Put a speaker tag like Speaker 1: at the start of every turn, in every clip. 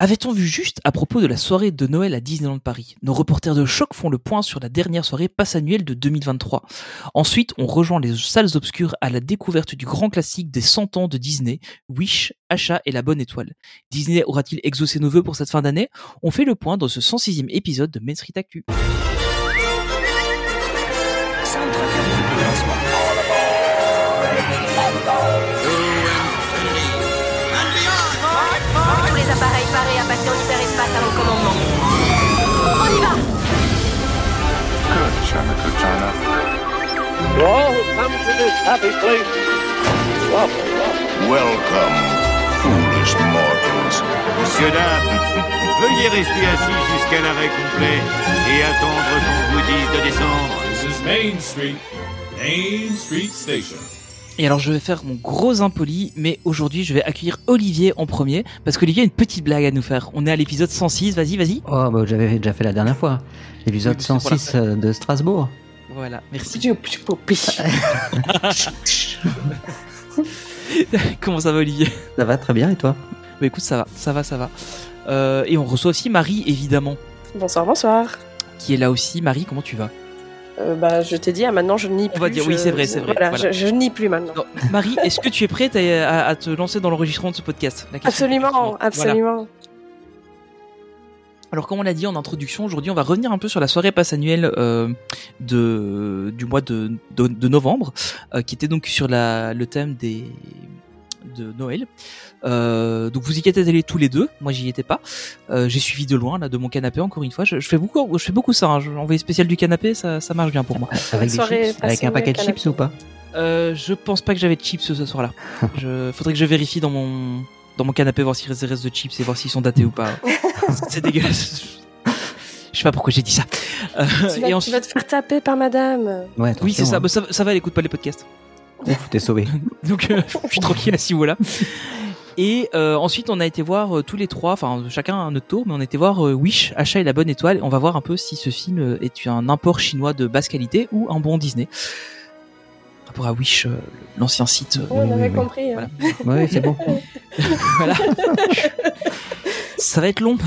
Speaker 1: Avait-on vu juste à propos de la soirée de Noël à Disneyland Paris Nos reporters de choc font le point sur la dernière soirée passe annuelle de 2023. Ensuite, on rejoint les salles obscures à la découverte du grand classique des 100 ans de Disney, Wish, Achat et la Bonne Étoile. Disney aura-t-il exaucé nos vœux pour cette fin d'année On fait le point dans ce 106e épisode de Main Street Actu.
Speaker 2: Tous les appareils parés à passer en hyperespace à mon commandement. On y va
Speaker 3: Good, China China.
Speaker 4: You all who come to this happy place, welcome.
Speaker 3: Welcome, foolish mortals.
Speaker 5: Monsieur dame, veuillez rester assis jusqu'à l'arrêt complet et attendre qu'on vous dise de descendre.
Speaker 6: This is Main Street, Main Street Station.
Speaker 1: Et alors je vais faire mon gros impoli, mais aujourd'hui je vais accueillir Olivier en premier, parce qu'Olivier a une petite blague à nous faire. On est à l'épisode 106, vas-y, vas-y.
Speaker 7: Oh, bah, j'avais déjà fait la dernière fois. L'épisode
Speaker 1: Oui, mais c'est pour
Speaker 7: 106 euh, de Strasbourg.
Speaker 1: Voilà, merci. Comment ça va Olivier
Speaker 7: Ça va très bien et toi
Speaker 1: Bah écoute, ça va, ça va, ça va. Euh, et on reçoit aussi Marie, évidemment,
Speaker 8: Bonsoir, bonsoir.
Speaker 1: qui est là aussi. Marie, comment tu vas
Speaker 8: Euh, bah, je t'ai dit, ah, maintenant je nie
Speaker 1: On
Speaker 8: plus.
Speaker 1: va dire,
Speaker 8: je-
Speaker 1: oui, c'est vrai, c'est vrai,
Speaker 8: Voilà,
Speaker 1: voilà.
Speaker 8: Je, je nie plus maintenant.
Speaker 1: Non, Marie, est-ce que tu es prête à, à- à te lancer dans l'enregistrement de ce podcast La question est
Speaker 8: Absolument,
Speaker 1: absolument- Voilà.
Speaker 8: absolument.
Speaker 1: Alors comme on l'a dit en introduction, aujourd'hui on va revenir un peu sur la soirée passe annuelle euh, de, du mois de, de- de novembre, euh, qui était donc sur la, le thème des, de Noël. Euh, donc vous y êtes allés tous les deux, moi j'y étais pas. Euh, J'ai suivi de loin, là, de mon canapé encore une fois. Je, je fais, beaucoup, je fais beaucoup ça, hein. Je- l'envoyé spécial du canapé, ça, ça marche bien pour moi.
Speaker 7: Avec des
Speaker 8: soirée
Speaker 7: chips Avec un
Speaker 8: passionnée,
Speaker 7: paquet de
Speaker 8: canapé.
Speaker 7: chips ou pas
Speaker 1: Euh, je pense pas que j'avais de chips ce soir-là. Je, faudrait que je vérifie dans mon, dans mon canapé voir s'il reste des restes de chips et voir s'ils sont datés ou pas. C'est dégueulasse. Je sais pas pourquoi j'ai dit ça. Euh,
Speaker 8: Tu vas,
Speaker 1: et
Speaker 8: tu
Speaker 1: ensuite-
Speaker 8: vas te faire taper par madame.
Speaker 7: Ouais,
Speaker 1: oui, c'est ça.
Speaker 7: attention,
Speaker 1: Bah, ça. Ça va, elle écoute pas les podcasts.
Speaker 7: hein. Ouf, t'es sauvé.
Speaker 1: Donc, euh, je suis tranquille à ce niveau-là. Et euh, ensuite, on a été voir euh, tous les trois, enfin chacun à notre tour, mais on a été voir euh, Wish, Achat et la Bonne Étoile. On va voir un peu si ce film euh, est un import chinois de basse qualité ou un bon Disney. Par rapport à Wish, euh, l'ancien site euh,
Speaker 8: Oh, on
Speaker 7: Oui,
Speaker 8: avait
Speaker 7: oui,
Speaker 8: compris. hein.
Speaker 1: Voilà.
Speaker 7: Ouais, c'est bon.
Speaker 1: Voilà. Ça va être long.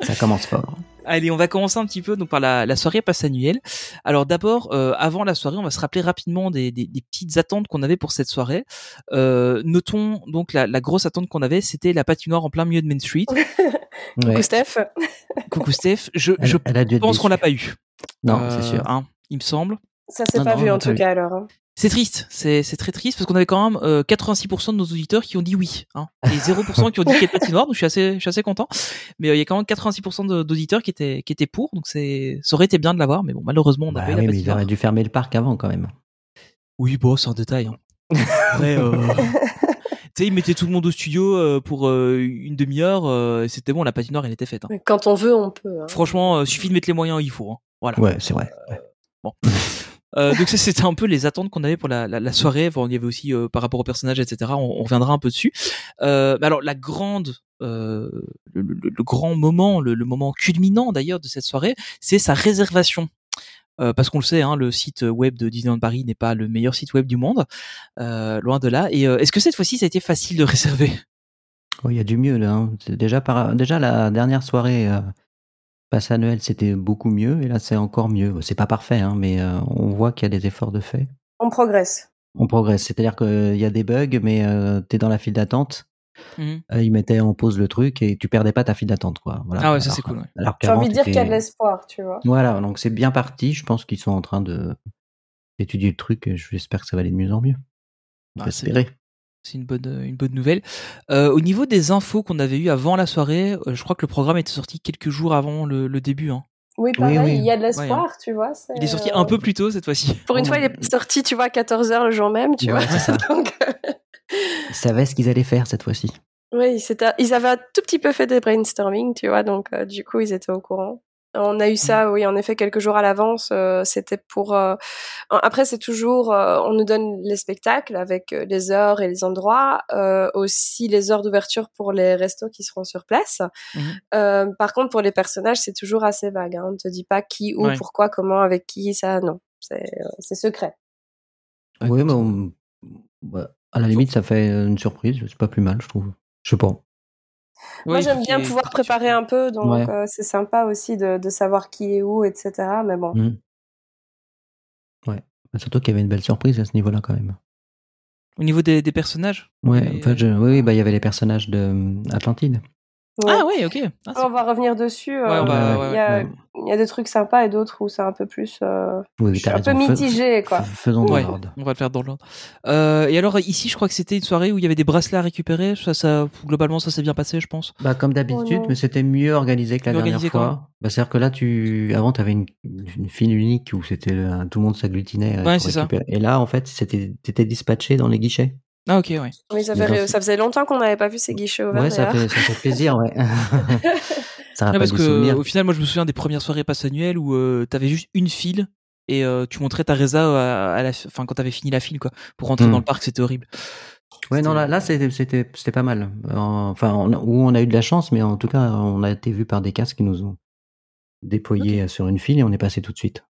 Speaker 7: Ça commence fort.
Speaker 1: Allez, on va commencer un petit peu donc par la, la soirée passe annuelle. Alors d'abord, euh, avant la soirée, on va se rappeler rapidement des, des- des petites attentes qu'on avait pour cette soirée. Euh, notons donc la, la grosse attente qu'on avait, c'était la patinoire en plein milieu de Main Street.
Speaker 7: Ouais.
Speaker 8: Coucou, Steph.
Speaker 1: Coucou Steph, je,
Speaker 7: Elle-
Speaker 1: je
Speaker 7: elle a dû être
Speaker 1: pense qu'on
Speaker 7: déçue.
Speaker 1: l'a pas eu.
Speaker 7: Non,
Speaker 1: Euh,
Speaker 7: c'est sûr.
Speaker 1: hein, il me semble.
Speaker 8: Ça s'est
Speaker 7: Non,
Speaker 8: pas
Speaker 7: non, on
Speaker 8: vu en
Speaker 7: l'a pas
Speaker 8: tout
Speaker 7: vu.
Speaker 8: cas alors. hein.
Speaker 1: C'est triste, c'est c'est très triste parce qu'on avait quand même euh, 86% de nos auditeurs qui ont dit oui. Hein. Et 0% qui ont dit qu'il y a de patinoire, donc je suis assez, je suis assez content. Mais euh, il y a quand même 86% de- d'auditeurs qui étaient, qui étaient pour, donc c'est ça aurait été bien de l'avoir, mais bon, malheureusement, on n'a
Speaker 7: Bah
Speaker 1: pas eu
Speaker 7: oui,
Speaker 1: la hein.
Speaker 7: mais ils
Speaker 1: patinoire.
Speaker 7: auraient dû fermer le parc avant quand même.
Speaker 1: Oui, bon, c'est un détail. Hein. Après, euh, tu sais, ils mettaient tout le monde au studio euh, pour euh, une demi-heure, euh, et c'était bon, la patinoire, elle était faite. hein.
Speaker 8: Quand on veut, on peut. hein.
Speaker 1: Franchement, euh, suffit de mettre les moyens, il faut. hein. Voilà.
Speaker 7: Ouais, c'est vrai.
Speaker 1: Euh, donc ça c'était un peu les attentes qu'on avait pour la, la, la soirée. Enfin, il y avait aussi euh, par rapport aux personnages, etc. On, on reviendra un peu dessus. Euh, mais alors la grande, euh, le, le- le grand moment, le, le moment culminant d'ailleurs de cette soirée, c'est sa réservation. Euh, parce qu'on le sait, hein, le site web de Disneyland Paris n'est pas le meilleur site web du monde, euh, loin de là. Et euh, est-ce que cette fois-ci ça a été facile de réserver
Speaker 7: Oh, Il y a du mieux là. hein. C'est Déjà, par... Déjà la dernière soirée euh, passe annuelle, c'était beaucoup mieux et là c'est encore mieux. C'est pas parfait, hein, mais euh, on voit qu'il y a des efforts de fait.
Speaker 8: On progresse.
Speaker 7: On progresse. C'est-à-dire qu'il y a des bugs, mais euh, t'es dans la file d'attente.
Speaker 1: Mmh.
Speaker 7: Euh, ils mettaient en pause le truc et tu perdais pas ta file d'attente, quoi. Voilà.
Speaker 1: Ah ouais, ça
Speaker 7: Alors-
Speaker 1: c'est cool. ouais.
Speaker 7: alors
Speaker 8: J'ai envie
Speaker 7: qu'avant,
Speaker 8: de dire
Speaker 7: t'étais-
Speaker 8: qu'il y a de l'espoir, tu vois.
Speaker 7: Voilà, donc c'est bien parti. Je pense qu'ils sont en train de d'étudier le truc et j'espère que ça va aller de mieux en mieux. On
Speaker 1: Ah,
Speaker 7: peut
Speaker 1: c'est
Speaker 7: espérer.
Speaker 1: C'est une bonne, euh, une bonne nouvelle. Euh, au niveau des infos qu'on avait eues avant la soirée, euh, je crois que le programme était sorti quelques jours avant le, le début. hein.
Speaker 8: Oui, pareil,
Speaker 7: oui.
Speaker 8: il y a de l'espoir, tu vois. euh,
Speaker 1: Il est sorti un peu plus tôt cette fois-ci.
Speaker 8: Pour une fois, il est sorti, tu vois, à 14h le jour même, tu
Speaker 7: Ouais,
Speaker 8: vois.
Speaker 7: c'est ça.
Speaker 8: Donc, euh,
Speaker 7: Ils savaient ce qu'ils allaient faire cette fois-ci.
Speaker 8: Oui, c'était- ils avaient un tout petit peu fait des brainstorming, tu vois, donc euh, du coup, ils étaient au courant. On a eu ça, oui, en effet, quelques jours à l'avance. euh, c'était pour. euh, en- Après, c'est toujours. euh, on nous donne les spectacles avec euh, les heures et les endroits, euh, aussi les heures d'ouverture pour les restos qui seront sur place.
Speaker 1: Mhm.
Speaker 8: Euh, par contre, pour les personnages, c'est toujours assez vague. Hein, on ne te dit pas qui, où,
Speaker 1: Ouais.
Speaker 8: pourquoi, comment, avec qui, ça, non. C'est euh, c'est secret.
Speaker 7: Oui, mais bah, euh, on- ouais, à la limite, ça fait une surprise. C'est pas plus mal, je trouve. Je sais pas.
Speaker 8: Moi, oui, j'aime bien pouvoir préparer un peu, donc ouais. euh, c'est sympa aussi de, de, savoir qui est où, etc. Mais bon. Mmh.
Speaker 7: Ouais. Bah, Surtout qu'il y avait une belle surprise à ce niveau-là, quand même.
Speaker 1: Au niveau des, des personnages
Speaker 7: Ouais, Et... en fait, je... oui, oui, bah, il y avait les personnages de hum, Atlantide.
Speaker 1: Ouais. Ah oui, ok. Ah,
Speaker 8: on va revenir dessus. Euh, ouais, bah, il, y a, ouais, il y a des trucs sympas et d'autres où c'est un peu plus. Euh, oui, je suis un peu mitigé, quoi.
Speaker 7: Faisons dans l'ordre.
Speaker 1: On va le faire dans l'ordre. Euh, et alors, ici, je crois que c'était une soirée où il y avait des bracelets à récupérer. Ça, ça, globalement, ça s'est bien passé, je pense.
Speaker 7: Bah, comme d'habitude, oh, mais c'était mieux organisé que la mieux dernière fois. Bah, C'est-à-dire que là, tu... avant, tu avais une, une, file unique où c'était le... tout le monde s'agglutinait. euh, Et là, en fait, tu étais dispatché dans les guichets.
Speaker 1: Ah ok, ouais.
Speaker 8: Oui, ça, fait, ça faisait longtemps qu'on n'avait pas vu ces guichets ouverts.
Speaker 7: Ouais, ça fait, ça fait plaisir, ouais.
Speaker 1: ça non, parce que souvenirs. au final, moi, je me souviens des premières soirées passe annuelles où euh, t'avais juste une file et euh, tu montrais ta résa à, à la, fin, quand t'avais fini la file, quoi, pour rentrer mm. dans le parc, c'était horrible.
Speaker 7: Ouais, non, là,
Speaker 1: euh,
Speaker 7: là c'était pas mal. Enfin, on, où on a eu de la chance, mais en tout cas, on a été vu par des casques qui nous ont déployés okay. sur une file et on est passé tout de suite.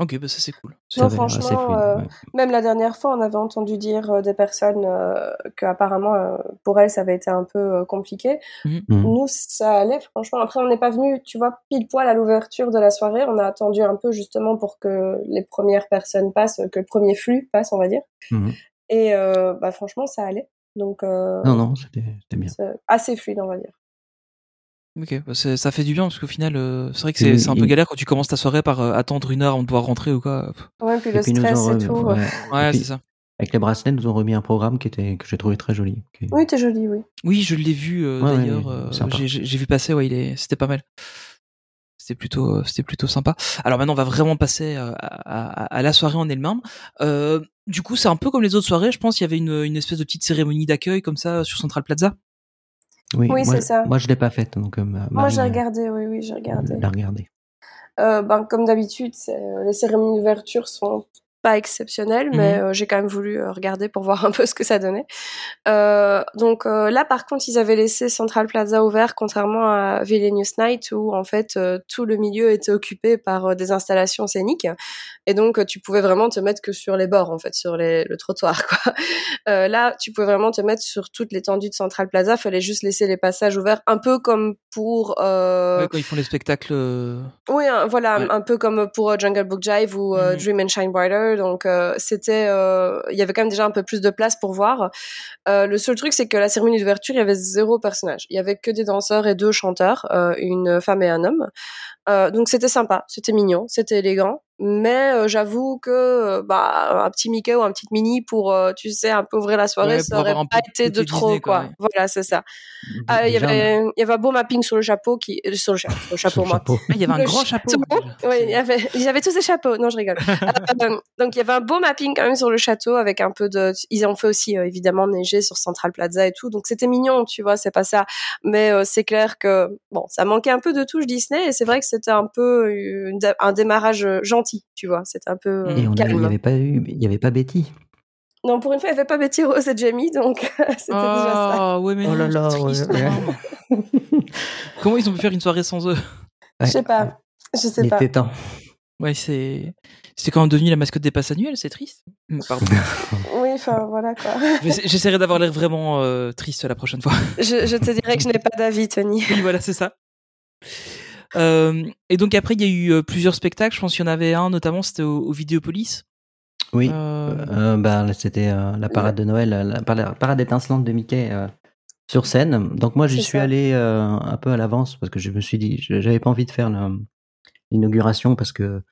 Speaker 1: Ok, bah ça c'est cool.
Speaker 8: Non, franchement, fluide, euh, ouais. même la dernière fois, on avait entendu dire euh, des personnes euh, que apparemment euh, pour elles ça avait été un peu euh, compliqué. Mmh.
Speaker 7: Mm.
Speaker 8: Nous, ça allait franchement. Après, on n'est pas venu, tu vois, pile poil à l'ouverture de la soirée. On a attendu un peu justement pour que les premières personnes passent, que le premier flux passe, on va dire. Mmh. Et bah franchement, ça allait. Donc euh,
Speaker 7: non, non, c'était Ah, bien.
Speaker 8: Assez fluide, on va dire.
Speaker 1: Ok, bah, ça fait du bien parce qu'au final, euh, c'est vrai que c'est un peu galère quand tu commences ta soirée par euh, attendre une heure avant de pouvoir rentrer ou quoi.
Speaker 8: Ouais, puis le et puis stress et remis, tout. euh.
Speaker 1: Ouais, ouais c'est ça.
Speaker 7: Avec les bracelets, nous ont remis un programme qui était, que j'ai trouvé très joli.
Speaker 8: Okay. euh. Oui, t'es joli, oui.
Speaker 1: Oui, je l'ai vu euh, ouais, d'ailleurs. Ouais, j'ai vu passer, ouais, il est, c'était pas mal. C'était plutôt, euh, c'était plutôt sympa. Alors maintenant, on va vraiment passer à, à, à la soirée en elle-même. Euh, du coup, c'est un peu comme les autres soirées. Je pense qu'il y avait une, une espèce de petite cérémonie d'accueil comme ça sur Central Plaza.
Speaker 7: Oui, oui c'est ça. Moi, je l'ai pas faite. Donc, euh, Marie,
Speaker 8: moi, Oh, j'ai regardé, oui, oui, j'ai regardé.
Speaker 7: L'a regardé.
Speaker 8: Euh, ben, comme d'habitude, euh, les cérémonies d'ouverture sont pas exceptionnelles, mm -hmm. mais euh, j'ai quand même voulu euh, regarder pour voir un peu ce que ça donnait. Euh, donc là, par contre, ils avaient laissé Central Plaza ouvert, contrairement à Vilnius Night, où en fait euh, tout le milieu était occupé par euh, des installations scéniques, et donc euh, tu pouvais vraiment te mettre que sur les bords, en fait, sur les, le trottoir. Quoi. Euh, là, tu pouvais vraiment te mettre sur toute l'étendue de Central Plaza. Fallait juste laisser les passages ouverts, un peu comme pour. Euh...
Speaker 1: Ouais, quand ils font les spectacles. Euh...
Speaker 8: Oui, un, voilà, ouais. un peu comme pour euh, Jungle Book Jive ou mm -hmm. Dream and Shine Brighter. Donc, euh, c'était, euh, il y avait quand même déjà un peu plus de place pour voir. Euh, le seul truc, c'est que la cérémonie d'ouverture, il y avait zéro personnage. Il y avait que des danseurs et deux chanteurs, euh, une femme et un homme. Euh, donc, c'était sympa, c'était mignon, c'était élégant mais euh, j'avoue que euh, bah un petit Mickey ou un petit mini pour euh, tu sais un peu ouvrir la soirée ouais, ça aurait pas été de trop Disney, quoi. quoi. voilà c'est ça Ah, il y avait il y avait un beau mapping sur le chapeau qui sur le, cha le chapeau moi
Speaker 7: ah,
Speaker 1: il y avait un le grand chapeau,
Speaker 8: chapeau. ouais, il y avait ils avaient tous des chapeaux non je rigole Euh, donc il y avait un beau mapping quand même sur le château avec un peu de ils ont fait aussi euh, évidemment neiger sur Central Plaza et tout donc c'était mignon tu vois c'est pas ça mais euh, c'est clair que bon ça manquait un peu de touche Disney et c'est vrai que c'était un peu une, un démarrage euh, gentil tu vois. C'était un peu. euh,
Speaker 7: Et il n'y avait pas eu, il y avait pas Betty.
Speaker 8: Non, pour une fois, il n'y avait pas Betty Rose et Jamie, donc c'était oh, déjà ça.
Speaker 1: Ah, Ouais, mais
Speaker 7: oh là là,
Speaker 1: ouais. Comment ils ont pu faire une soirée sans eux
Speaker 8: ouais. Je sais pas. Je sais
Speaker 7: il
Speaker 8: pas.
Speaker 7: Était temps.
Speaker 1: Ouais, c'est. C'est quand même devenu la mascotte des passes annuelles, c'est triste.
Speaker 7: Mm.
Speaker 1: Pardon.
Speaker 8: oui, enfin voilà quoi.
Speaker 1: J'essaierai d'avoir l'air vraiment euh, triste la prochaine fois.
Speaker 8: je, je te dirais que je n'ai pas d'avis, Tony.
Speaker 1: oui, voilà, c'est ça. Euh, et donc après, il y a eu euh, plusieurs spectacles. Je pense qu'il y en avait un, notamment, c'était au, au Vidéopolis.
Speaker 7: Oui, euh... bah, c'était la parade de Noël, euh, la, parade étincelante de Mickey euh, sur scène. Donc moi, j'y suis ça. allé euh, un peu à l'avance parce que je me suis dit, j'avais pas envie de faire l'inauguration parce que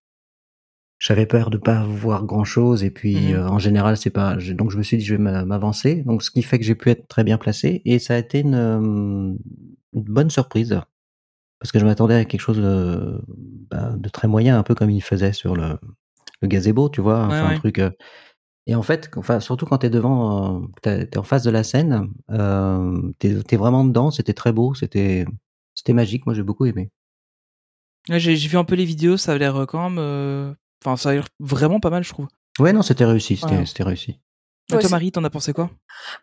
Speaker 7: j'avais peur de pas voir grand chose et puis mmh. en général c'est pas donc je me suis dit je vais m'avancer donc ce qui fait que j'ai pu être très bien placé et ça a été une, euh, une bonne surprise parce que je m'attendais à quelque chose de, bah, de, très moyen, un peu comme il faisait sur le, le gazebo, tu vois, enfin, ouais, un ouais. truc. Euh, et en fait, enfin, surtout quand t'es devant, euh, t'es en face de la scène, euh, t'es es vraiment dedans. C'était très beau, c'était c'était magique. Moi, j'ai beaucoup aimé.
Speaker 1: Ouais, j'ai ai vu un peu les vidéos, ça a l'air euh, quand même, enfin, ça a l'air vraiment pas mal, je trouve.
Speaker 7: Ouais, non, c'était réussi, c'était réussi.
Speaker 1: Et toi, Marie, t'en as pensé quoi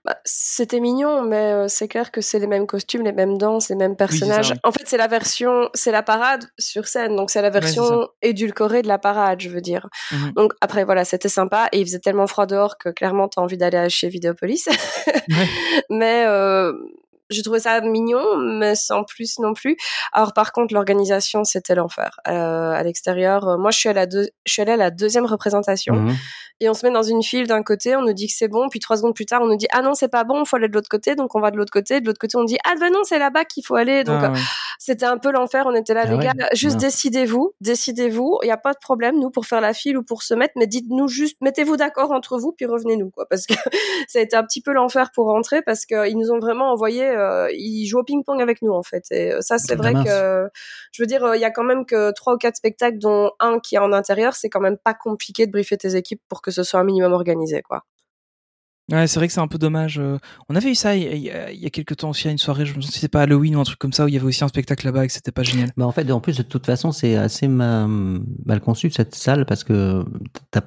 Speaker 8: bah, C'était mignon, mais euh, c'est clair que c'est les mêmes costumes, les mêmes danses, les mêmes personnages. Oui, ça, ouais. En fait, c'est la version, c'est la parade sur scène, donc c'est la version ouais, édulcorée de la parade, je veux dire. Mm
Speaker 1: Mhm.
Speaker 8: -hmm. Donc après, voilà, c'était sympa et il faisait tellement froid dehors que clairement, t'as envie d'aller chez Vidéopolis. ouais. Mais euh, j'ai trouvé ça mignon, mais sans plus non plus. Alors par contre, l'organisation, c'était l'enfer. Euh, à l'extérieur, euh, moi, je suis, à la deux, je suis allée à la deuxième représentation. Mmh. Et on se met dans une file d'un côté, on nous dit que c'est bon, puis trois secondes plus tard, on nous dit ah non c'est pas bon, il faut aller de l'autre côté, donc on va de l'autre côté. De l'autre côté, on dit ah ben non c'est là-bas qu'il faut aller. Donc ah,
Speaker 7: euh,
Speaker 8: ouais. c'était un peu l'enfer. On était là ah, les ouais, gars, juste décidez-vous, décidez-vous. Il n'y a pas de problème nous pour faire la file ou pour se mettre, mais dites-nous juste, mettez-vous d'accord entre vous puis revenez-nous quoi, parce que ça a été un petit peu l'enfer pour rentrer parce qu'ils nous ont vraiment envoyé, euh, ils jouent au ping-pong avec nous en fait. Et euh, ça c'est vrai Ah, mince. que je veux dire euh, il y a quand même que trois ou quatre spectacles dont un qui est en intérieur, c'est quand même pas compliqué de briefer tes équipes pour que ce soit un minimum organisé, quoi.
Speaker 1: Ouais, c'est vrai que c'est un peu dommage. euh. On avait eu ça il y, a, il y a quelques temps aussi à une soirée, je me souviens si c'était pas Halloween ou un truc comme ça, où il y avait aussi un spectacle là-bas et que c'était pas génial.
Speaker 7: Bah en fait, en plus, de toute façon, c'est assez mal conçu cette salle parce que t'as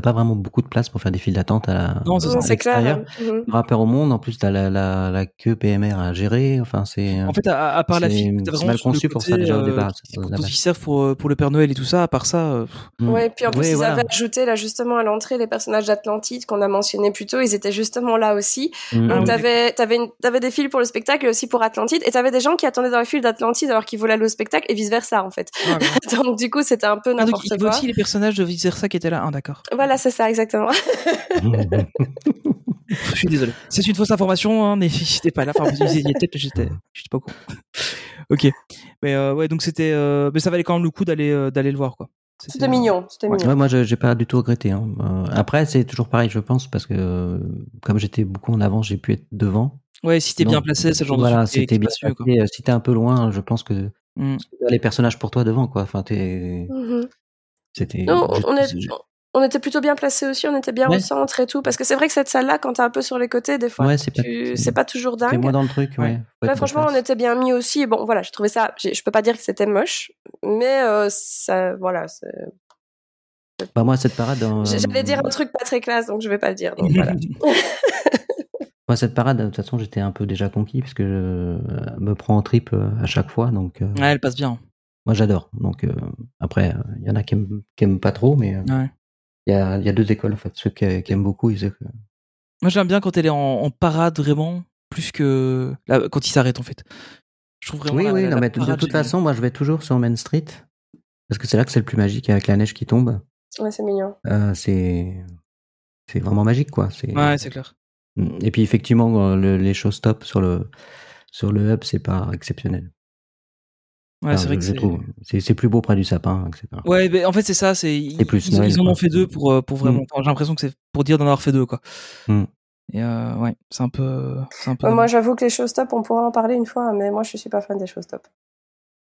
Speaker 7: pas vraiment beaucoup de place pour faire des files d'attente à la.
Speaker 8: Non, c'est clair. hein. Mhm.
Speaker 7: Mmh. Rappeur au monde, en plus, t'as la, la, la, queue PMR à gérer. Enfin, Euh, c'est.
Speaker 1: En fait, à, à part la file,
Speaker 7: t'as vraiment. mal conçu pour ça déjà au départ.
Speaker 1: euh, Qui servent pour, pour le Père Noël et tout ça, à part ça. Euh...
Speaker 8: Mmh. Ouais, puis en plus, oui, ils voilà. avaient ajouté là justement à l'entrée les personnages d'Atlantide qu'on a mentionné plus tôt. Ils étaient justement là aussi. Mmh. Donc, t'avais avais, avais des files pour le spectacle et aussi pour Atlantide. Et t'avais des gens qui attendaient dans la file d'Atlantide alors qu'ils voulaient aller au spectacle et vice versa, en fait. Ah, donc, du coup, c'était un peu n'importe quoi. Il y
Speaker 1: avait aussi les personnages de vice versa qui étaient là. Ah, d'accord.
Speaker 8: Voilà, c'est ça, exactement.
Speaker 1: je suis désolé. C'est une fausse information, hein, n'hésitez pas là. Enfin, vous peut-être j'étais, j'étais pas au courant. ok. Mais euh, ouais, donc c'était, euh, mais ça valait quand même le coup d'aller, euh, d'aller le voir, quoi.
Speaker 8: C'était mignon, c'était ouais. mignon.
Speaker 7: Ouais, moi, j'ai pas du tout regretté. Hein. après, c'est toujours pareil, je pense, parce que euh, comme j'étais beaucoup en avant, j'ai pu être devant.
Speaker 1: Ouais, si t'es bien placé, ce genre
Speaker 7: voilà,
Speaker 1: de
Speaker 7: si t'es bien placé, Euh, si t'es un peu loin, je pense que mm.
Speaker 1: Mmh.
Speaker 7: les personnages pour toi devant, quoi. Enfin, t'es. Mm -hmm. C'était.
Speaker 8: Mhm. Non, je, on est on était plutôt bien placé aussi, on était bien ouais. au centre et tout. Parce que c'est vrai que cette salle-là, quand t'es un peu sur les côtés, des fois,
Speaker 7: ouais,
Speaker 8: c'est pas, pas, toujours dingue.
Speaker 7: moi dans le truc, ouais.
Speaker 8: ouais franchement, on était bien mis aussi. Et bon, voilà, je trouvais ça. Je peux pas dire que c'était moche, mais euh, ça, voilà.
Speaker 7: Bah, moi, cette parade. Euh...
Speaker 8: J'allais dire un truc pas très classe, donc je vais pas le dire. Donc, voilà.
Speaker 7: Moi, cette parade, de toute façon, j'étais un peu déjà conquis parce que je euh, me prends en tripe à chaque fois. Donc, euh...
Speaker 1: Ouais, elle passe bien.
Speaker 7: Moi, j'adore. Donc, euh, après, il y en a qui aiment, qui aiment pas trop, mais. euh, Ouais. Il y, a, il y a, deux écoles, en fait. Ceux qui, qui aiment beaucoup, ils que...
Speaker 1: Moi, j'aime bien quand elle est en, en, parade, vraiment, plus que... Là, quand il s'arrête, en fait.
Speaker 7: Je trouve vraiment... Oui, la, oui, la, non, la mais de toute façon, moi, je vais toujours sur Main Street, parce que c'est là que c'est le plus magique, avec la neige qui tombe.
Speaker 8: Ouais, c'est mignon.
Speaker 7: Euh, c'est... C'est vraiment magique, quoi.
Speaker 1: Ouais, c'est clair.
Speaker 7: Et puis, effectivement, euh, le, les shows stop sur le, sur le hub, c'est pas exceptionnel.
Speaker 1: Ouais, enfin, c'est vrai que
Speaker 7: c'est... C'est, plus beau près du sapin, etc.
Speaker 1: Ouais, mais en fait, c'est ça. C'est, ils, plus ils, Noël, ils en ont fait deux pour, pour vraiment. Mm. Enfin, j'ai l'impression que c'est pour dire d'en avoir fait deux, quoi. Mm. Et euh, ouais, c'est un peu. C'est un peu
Speaker 8: ouais, Euh, moi, j'avoue que les choses top, on pourra en parler une fois, hein, mais moi, je suis pas fan des choses top.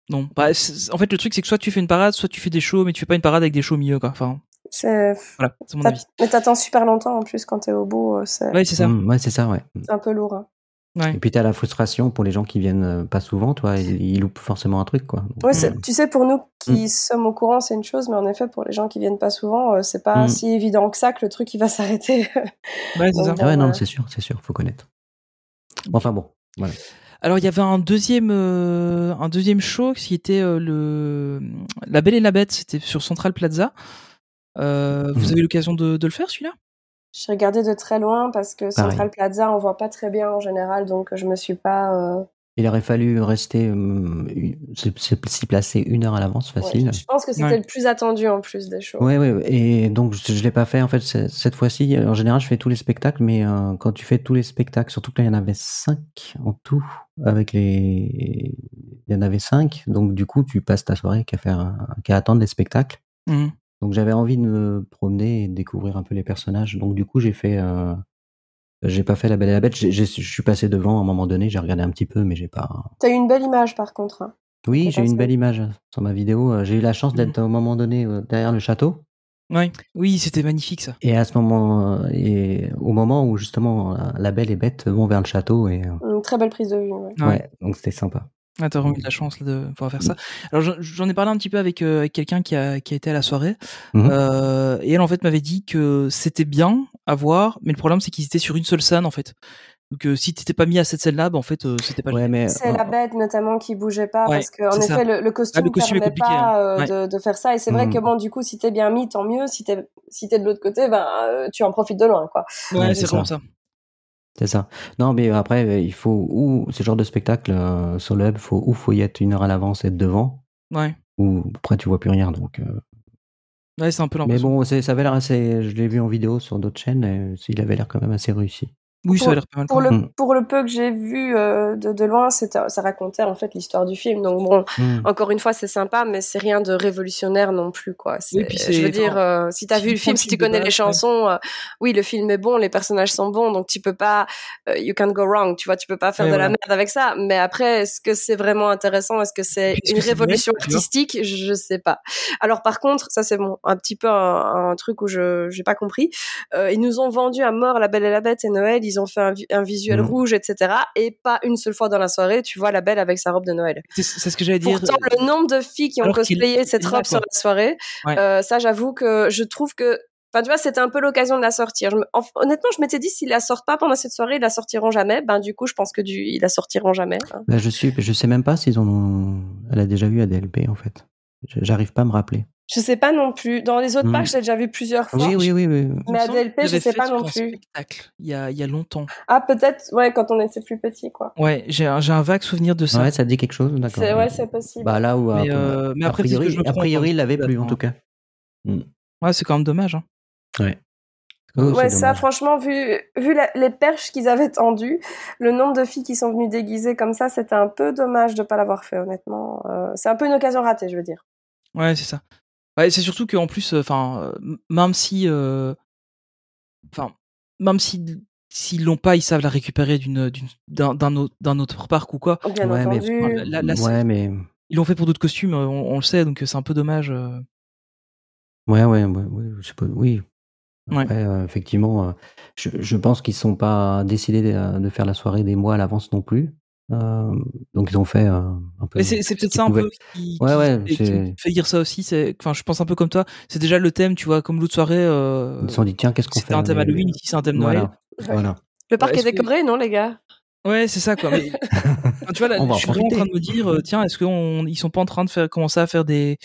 Speaker 1: Non. Bah, en fait, le truc, c'est que soit tu fais une parade, soit tu fais des shows, mais tu fais pas une parade avec des shows au milieu, quoi. Enfin.
Speaker 8: C'est...
Speaker 1: Voilà, c'est mon avis.
Speaker 8: Mais t'attends super longtemps en plus quand t'es au bout. euh, C'est...
Speaker 1: Ouais, c'est ça.
Speaker 7: Mm, ouais, c'est ça, ouais.
Speaker 8: C'est un peu lourd. Hein.
Speaker 7: Ouais. Et puis t'as la frustration pour les gens qui viennent euh, pas souvent, toi, ils, ils loupent forcément un truc, quoi. euh,
Speaker 8: Ouais, mmh. tu sais, pour nous qui mmh. sommes au courant, c'est une chose, mais en effet, pour les gens qui viennent pas souvent, c'est pas mmh. si évident que ça que le truc il va s'arrêter.
Speaker 1: Ouais, c'est ça.
Speaker 7: Ah ouais, non, c'est sûr, c'est sûr, faut connaître. Enfin bon, voilà.
Speaker 1: Alors il y avait un deuxième euh, un deuxième show qui était euh, le La Belle et la Bête, c'était sur Central Plaza. Euh, vous avez l'occasion de, de le faire celui-là
Speaker 8: je regardais de très loin parce que Central Pareil. Plaza, on voit pas très bien en général, donc je me suis pas. Euh...
Speaker 7: Il aurait fallu rester, euh, s'y placer une heure à l'avance, facile.
Speaker 8: Ouais, je pense que c'était ouais. le plus attendu en plus des choses.
Speaker 7: Oui, oui, et donc je, ne l'ai pas fait en fait cette fois-ci. En général, je fais tous les spectacles, mais euh, quand tu fais tous les spectacles, surtout que là il y en avait cinq en tout, avec les, il y en avait cinq, donc du coup tu passes ta soirée qu'à faire, qu'à attendre les spectacles. Mmh. Donc j'avais envie de me promener et de découvrir un peu les personnages. Donc du coup j'ai fait, euh, j'ai pas fait la Belle et la Bête. Je suis passé devant à un moment donné, j'ai regardé un petit peu, mais j'ai pas.
Speaker 8: T'as eu une belle image par contre. Hein.
Speaker 7: Oui, j'ai eu une belle image sur ma vidéo. J'ai eu la chance d'être mmh. à un moment donné derrière le château.
Speaker 1: Oui, oui, c'était magnifique ça.
Speaker 7: Et à ce moment, euh, et au moment où justement la Belle et Bête vont vers le château et. euh,
Speaker 8: Une très belle prise de vue. Ouais,
Speaker 7: ouais, ouais donc c'était sympa.
Speaker 1: Ah, t'as
Speaker 7: Mmh.
Speaker 1: vraiment eu de la chance là, de pouvoir faire ça. Alors j'en ai parlé un petit peu avec, euh, avec quelqu'un qui a, qui a été à la soirée, mmh. euh, et elle en fait m'avait dit que c'était bien à voir, mais le problème c'est qu'ils étaient sur une seule scène en fait. Donc euh, si t'étais pas mis à cette scène-là, bah, en fait c'était pas.
Speaker 7: Euh, Ouais, mais... oh,
Speaker 8: C'est la bête notamment qui bougeait pas ouais, parce que en effet le, le, costume ne ah, permet pas hein. ouais. de, de, faire ça et c'est
Speaker 7: Mm.
Speaker 8: vrai mmh. que bon du coup si t'es bien mis euh, tant mieux, si t'es si es de l'autre côté ben tu en profites de loin quoi.
Speaker 1: Ouais c'est vraiment ça.
Speaker 7: C'est ça. Non, mais après, euh, il faut ou ce genre de spectacle euh, sur le web, faut ou faut y être une heure à l'avance, être devant.
Speaker 1: Ouais.
Speaker 7: Ou après tu vois plus rien, donc. euh,
Speaker 1: Ouais, c'est un peu
Speaker 7: Mais
Speaker 1: l'ambiance.
Speaker 7: bon, c'est- ça avait l'air assez. Je l'ai vu en vidéo sur d'autres chaînes. Et il avait l'air quand même assez réussi.
Speaker 1: oui, ça a l'air pas mal.
Speaker 8: Pour
Speaker 1: quand même.
Speaker 7: Mm.
Speaker 8: le, pour le peu que j'ai vu euh, de, de loin, c'était- ça racontait en fait l'histoire du film. Donc bon,
Speaker 7: Hmm.
Speaker 1: Mm.
Speaker 8: encore une fois, c'est sympa, mais c'est rien de révolutionnaire non plus, quoi. C'est-
Speaker 1: Oui, puis c'est-
Speaker 8: je veux dire, euh, si t'as
Speaker 1: si
Speaker 8: vu le
Speaker 1: tu prends
Speaker 8: film,
Speaker 1: le
Speaker 8: si
Speaker 1: film
Speaker 8: tu
Speaker 1: de
Speaker 8: connais
Speaker 1: base,
Speaker 8: les chansons, euh, oui, le film est bon, les personnages sont bons, donc tu peux pas, euh, you can't go wrong, tu vois, tu peux pas faire
Speaker 1: Ouais,
Speaker 8: de la
Speaker 1: voilà.
Speaker 8: merde avec ça. Mais après, est-ce que c'est vraiment intéressant Est-ce que c'est
Speaker 1: Puis est-ce
Speaker 8: une
Speaker 1: que c'est
Speaker 8: révolution
Speaker 1: net, tu vois
Speaker 8: artistique Je sais pas. Alors par contre, ça c'est bon, un petit peu un, un truc où je j'ai pas compris. Euh, ils nous ont vendu à mort La Belle et la Bête et Noël. Ils ont fait un, vi- un visuel
Speaker 7: Mm.
Speaker 8: rouge, etc. Et pas une seule fois dans la soirée, tu vois la Belle avec sa robe de Noël.
Speaker 1: C'est c'est ce que j'allais dire.
Speaker 8: Pourtant, le nombre de filles qui ont
Speaker 1: Alors qu'il-
Speaker 8: cosplayé cette
Speaker 1: il
Speaker 8: robe
Speaker 1: l'a,
Speaker 8: sur
Speaker 1: quoi.
Speaker 8: la soirée,
Speaker 1: Ouais.
Speaker 8: euh, ça, j'avoue que je trouve que. Enfin, tu vois, c'était un peu l'occasion de la sortir. Je me- en- Honnêtement, je m'étais dit, s'ils la sortent pas pendant cette soirée, ils la sortiront jamais. Ben, du coup, je pense que du... ils la sortiront jamais. hein.
Speaker 7: Bah, je suis. Je sais même pas s'ils ont. Elle a déjà eu ADLP en fait. Je- J'arrive pas à me rappeler.
Speaker 8: Je sais pas non plus. Dans les autres
Speaker 7: Hmm.
Speaker 8: packs, je l'ai déjà vu plusieurs fois.
Speaker 7: Oui, oui, oui, oui.
Speaker 1: Il
Speaker 8: mais
Speaker 1: me semble
Speaker 8: ADLP,
Speaker 1: qu'il
Speaker 8: je
Speaker 1: l'avait
Speaker 8: sais
Speaker 1: fait
Speaker 8: pas
Speaker 1: sur
Speaker 8: non
Speaker 1: un
Speaker 8: plus.
Speaker 1: spectacle, il y a, il y a longtemps.
Speaker 8: Ah, peut-être, ouais, quand on était plus petit, quoi.
Speaker 1: Ouais, j'ai un, j'ai un vague souvenir de ça.
Speaker 7: Ouais, ça te dit quelque chose, d'accord.
Speaker 8: C'est- Ouais, c'est possible.
Speaker 7: Bah là où.
Speaker 1: mais,
Speaker 7: à-
Speaker 1: euh, mais
Speaker 7: a
Speaker 1: après, peut-être que
Speaker 7: priori,
Speaker 1: je me
Speaker 7: a
Speaker 1: trompe,
Speaker 7: priori,
Speaker 1: hein.
Speaker 7: il l'avait plus en
Speaker 1: Attends.
Speaker 7: tout cas.
Speaker 1: Ouais, c'est quand même dommage. Hein.
Speaker 7: Oh,
Speaker 8: ouais,
Speaker 7: c'est
Speaker 8: ça,
Speaker 7: dommage.
Speaker 8: franchement, vu, vu la- les perches qu'ils avaient tendues, le nombre de filles qui sont venues déguisées comme ça, c'était un peu dommage de pas l'avoir fait, honnêtement. Euh, c'est un peu une occasion ratée, je veux dire.
Speaker 1: Ouais, c'est ça. Ouais, c'est surtout qu'en plus, euh, enfin, même si, enfin, même si s'ils l'ont pas, ils savent la récupérer d'une euh, d'une d'un d'un autre, d'un autre parc ou quoi.
Speaker 8: Bien
Speaker 7: Ouais, mais-
Speaker 8: entendu.
Speaker 1: Enfin, là- là, c'est-
Speaker 7: ouais, mais.
Speaker 1: Ils l'ont fait pour d'autres costumes, euh, on, on le sait, donc euh, c'est un peu dommage. euh.
Speaker 7: Ouais, ouais, ouais, ouais, je sais pas, oui.
Speaker 1: Ouais.
Speaker 7: Après, euh, effectivement, euh, je, je pense qu'ils ne sont pas décidés de, de faire la soirée des mois à l'avance non plus. Euh, donc, ils ont fait euh, un peu.
Speaker 1: Mais c'est c'est peut-être ça un
Speaker 7: pouvaient.
Speaker 1: peu qui,
Speaker 7: Ouais,
Speaker 1: qui-
Speaker 7: ouais,
Speaker 1: qui- qui
Speaker 7: c'est-
Speaker 1: fait dire ça aussi. c'est- Enfin, je pense un peu comme toi. C'est déjà le thème, tu vois, comme l'autre soirée. euh,
Speaker 7: Ils se sont dit, tiens, qu'est-ce qu'on fait
Speaker 1: C'était un thème
Speaker 7: euh,
Speaker 1: Halloween, ici c'est un thème Noël.
Speaker 7: Voilà. voilà.
Speaker 8: Le parc
Speaker 1: Ouais,
Speaker 8: est
Speaker 1: est-ce que-
Speaker 8: décoré, non, les gars
Speaker 1: Ouais, c'est ça quoi. Mais, enfin, tu vois, là,
Speaker 7: On va en
Speaker 1: je suis vraiment en
Speaker 7: profiter.
Speaker 1: train de me dire, euh, tiens, est-ce qu'ils sont pas en train de faire commencer à faire des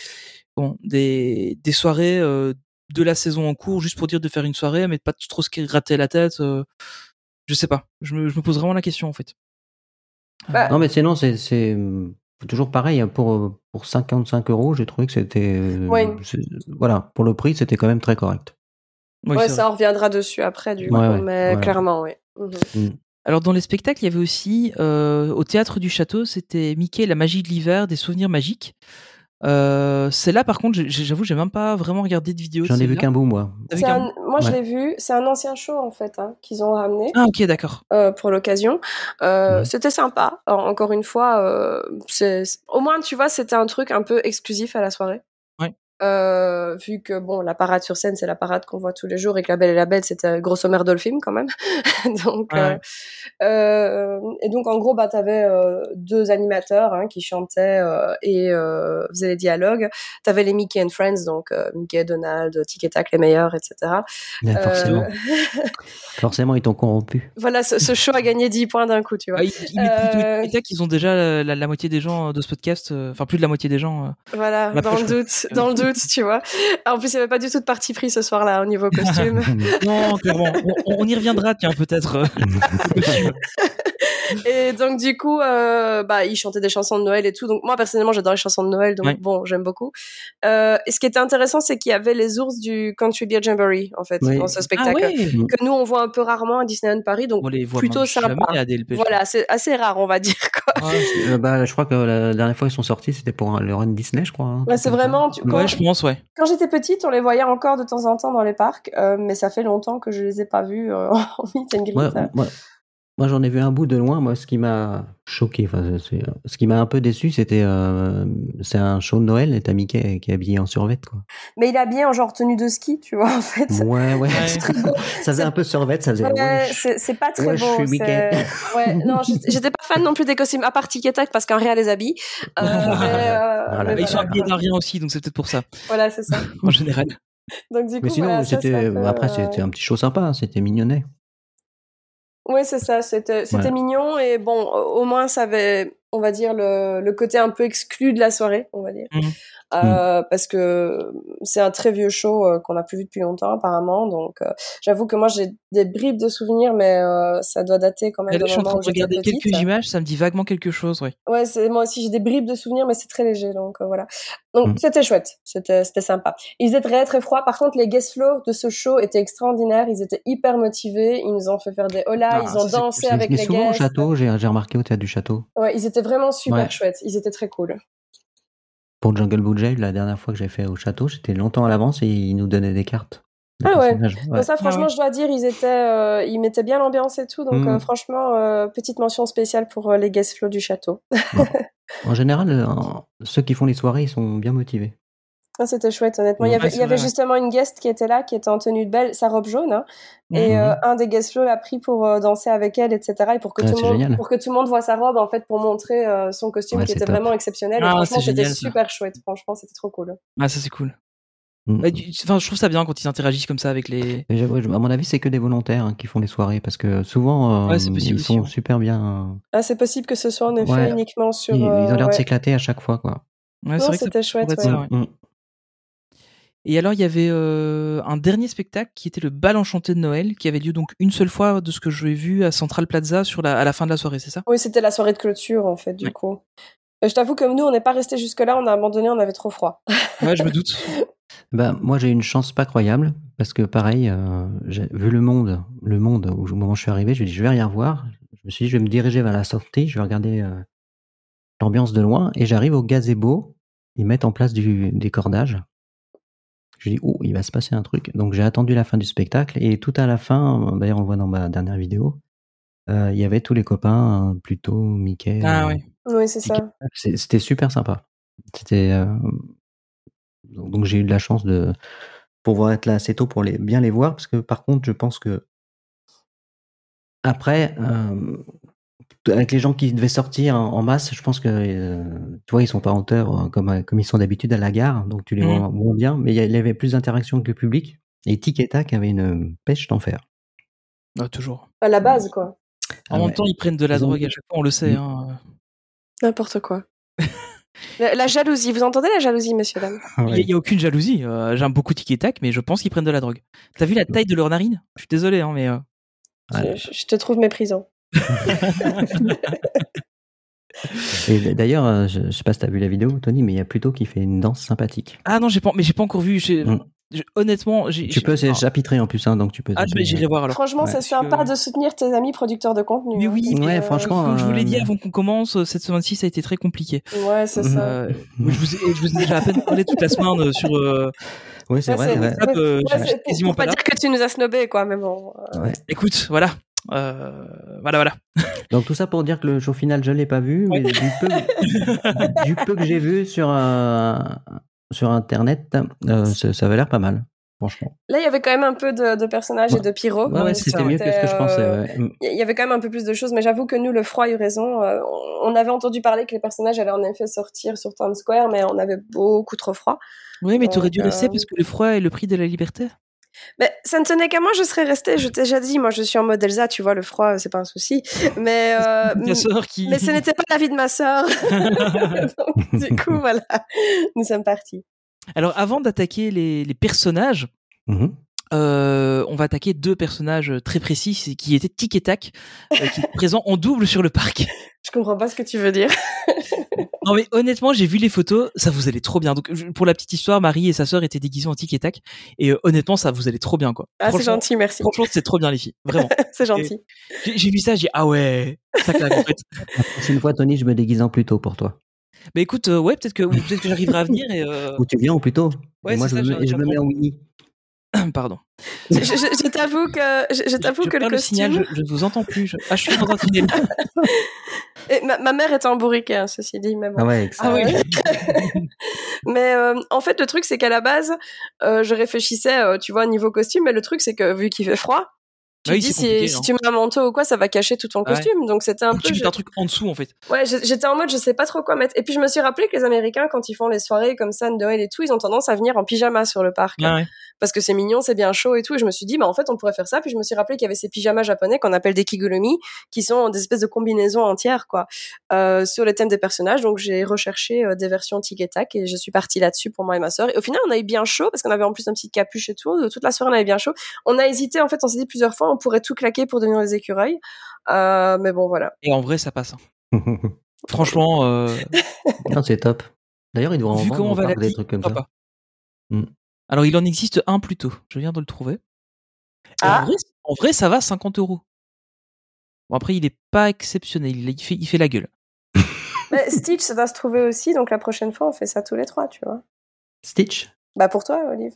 Speaker 1: bon, des, des soirées euh, de la saison en cours juste pour dire de faire une soirée, mais de pas trop se gratter la tête. euh, je sais pas. Je me, je me pose vraiment la question en fait.
Speaker 8: Bah,
Speaker 7: Non, mais sinon, c'est- c'est euh, toujours pareil. hein, Pour, euh, pour 55 euros, j'ai trouvé que c'était. euh,
Speaker 8: Ouais.
Speaker 7: c'est- Voilà, pour le prix, c'était quand même très correct.
Speaker 1: Oui,
Speaker 8: Ouais,
Speaker 1: c'est
Speaker 8: ça,
Speaker 1: vrai.
Speaker 8: on reviendra dessus après, du
Speaker 7: Ouais,
Speaker 8: coup,
Speaker 7: ouais,
Speaker 8: mais
Speaker 7: ouais.
Speaker 8: clairement, oui. Mhm.
Speaker 1: Alors dans les spectacles, il y avait aussi euh, au théâtre du château, c'était Mickey, la magie de l'hiver, des souvenirs magiques. Euh, celle-là, par contre, j'ai- j'avoue, j'ai même pas vraiment regardé de vidéo. de
Speaker 7: J'en ai vu
Speaker 1: celle-là.
Speaker 7: qu'un bout, moi.
Speaker 1: T'as vu
Speaker 8: C'est
Speaker 1: qu'un-
Speaker 8: un- Moi, je
Speaker 7: Ouais.
Speaker 8: l'ai vu. C'est un ancien show, en fait, hein, qu'ils ont ramené.
Speaker 1: Ah ok, d'accord.
Speaker 8: euh, pour l'occasion. Euh,
Speaker 7: Ouais.
Speaker 8: C'était sympa. En- Encore une fois, euh, c'est- c'est- au moins, tu vois, c'était un truc un peu exclusif à la soirée.
Speaker 1: Ouais.
Speaker 8: Euh, vu que bon, la parade sur scène, c'est la parade qu'on voit tous les jours et que la Belle et la Bête, c'était grosso merdo le film quand même. donc,
Speaker 1: Ouais, ouais.
Speaker 8: euh, euh, et donc en gros, bah t'avais euh, deux animateurs hein, qui chantaient euh, et euh, faisaient les dialogues. T'avais les Mickey and Friends, donc euh, Mickey, Donald, Tic et Tac, les meilleurs, etc.
Speaker 7: Mais
Speaker 8: Euh,
Speaker 7: Forcément, forcément, ils t'ont corrompu.
Speaker 8: voilà, ce, ce show a gagné 10 points d'un coup, tu vois.
Speaker 1: Ah, ils, ils mettent plutôt
Speaker 8: Euh,
Speaker 1: une état qu'ils ont déjà la, la- la moitié des gens euh, de ce podcast, euh, enfin plus de la moitié des gens. euh.
Speaker 8: Voilà,
Speaker 1: On a
Speaker 8: dans le
Speaker 1: proche-
Speaker 8: doute, dans le doute, tu vois. En plus, il n'y avait pas du tout de parti pris ce soir-là au niveau costume.
Speaker 1: Non, clairement. on, on y reviendra, tiens, peut-être. euh.
Speaker 8: et donc, du coup, euh, bah, il chantait des chansons de Noël et tout. Donc, moi, personnellement, j'adore les chansons de Noël. Donc,
Speaker 1: Ouais.
Speaker 8: bon, j'aime beaucoup. Euh, et ce qui était intéressant, c'est qu'il y avait les ours du Country Beer Jamboree, en fait,
Speaker 7: Oui.
Speaker 8: dans ce
Speaker 1: Ah
Speaker 8: spectacle.
Speaker 1: ouais
Speaker 8: Que nous, on voit un peu rarement à Disneyland Paris. Donc,
Speaker 1: On les voit
Speaker 8: plutôt
Speaker 1: même
Speaker 8: sympa.
Speaker 1: jamais à DLP.
Speaker 8: voilà, c'est assez rare, on va dire, quoi.
Speaker 1: Ouais,
Speaker 7: Euh, bah, je crois que la dernière fois ils sont sortis, c'était pour le run Disney, je crois. hein.
Speaker 8: Bah, c'est vraiment, tu-
Speaker 1: je-
Speaker 8: quand,
Speaker 1: ouais, je pense, ouais.
Speaker 8: quand j'étais petite, on les voyait encore de temps en temps dans les parcs, euh, mais ça fait longtemps que je les ai pas vus euh, en meet and greet. euh.
Speaker 7: Moi, moi- moi, j'en ai vu un bout de loin. Moi, ce qui m'a choqué, enfin, c'est- c'est- ce qui m'a un peu déçu, c'était euh, c'est un show de Noël et t'as Mickey qui est habillé en survette, quoi.
Speaker 8: Mais il a bien en genre tenue de ski, tu vois, en fait.
Speaker 7: Ouais, ouais.
Speaker 1: Ouais.
Speaker 7: ça faisait un peu survette, ça faisait.
Speaker 8: Ouais,
Speaker 7: ouais, ben je-
Speaker 8: c'est c'est pas très
Speaker 7: ouais, je
Speaker 8: beau.
Speaker 7: suis
Speaker 8: c'est-
Speaker 7: Mickey.
Speaker 8: Ouais, non, j'étais- j'étais pas fan non plus des costumes, à part Tic et Tac, parce qu'en réel, les habits. Euh, mais, euh,
Speaker 7: Voilà.
Speaker 8: mais
Speaker 1: Bah, ils sont
Speaker 8: voilà,
Speaker 1: habillés d'un rien aussi, donc c'est peut-être pour ça,
Speaker 8: Voilà, c'est ça.
Speaker 1: en général.
Speaker 8: Donc, du coup,
Speaker 7: Mais sinon,
Speaker 8: voilà, ça,
Speaker 7: c'était
Speaker 8: ça, ça,
Speaker 7: après
Speaker 8: euh,
Speaker 7: c'était un petit show sympa, hein, c'était mignonnet.
Speaker 8: Ouais, c'est ça, c'était c'était
Speaker 7: Ouais.
Speaker 8: mignon et bon, au au moins ça avait on va dire le, le, côté un peu exclu de la soirée, on va dire, mmh. Euh, mmh. parce que c'est un très vieux show euh, qu'on n'a plus vu depuis longtemps apparemment. Donc, euh, j'avoue que moi j'ai des bribes de souvenirs, mais euh, ça doit dater quand même.
Speaker 1: Là, je suis en train de regarder quelques petite. images, ça me dit vaguement quelque chose, oui.
Speaker 8: Ouais, ouais moi aussi j'ai des bribes de souvenirs, mais c'est très léger, donc euh, voilà. Donc mmh. c'était chouette, c'était sympa. Ils étaient très très froids. Par contre, les guest flows de ce show étaient extraordinaires. Ils étaient hyper motivés. Ils nous ont fait faire des holas, ah, ils ont dansé avec
Speaker 7: mais
Speaker 8: les
Speaker 7: souvent
Speaker 8: guests.
Speaker 7: au château, j'ai remarqué au théâtre du château.
Speaker 8: Ouais, ils étaient vraiment super ouais. chouette. Ils étaient très cool.
Speaker 7: Pour Jungle Book Jail, la dernière fois que j'ai fait au château, j'étais longtemps à l'avance et ils nous donnaient des cartes.
Speaker 8: Des ah ouais. ouais. Donc ça, franchement, ah ouais. je dois dire, ils étaient, euh, ils mettaient bien l'ambiance et tout. Donc mmh. euh, franchement, euh, petite mention spéciale pour euh, les guest flows du château.
Speaker 7: en général, ceux qui font les soirées, ils sont bien motivés.
Speaker 8: Ah, c'était chouette, honnêtement. il y avait, il y avait justement une guest qui était là, qui était en tenue de belle, sa robe jaune. Hein, mmh.
Speaker 7: Mhm.
Speaker 8: Et euh, un des guest flow l'a pris pour euh, danser avec elle, etc. Et pour que,
Speaker 7: ah,
Speaker 8: tout le monde,
Speaker 7: génial.
Speaker 8: pour que tout le monde voit sa robe, en fait, pour montrer euh, son costume
Speaker 7: ouais,
Speaker 8: qui était
Speaker 7: top.
Speaker 8: vraiment exceptionnel.
Speaker 1: Ah,
Speaker 8: et franchement, c'était
Speaker 1: génial,
Speaker 8: super chouette. Franchement, c'était trop cool.
Speaker 1: Ah, ça, c'est cool. Mmh.
Speaker 8: Bah,
Speaker 1: Enfin, je trouve ça bien quand ils interagissent comme ça avec les.
Speaker 7: Mm. Mais ouais, à mon avis, c'est que des volontaires hein, qui font les soirées parce que souvent euh,
Speaker 1: ouais, possible,
Speaker 7: ils sont super bien. euh,
Speaker 8: Ah, c'est possible que ce soit en effet uniquement sur. euh,
Speaker 7: Ils, ils ont l'air de s'éclater à chaque fois, quoi. Mm.
Speaker 1: Ouais, c'était
Speaker 8: chouette.
Speaker 1: Et alors, il y avait euh, un dernier spectacle qui était le bal enchanté de Noël, qui avait lieu donc une seule fois de ce que je l'ai vu à Central Plaza sur la, à la fin de la soirée, c'est ça
Speaker 8: Oui, c'était la soirée de clôture, en fait, du ouais. coup. Et je t'avoue que nous, on n'est pas resté jusque-là, on a abandonné, on avait trop froid.
Speaker 1: Ouais, je me doute.
Speaker 7: bah, moi, j'ai une chance pas croyable, parce que pareil, euh, vu le monde, le monde où, au moment où je suis arrivé, je me dit, je vais rien voir. Je me suis dit, je vais me diriger vers la sortie, je vais regarder euh, l'ambiance de loin, et j'arrive au gazebo, ils mettent en place du, des cordages. Je dis, oh, il va se passer un truc. Donc j'ai attendu la fin du spectacle et tout à la fin, d'ailleurs on le voit dans ma dernière vidéo, euh, il y avait tous les copains, plutôt Mickey.
Speaker 1: Ah oui.
Speaker 8: Oui, c'est ça.
Speaker 7: C'était super sympa. C'était. Euh, donc, donc j'ai eu de la chance de pouvoir être là assez tôt pour les, bien les voir parce que par contre, je pense que. Après, euh, avec les gens qui devaient sortir en, masse, je pense que euh, tu vois, ils sont pas en hauteur euh, comme, comme ils sont d'habitude à la gare, donc tu les vois mmh. moins bien, mais il y avait plus d'interaction avec le public. Et Tic et Tac avait une euh, pêche d'enfer.
Speaker 1: Ah, toujours.
Speaker 8: À la base, quoi.
Speaker 1: En ah, même ouais. temps, ils prennent de la ils drogue ont... à chaque fois, on le sait. hein.
Speaker 8: N'importe hein. quoi. la, la, jalousie, vous entendez la jalousie, messieurs, dames
Speaker 1: ah, ouais. Il n'y a, a, aucune jalousie. Euh, J'aime beaucoup Tic et Tac, mais je pense qu'ils prennent de la drogue. T'as vu la taille de leur narine Je suis désolé, hein, mais. Euh...
Speaker 8: Ouais. Je, je te trouve méprisant.
Speaker 7: et d'ailleurs, euh, je, je, sais pas si t'as vu la vidéo, Tony, mais il y a plutôt qui fait une danse sympathique.
Speaker 1: Ah non, j'ai pas, mais j'ai pas encore vu. Mm. honnêtement,
Speaker 7: tu peux c'est chapitrer en plus, hein, donc tu peux.
Speaker 1: Ah, j'irai voir alors.
Speaker 8: Franchement, ouais, c'est sympa que... de soutenir tes amis producteurs de contenu.
Speaker 1: Mais oui,
Speaker 7: hein, ouais, euh... franchement.
Speaker 1: Comme je vous l'ai dit avant qu'on commence, euh, cette semaine-ci, ça a été très compliqué.
Speaker 8: Ouais, c'est
Speaker 7: Mhm.
Speaker 8: ça. Euh,
Speaker 1: je, vous ai, je vous ai déjà à peine parlé toute la semaine sur. Euh...
Speaker 7: Oui, c'est ouais, vrai. Ouais.
Speaker 1: Top,
Speaker 8: pour pas, pas dire que tu nous as snobé, quoi, mais bon.
Speaker 1: Écoute, voilà. Euh, voilà, voilà.
Speaker 7: Donc tout ça pour dire que le show final, je l'ai pas vu, mais ouais. du, peu, du, peu, que j'ai vu sur, euh, sur Internet, euh, ça, ça avait l'air pas mal. Franchement.
Speaker 8: Là, il y avait quand même un peu de, de personnages ouais. et de
Speaker 1: Oh,
Speaker 8: hein, pyro.
Speaker 7: Ouais,
Speaker 1: bah,
Speaker 7: ouais, c'était mieux que ce que je pensais.
Speaker 8: euh,
Speaker 1: euh,
Speaker 7: Mm,
Speaker 8: Il y avait quand même un peu plus de choses, mais j'avoue que nous, le froid a eu raison. euh, on avait entendu parler que les personnages allaient en effet sortir sur Times Square, mais on avait beaucoup trop froid.
Speaker 1: Oui, mais tu aurais dû rester parce que le froid est le prix de la liberté.
Speaker 8: Mais Bah, ça ne tenait qu'à moi, je serais restée. Je t'ai déjà dit, moi je suis en mode Elsa, tu vois, le froid, euh, c'est pas un souci. Mais, euh,
Speaker 1: qui...
Speaker 8: mais ce n'était pas l'avis de ma sœur. Donc, du coup, voilà, nous sommes partis.
Speaker 1: Alors, avant d'attaquer les, les, personnages, mm
Speaker 7: mm-hmm.
Speaker 1: -hmm. euh, on va attaquer deux personnages très précis qui étaient Tic et Tac, euh, qui étaient présents en double sur le parc.
Speaker 8: Je comprends pas ce que tu veux dire.
Speaker 1: non mais honnêtement, j'ai vu les photos, ça vous allait trop bien. Donc pour la petite histoire, Marie et sa sœur étaient déguisées en tic et tac, et euh, honnêtement, ça vous allait trop bien quoi.
Speaker 8: Ah c'est gentil, merci.
Speaker 1: Franchement, c'est trop bien les filles, vraiment.
Speaker 8: c'est gentil.
Speaker 1: J'ai vu ça, j'ai ah ouais, ça claque en fait.
Speaker 7: C'est une fois Tony, je me déguise en plus tôt pour toi.
Speaker 1: Bah écoute, euh, ouais, peut-être que peut-être que j'arriverai à venir et. Euh...
Speaker 7: Ou tu viens ou plus tôt.
Speaker 1: Ouais,
Speaker 7: et moi je,
Speaker 1: ça,
Speaker 7: me, et je me mets en Winnie.
Speaker 1: Pardon.
Speaker 8: Je, je, je t'avoue que je, je t'avoue que le costume.
Speaker 1: Signal, je, ne vous entends plus. Je, ah, suis en train de
Speaker 8: Et ma, ma, mère est embourriquée, hein, ceci dit. Mais bon.
Speaker 7: Ah ouais.
Speaker 1: Ah ouais.
Speaker 8: mais euh, en fait, le truc c'est qu'à la base, euh, je réfléchissais, euh, tu vois, niveau costume, mais le truc c'est que vu qu'il fait froid,
Speaker 1: Ah Bah
Speaker 8: Tu dis, si, si tu mets un manteau ou quoi, ça va cacher tout ton costume. Donc c'était un
Speaker 1: Ou
Speaker 8: peu.
Speaker 1: hein. tu mets
Speaker 8: je-
Speaker 1: un truc en dessous en fait.
Speaker 8: Ouais, je- j'étais en mode, je sais pas trop quoi mettre. Et puis je me suis rappelé que les Américains, quand ils font les soirées comme ça, Noël et tout, ils ont tendance à venir en pyjama sur le parc.
Speaker 1: Ouais, ouais.
Speaker 8: Parce que c'est mignon, c'est bien chaud et tout. Et je me suis dit, bah en fait, on pourrait faire ça. Puis je me suis rappelé qu'il y avait ces pyjamas japonais qu'on appelle des kigurumi, qui sont des espèces de combinaisons entières, quoi, euh, sur les thèmes des personnages. Donc j'ai recherché euh, des versions tic et tac et je suis partie là-dessus pour moi et ma sœur. Et au final, on a eu bien chaud parce qu'on avait en plus un petit capuche et tout. Toute la soirée, on avait bien chaud. On a hésité, en fait, on s'est dit plusieurs fois, on pourrait tout claquer pour devenir les écureuils. Euh, mais bon, voilà.
Speaker 1: Et en vrai, ça passe. hein. Franchement, euh,
Speaker 7: non, c'est top. D'ailleurs, ils devraient en
Speaker 1: vu
Speaker 7: vendre
Speaker 1: comment
Speaker 7: au
Speaker 1: on va la
Speaker 7: parc des
Speaker 1: vie,
Speaker 7: trucs comme ça.
Speaker 1: pourquoi pas.
Speaker 7: Mm.
Speaker 1: Alors, il en existe un plus tôt. Je viens de le trouver. Et
Speaker 8: Ah.
Speaker 1: En, vrai, en vrai, ça va 50 euros. Bon, après, il est pas exceptionnel. Il, il fait, il fait la gueule.
Speaker 8: Mais Bah, Stitch, ça va se trouver aussi, donc la prochaine fois, on fait ça tous les trois, tu vois.
Speaker 7: Stitch
Speaker 8: Bah pour toi, Olive.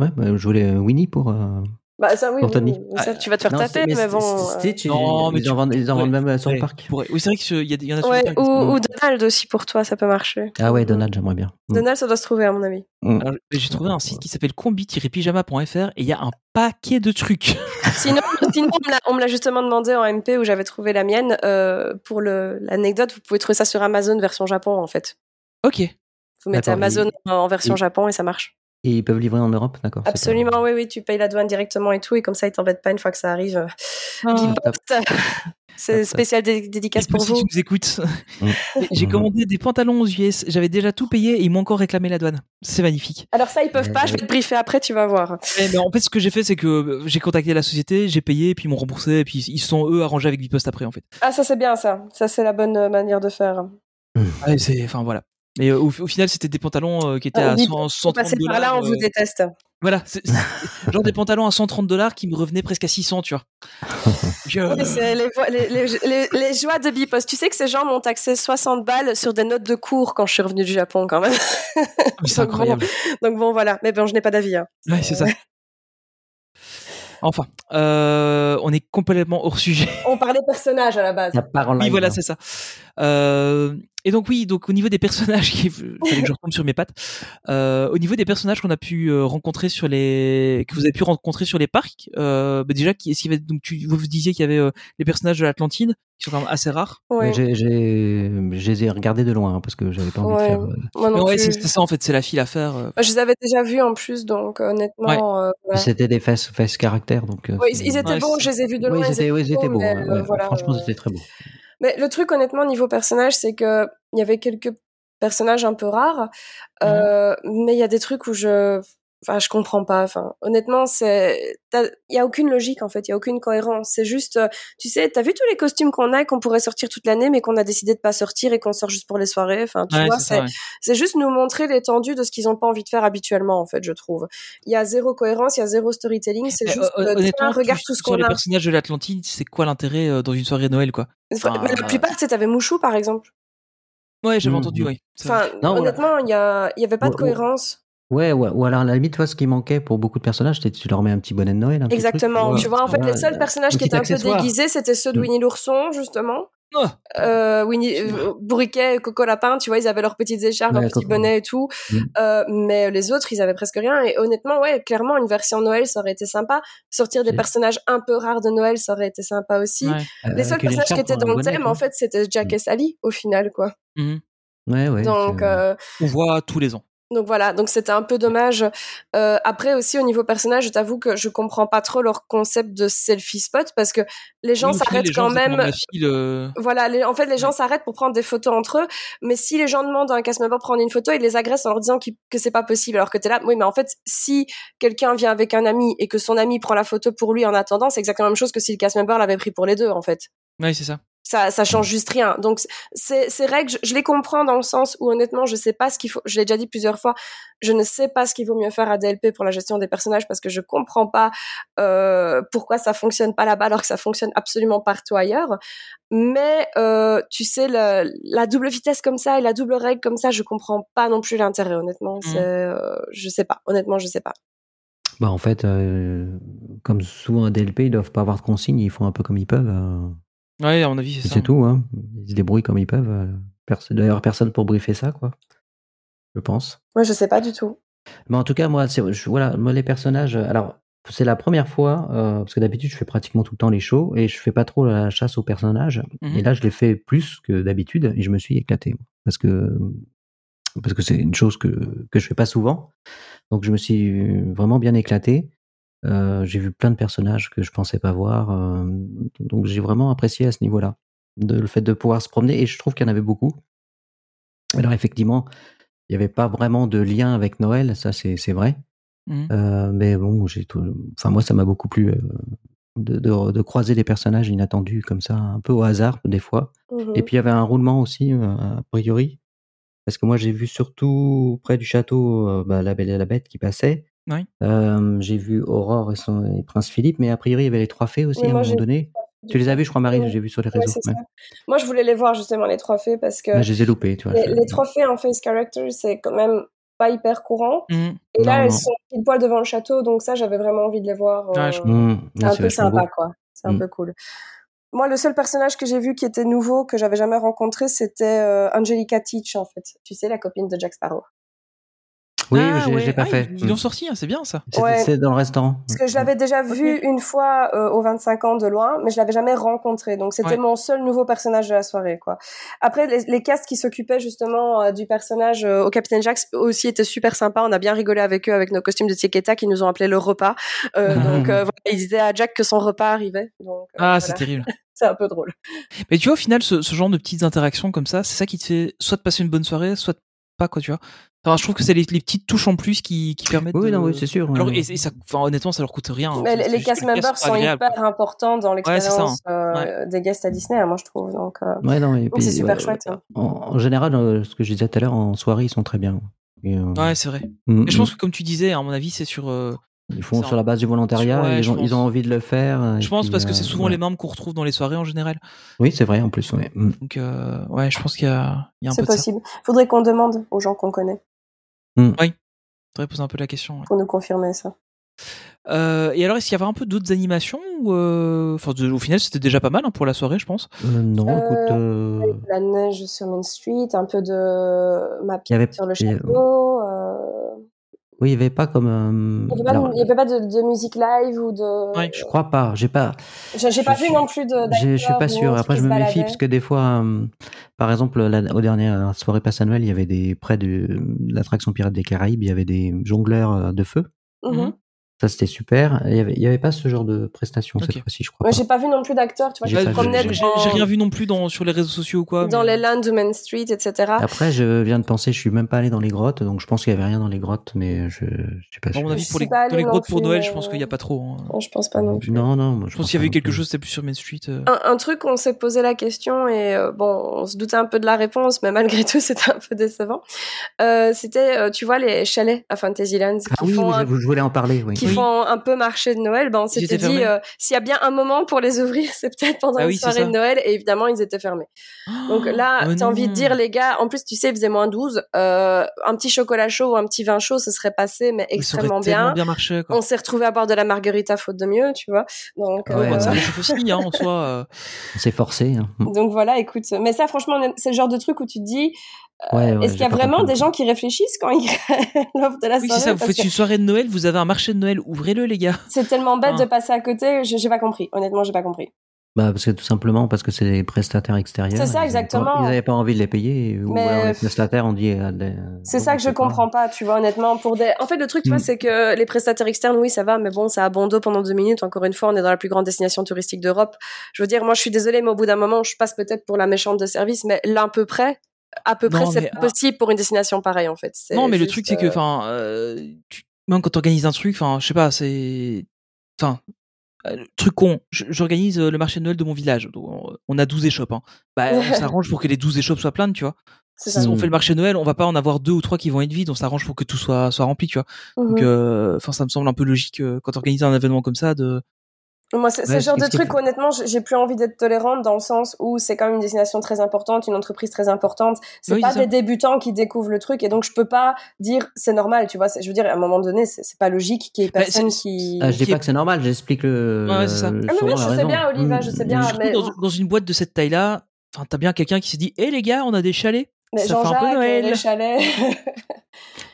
Speaker 7: Ouais, bah, je voulais euh, Winnie pour. euh,
Speaker 8: Bah ça, oui,
Speaker 7: Pour
Speaker 8: oui,
Speaker 7: Tony.
Speaker 8: oui, ça, tu vas te faire
Speaker 7: Ah, non,
Speaker 8: taper,
Speaker 7: c'est-
Speaker 8: mais,
Speaker 7: c'est-
Speaker 8: bon.
Speaker 7: c'est-
Speaker 8: euh,
Speaker 7: Stitch, ils-
Speaker 1: Non, mais
Speaker 7: ils, en
Speaker 1: tu-
Speaker 7: vendent, ils en
Speaker 1: ouais.
Speaker 7: vendent même euh, sur
Speaker 1: Ouais,
Speaker 7: le parc.
Speaker 1: pour- Oui, c'est vrai qu'il y, a- il y en a
Speaker 8: ouais,
Speaker 1: certains qui
Speaker 8: ou,
Speaker 1: sont-
Speaker 8: ou Donald aussi pour toi, ça peut marcher.
Speaker 7: Ah ouais, Donald, j'aimerais bien. Mm.
Speaker 8: Donald, ça doit se trouver, à mon avis.
Speaker 7: Mm.
Speaker 1: Alors, J'ai trouvé un site qui s'appelle combi-pyjama.fr et il y a un paquet de trucs.
Speaker 8: Sinon, sinon, on me l'a- on me l'a justement demandé en MP où j'avais trouvé la mienne. euh, pour le- l'anecdote, vous pouvez trouver ça sur Amazon version Japon, en fait.
Speaker 1: Ok.
Speaker 8: Vous mettez
Speaker 7: D'accord,
Speaker 8: Amazon en version
Speaker 7: il-
Speaker 8: Japon et ça marche.
Speaker 7: Et ils peuvent livrer en Europe, d'accord. c'est pas-
Speaker 8: Absolument, oui, oui, tu payes la douane directement et tout, et comme ça, ils t'embêtent pas une fois que ça arrive. euh,
Speaker 1: Ah.
Speaker 7: Top.
Speaker 8: C'est spécial dé- dédicace pour
Speaker 1: si
Speaker 8: vous.
Speaker 1: tu nous écoutes.
Speaker 7: Mm.
Speaker 1: J'ai
Speaker 7: Mhm.
Speaker 1: commandé des pantalons aux US. J'avais déjà tout payé et ils m'ont encore réclamé la douane. C'est magnifique.
Speaker 8: Alors ça, ils peuvent
Speaker 7: Ouais,
Speaker 8: pas, je
Speaker 7: ouais.
Speaker 8: vais te briefer après, tu vas voir.
Speaker 1: Eh, Mais, mais en fait, ce que j'ai fait, c'est que euh, j'ai contacté la société, j'ai payé, et puis ils m'ont remboursé, et puis ils- ils sont eux arrangés avec Bipost après, en fait.
Speaker 8: Ah, ça c'est bien ça. Ça c'est la bonne euh, manière de faire.
Speaker 1: Ah Ouais, c'est, enfin voilà. Mais euh, au, au final, c'était des pantalons euh, qui étaient
Speaker 8: Ah,
Speaker 1: à
Speaker 8: Bip-
Speaker 1: 100,
Speaker 8: Vous
Speaker 1: 130
Speaker 8: passez par là,
Speaker 1: dollars,
Speaker 8: on vous
Speaker 1: euh,
Speaker 8: déteste.
Speaker 1: voilà, c'est, c'est- genre des pantalons à 130 dollars qui me revenaient presque à 600, tu vois. euh, Je-
Speaker 8: Oui, c'est les, vo- les- les- les- les joies de Bipos. Tu sais que ces gens m'ont taxé 60 balles sur des notes de cours quand je suis revenue du Japon quand même.
Speaker 1: mais c'est incroyable.
Speaker 8: Donc bon voilà, mais bon je n'ai pas d'avis. hein.
Speaker 1: Ouais, c'est ça. Enfin, euh, on est complètement hors sujet.
Speaker 8: On parlait personnages à la base.
Speaker 7: Ça part en live.
Speaker 1: Oui, voilà,
Speaker 7: là.
Speaker 1: c'est ça. Euh, et donc oui, donc au niveau des personnages, qui, fallait que je retombe sur mes pattes. Euh, au niveau des personnages qu'on a pu euh, rencontrer sur les, que vous avez pu rencontrer sur les parcs, euh, bah déjà, qui, est-ce qu'il y avait, donc tu, vous vous disiez qu'il y avait euh, les personnages de l'Atlantide qui sont quand même assez rares.
Speaker 8: Ouais.
Speaker 7: Mais j'ai- j'ai- Je les ai regardés de loin hein, parce que j'avais pas envie
Speaker 8: Ouais.
Speaker 7: de faire. euh,
Speaker 8: Moi non
Speaker 1: Mais ouais,
Speaker 8: plus.
Speaker 1: c'est c'est ça en fait, c'est la file à faire. euh.
Speaker 8: Je les avais déjà vus en plus, donc honnêtement. euh, voilà.
Speaker 7: C'était des fesses, fesses caractères. Donc, euh,
Speaker 8: Ouais, ils,
Speaker 7: c'est-
Speaker 8: ils étaient
Speaker 1: Ouais,
Speaker 8: bons,
Speaker 1: c'est-
Speaker 8: je les ai vus de
Speaker 7: Oui,
Speaker 8: loin.
Speaker 7: ils étaient, oui, ils étaient beaux.
Speaker 8: mais,
Speaker 7: ouais,
Speaker 8: euh,
Speaker 7: ouais.
Speaker 8: voilà,
Speaker 7: Franchement,
Speaker 8: euh,
Speaker 7: c'était très beau.
Speaker 8: Mais le truc, honnêtement, niveau personnage, c'est que il y avait quelques personnages un peu rares,
Speaker 1: Mhm.
Speaker 8: euh, mais il y a des trucs où je, enfin, je comprends pas. Enfin, honnêtement, c'est, t'as- il y a aucune logique en fait, il y a aucune cohérence. C'est juste, euh, tu sais, t'as vu tous les costumes qu'on a et qu'on pourrait sortir toute l'année, mais qu'on a décidé de pas sortir et qu'on sort juste pour les soirées. Enfin, tu
Speaker 1: Ouais,
Speaker 8: vois,
Speaker 1: c'est
Speaker 8: c'est,
Speaker 1: ça, ouais.
Speaker 8: c'est juste nous montrer l'étendue de ce qu'ils ont pas envie de faire habituellement en fait, je trouve. Il y a zéro cohérence, il y a zéro storytelling. C'est
Speaker 1: Mais,
Speaker 8: juste,
Speaker 1: euh,
Speaker 8: euh, tiens,
Speaker 1: honnêtement,
Speaker 8: regarde
Speaker 1: tu-
Speaker 8: tout ce
Speaker 1: sur
Speaker 8: qu'on
Speaker 1: les
Speaker 8: a.
Speaker 1: personnages de l'Atlantide, c'est quoi l'intérêt euh, dans une soirée de Noël, quoi
Speaker 8: Enfin, mais la
Speaker 1: euh,
Speaker 8: plupart, tu sais, t'avais Mouchou par exemple.
Speaker 1: Ouais, j'avais
Speaker 7: Mhm.
Speaker 1: entendu, oui. C'est vrai.
Speaker 8: Enfin,
Speaker 7: Non,
Speaker 8: honnêtement, il y a- il y avait pas de
Speaker 7: Ouais,
Speaker 8: cohérence.
Speaker 7: Ouais, ouais, ou alors à la limite, toi, ce qui manquait pour beaucoup de personnages, c'était que tu leur mets un petit bonnet de Noël. un petit
Speaker 8: Exactement.
Speaker 7: truc,
Speaker 8: tu vois, en fait,
Speaker 7: Voilà,
Speaker 8: les seuls personnages
Speaker 7: un
Speaker 8: qui
Speaker 7: petit
Speaker 8: étaient un peu
Speaker 7: accessoire.
Speaker 8: déguisés, c'était ceux de
Speaker 7: Mm. Ah.
Speaker 8: Winnie l'ourson, justement.
Speaker 1: Oh,
Speaker 8: Euh, Winnie, euh, Bourriquet, Coco Lapin, tu vois, ils avaient leurs petites écharpes,
Speaker 7: Ouais,
Speaker 8: leurs petits
Speaker 7: Coco.
Speaker 8: bonnets et tout.
Speaker 7: Mm.
Speaker 8: Euh, mais les autres, ils avaient presque rien. Et honnêtement, ouais, clairement, une version Noël, ça aurait été sympa. Sortir des
Speaker 7: Si.
Speaker 1: ouais.
Speaker 8: personnages un peu rares de Noël, ça aurait été sympa aussi.
Speaker 7: Euh,
Speaker 8: Les seuls
Speaker 7: avec une
Speaker 8: personnages qui
Speaker 7: écharpe,
Speaker 8: étaient dans
Speaker 7: un
Speaker 8: le
Speaker 7: bonnet,
Speaker 8: thème,
Speaker 7: quoi.
Speaker 8: en fait, c'était Jack et Sally, au final, quoi.
Speaker 1: Mhm.
Speaker 7: Ouais, ouais.
Speaker 8: Donc,
Speaker 7: c'est-
Speaker 8: euh,
Speaker 1: On voit tous les ans.
Speaker 8: Donc voilà, donc c'était un peu dommage. Euh, après aussi au niveau personnage, je t'avoue que je comprends pas trop leur concept de selfie spot parce que les gens
Speaker 1: Oui, au final,
Speaker 8: s'arrêtent
Speaker 1: les gens
Speaker 8: quand
Speaker 1: se demandent
Speaker 8: même.
Speaker 1: la file, euh,
Speaker 8: Voilà, les- en fait les gens s'arrêtent pour prendre des photos entre eux, mais si les gens demandent à un casse pour prendre une photo, ils les agressent en leur disant qu'ils- que c'est pas possible alors que t'es là. Oui, mais en fait si quelqu'un vient avec un ami et que son ami prend la photo pour lui en attendant, c'est exactement la même chose que si le casse l'avait pris pour les deux en fait.
Speaker 1: Ouais, c'est ça.
Speaker 8: Ça, ça change juste rien. Donc, c- ces, ces règles, je, je les comprends dans le sens où, honnêtement, je sais pas ce qu'il faut. Je l'ai déjà dit plusieurs fois. Je ne sais pas ce qu'il vaut mieux faire à DLP pour la gestion des personnages parce que je comprends pas euh, pourquoi ça fonctionne pas là-bas alors que ça fonctionne absolument partout ailleurs. Mais euh, tu sais, le- la double vitesse comme ça et la double règle comme ça, je comprends pas non plus l'intérêt. Honnêtement,
Speaker 7: Mmh.
Speaker 8: c'est, euh, je sais pas. Honnêtement, je sais pas.
Speaker 7: Bah, en fait, euh, comme souvent à DLP, ils doivent pas avoir de consignes, ils font un peu comme ils peuvent. euh,
Speaker 1: Ouais, à mon avis, c'est
Speaker 7: et
Speaker 1: ça.
Speaker 7: c'est tout, hein. Ils se débrouillent comme ils peuvent. euh, pers- D'ailleurs, personne pour briefer ça, quoi. Je pense.
Speaker 8: Moi, je sais pas du tout.
Speaker 7: Mais en tout cas, moi, c'est- je- voilà, moi, les personnages. euh, Alors, c'est la première fois, euh, parce que d'habitude je fais pratiquement tout le temps les shows et je fais pas trop la chasse aux personnages. Mmh. Et là, je l'ai fait plus que d'habitude et je me suis éclaté parce que parce que c'est une chose que que je fais pas souvent. Donc je me suis vraiment bien éclaté. Euh, j'ai vu plein de personnages que je pensais pas voir, euh, donc j'ai vraiment apprécié à ce niveau-là de le fait de pouvoir se promener et je trouve qu'il y en avait beaucoup. Alors effectivement, il n'y avait pas vraiment de lien avec Noël, ça c'est vrai. Mmh. Euh, mais bon, j'ai enfin moi ça m'a beaucoup plu euh, de, de, de, croiser des personnages inattendus comme ça, un peu au hasard des fois. Mmh. Et puis il y avait un roulement aussi euh, a priori, parce que moi j'ai vu surtout près du château bah, la Belle et la Bête qui passait. Euh,
Speaker 1: Oui.
Speaker 7: j'ai vu Aurore et, son, et Prince Philippe, mais a priori il y avait les trois fées aussi oui, à un moment donné. Tu les as vus, je crois, Marie,
Speaker 8: ouais.
Speaker 7: j'ai vu sur les réseaux.
Speaker 8: Ouais, Moi, je voulais les voir justement, les trophées, parce que.
Speaker 7: Là, je les ai loupés, tu vois.
Speaker 8: Les, les trophées en face character, c'est quand même pas hyper courant. Mmh. Et là, non, elles non. sont pile poil devant le château, donc ça, j'avais vraiment envie de les voir. Euh...
Speaker 1: Ouais, je...
Speaker 7: mmh.
Speaker 8: C'est un peu sympa, beau. quoi. C'est mmh. un peu cool. Moi, le seul personnage que j'ai vu qui était nouveau, que j'avais jamais rencontré, c'était euh, Angelica Teach, en fait. Tu sais, la copine de Jack Sparrow.
Speaker 7: Oui, ah, je l'ai pas fait.
Speaker 1: Ils l'ont sorti, hein, c'est bien ça.
Speaker 7: C'est ouais. dans le restaurant.
Speaker 8: Parce que je l'avais déjà vu okay. une fois euh, aux 25 ans de loin, mais je l'avais jamais rencontré. Donc c'était ouais. mon seul nouveau personnage de la soirée, quoi. Après, les, les castes qui s'occupaient justement euh, du personnage euh, au Capitaine Jack aussi étaient super sympas. On a bien rigolé avec eux, avec nos costumes de Tieketa qui nous ont appelé le repas. Euh, donc voilà, ils disaient à Jack que son repas arrivait. Donc, euh,
Speaker 1: ah,
Speaker 8: voilà.
Speaker 1: c'est terrible.
Speaker 8: c'est un peu drôle.
Speaker 1: Mais tu vois, au final, ce, ce genre de petites interactions comme ça, c'est ça qui te fait soit de passer une bonne soirée, soit de pas quoi tu vois enfin, je trouve que c'est les, les, petites touches en plus qui, qui permettent
Speaker 7: oui
Speaker 1: de...
Speaker 7: non oui c'est sûr
Speaker 1: Alors,
Speaker 7: oui.
Speaker 1: et, et ça, enfin, honnêtement ça leur coûte rien hein.
Speaker 8: mais les, les cast members sont agréable, hyper quoi. importants dans l'expérience
Speaker 1: ouais, hein.
Speaker 8: euh, ouais. des guests à Disney moi je trouve donc euh...
Speaker 7: ouais, non, et
Speaker 8: puis, c'est super chouette hein.
Speaker 7: en, en, général euh, ce que je disais tout à l'heure en soirée ils sont très bien euh,
Speaker 1: et, ouais c'est vrai mm, et je pense que comme tu disais à mon avis c'est sur euh,
Speaker 7: mm, ils font sur un... la base du volontariat, ouais, ils, ont, ils, ont, envie de le faire. euh,
Speaker 1: Je pense puis, parce que c'est souvent ouais. les membres qu'on retrouve dans les soirées en général.
Speaker 7: Oui, c'est vrai en plus. Ouais. Mm.
Speaker 1: Donc, euh, ouais, je pense qu'il y, y a, un peu.
Speaker 8: C'est possible. Il Faudrait qu'on demande aux gens qu'on connaît.
Speaker 1: Mm. Oui, faudrait poser un peu la question. Ouais.
Speaker 8: Pour nous confirmer ça.
Speaker 1: Euh, et alors, est-ce qu'il y avait un peu d'autres animations ou euh... enfin, de, Au final, c'était déjà pas mal hein, pour la soirée, je pense.
Speaker 7: Euh, non, écoute. euh,
Speaker 8: La neige sur Main Street, un peu de ma pied avait... sur le château. euh,
Speaker 7: Oui, il n'y avait pas comme. Euh,
Speaker 8: il n'y avait, alors... avait, pas de, de, musique live ou de.
Speaker 7: Ouais, je crois pas. J'ai pas.
Speaker 8: J'ai pas vu suis... non plus de.
Speaker 7: Je suis pas sûr. Après, je me méfie parce que des fois, euh, par exemple, la, euh, aux dernières soirées passe annuelles, il y avait des près de, de l'attraction Pirates des Caraïbes, il y avait des jongleurs euh, de feu.
Speaker 1: Mhm.
Speaker 8: Mm -hmm.
Speaker 7: Ça, c'était super. Il n'y avait, avait, pas ce genre de prestation okay. cette fois-ci, je crois.
Speaker 8: J'ai pas vu non plus d'acteurs. Tu vois,
Speaker 1: j'ai en... rien vu non plus dans, sur les réseaux sociaux ou quoi.
Speaker 8: Dans mais... les lands de Main Street, etc.
Speaker 7: Après, je viens de penser, je suis même pas allé dans les grottes, donc je pense qu'il y avait rien dans les grottes, mais je, je sais pas.
Speaker 1: Bon,
Speaker 7: je...
Speaker 1: mon avis, pour les, pour les grottes pour Noël, euh... je pense qu'il n'y a pas trop. Hein.
Speaker 8: Non, je pense pas non plus.
Speaker 7: Non, non. Moi,
Speaker 1: je, pense qu'il y avait quelque chose, c'était plus sur Main Street. Euh...
Speaker 8: Un, un, truc, on s'est posé la question et euh, bon, on se doutait un peu de la réponse, mais malgré tout, c'était un peu décevant. Euh, c'était, tu vois, les chalets à Fantasyland.
Speaker 7: Ah oui, je voulais en parler, oui
Speaker 8: font un peu marché de Noël, ben on s'était dit euh, s'il y a bien un moment pour les ouvrir, c'est peut-être pendant
Speaker 1: ah
Speaker 8: une
Speaker 1: oui,
Speaker 8: soirée de Noël. Et évidemment, ils étaient fermés. Oh, Donc là, oh t'as envie de dire les gars. En plus, tu sais, il faisait moins 12. Euh, un petit chocolat chaud ou un petit vin chaud, ce serait passé, mais extrêmement bien.
Speaker 1: bien marché, quoi.
Speaker 8: On s'est retrouvé à boire de la margarita faute de mieux, tu vois. Donc
Speaker 1: ouais, euh... ça aussi, hein, en soi.
Speaker 7: On s'est forcé. Hein.
Speaker 8: Donc voilà, écoute. Mais ça, franchement, c'est le genre de truc où tu te dis.
Speaker 7: Ouais, ouais,
Speaker 8: Est-ce qu'il y a vraiment compris. des gens qui réfléchissent quand ils créent l'offre de la
Speaker 1: oui,
Speaker 8: soirée Oui, c'est
Speaker 1: ça, vous faites que... une soirée de Noël, vous avez un marché de Noël, ouvrez-le les gars.
Speaker 8: C'est tellement bête ah. de passer à côté, j'ai pas compris, honnêtement, j'ai pas compris.
Speaker 7: Bah, parce que tout simplement parce que c'est les prestataires extérieurs.
Speaker 8: C'est ça, exactement.
Speaker 7: Ils n'avaient pas envie de les payer. Ou mais... alors les prestataires ont dit. ah, ben, Les...
Speaker 8: C'est ça que je comprends pas. pas, tu vois, honnêtement. Pour des... En fait, le truc, tu mm. vois, c'est que les prestataires externes, oui, ça va, mais bon, ça a bon dos pendant deux minutes. Encore une fois, on est dans la plus grande destination touristique d'Europe. Je veux dire, moi, je suis désolée, mais au bout d'un moment, je passe peut-être pour la méchante de service, mais l'un peu près, à peu près c'est possible pour une destination pareille en fait.
Speaker 1: Non, mais le truc c'est que enfin euh, même quand t'organises un truc, enfin je sais pas, c'est enfin euh, truc con, j'organise euh, le marché de Noël de mon village. On a 12 échoppes. Hein. Bah, on s'arrange pour que les 12 échoppes soient pleines, tu vois.
Speaker 8: Ça.
Speaker 1: On fait le marché de Noël, on va pas en avoir deux ou trois qui vont être vides, on s'arrange pour que tout soit, soit rempli, tu vois. Mm -hmm.
Speaker 8: Mm-hmm.
Speaker 1: Donc, enfin, euh, ça me semble un peu logique quand t'organises un événement comme ça de,
Speaker 8: moi, c'est ouais, ce genre de truc, que... honnêtement, j'ai plus envie d'être tolérante dans le sens où c'est quand même une destination très importante, une entreprise très importante. C'est
Speaker 1: oui,
Speaker 8: pas
Speaker 1: ça.
Speaker 8: des débutants qui découvrent le truc et donc je peux pas dire c'est normal, tu vois. Je veux dire, à un moment donné, c'est pas logique qu'il y ait personne bah, qui.
Speaker 7: Ah, je dis
Speaker 8: qui...
Speaker 7: pas que c'est normal, j'explique le.
Speaker 1: Ouais, c'est ça.
Speaker 8: Le ah, mais oui, je sais raison. bien, Oliva,
Speaker 7: Mm,
Speaker 8: je sais bien.
Speaker 1: Mmh.
Speaker 8: Mais...
Speaker 1: Dans, dans, une boîte de cette taille-là, t'as bien quelqu'un qui se dit hé eh, les gars, on a des chalets.
Speaker 8: Mais
Speaker 1: ça fait un peu Noël.
Speaker 8: Les chalets.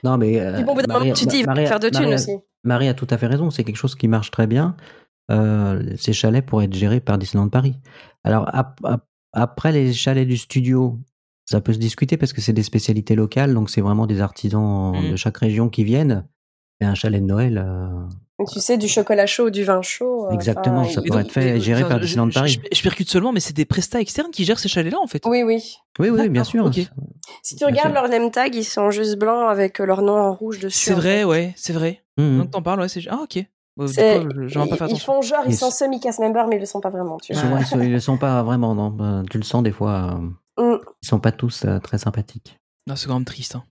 Speaker 7: non, mais.
Speaker 8: Euh, bon, Marie,
Speaker 7: moment,
Speaker 8: tu dis, il va faire de thunes aussi.
Speaker 7: Marie a tout à fait raison, c'est quelque chose qui marche très bien. Euh, ces chalets pourraient être gérés par Disneyland Paris. Alors ap, ap, après les chalets du studio, ça peut se discuter parce que c'est des spécialités locales, donc c'est vraiment des artisans mmh. de chaque région qui viennent. Et un chalet de Noël. Euh...
Speaker 8: Mais tu sais, du chocolat chaud, du vin chaud. euh,
Speaker 7: Exactement, enfin, ça pourrait être fait et géré par Disneyland Paris.
Speaker 1: euh, Je, je, percute seulement, mais c'est des prestats externes qui gèrent ces chalets-là, en fait.
Speaker 8: Oui, oui.
Speaker 7: Oui, oui, bien sûr.
Speaker 8: Okay. Si tu bien regardes sûr. leur name tag, ils sont juste blancs avec euh, leur nom en rouge dessus.
Speaker 1: C'est vrai, fait. ouais, c'est vrai. Mmh. Donc t'en parles, ouais, c'est. Ah, ok.
Speaker 8: Coup, pas ils, ils font genre, ils, ils sont semi-cast members, mais ils le sont pas vraiment. Tu vois.
Speaker 7: Souvent, ils, ne le sont pas vraiment, non. Bah, Tu le sens des fois. Euh, mm. Ils sont pas tous euh, très sympathiques.
Speaker 1: Non, c'est quand même triste. Hein.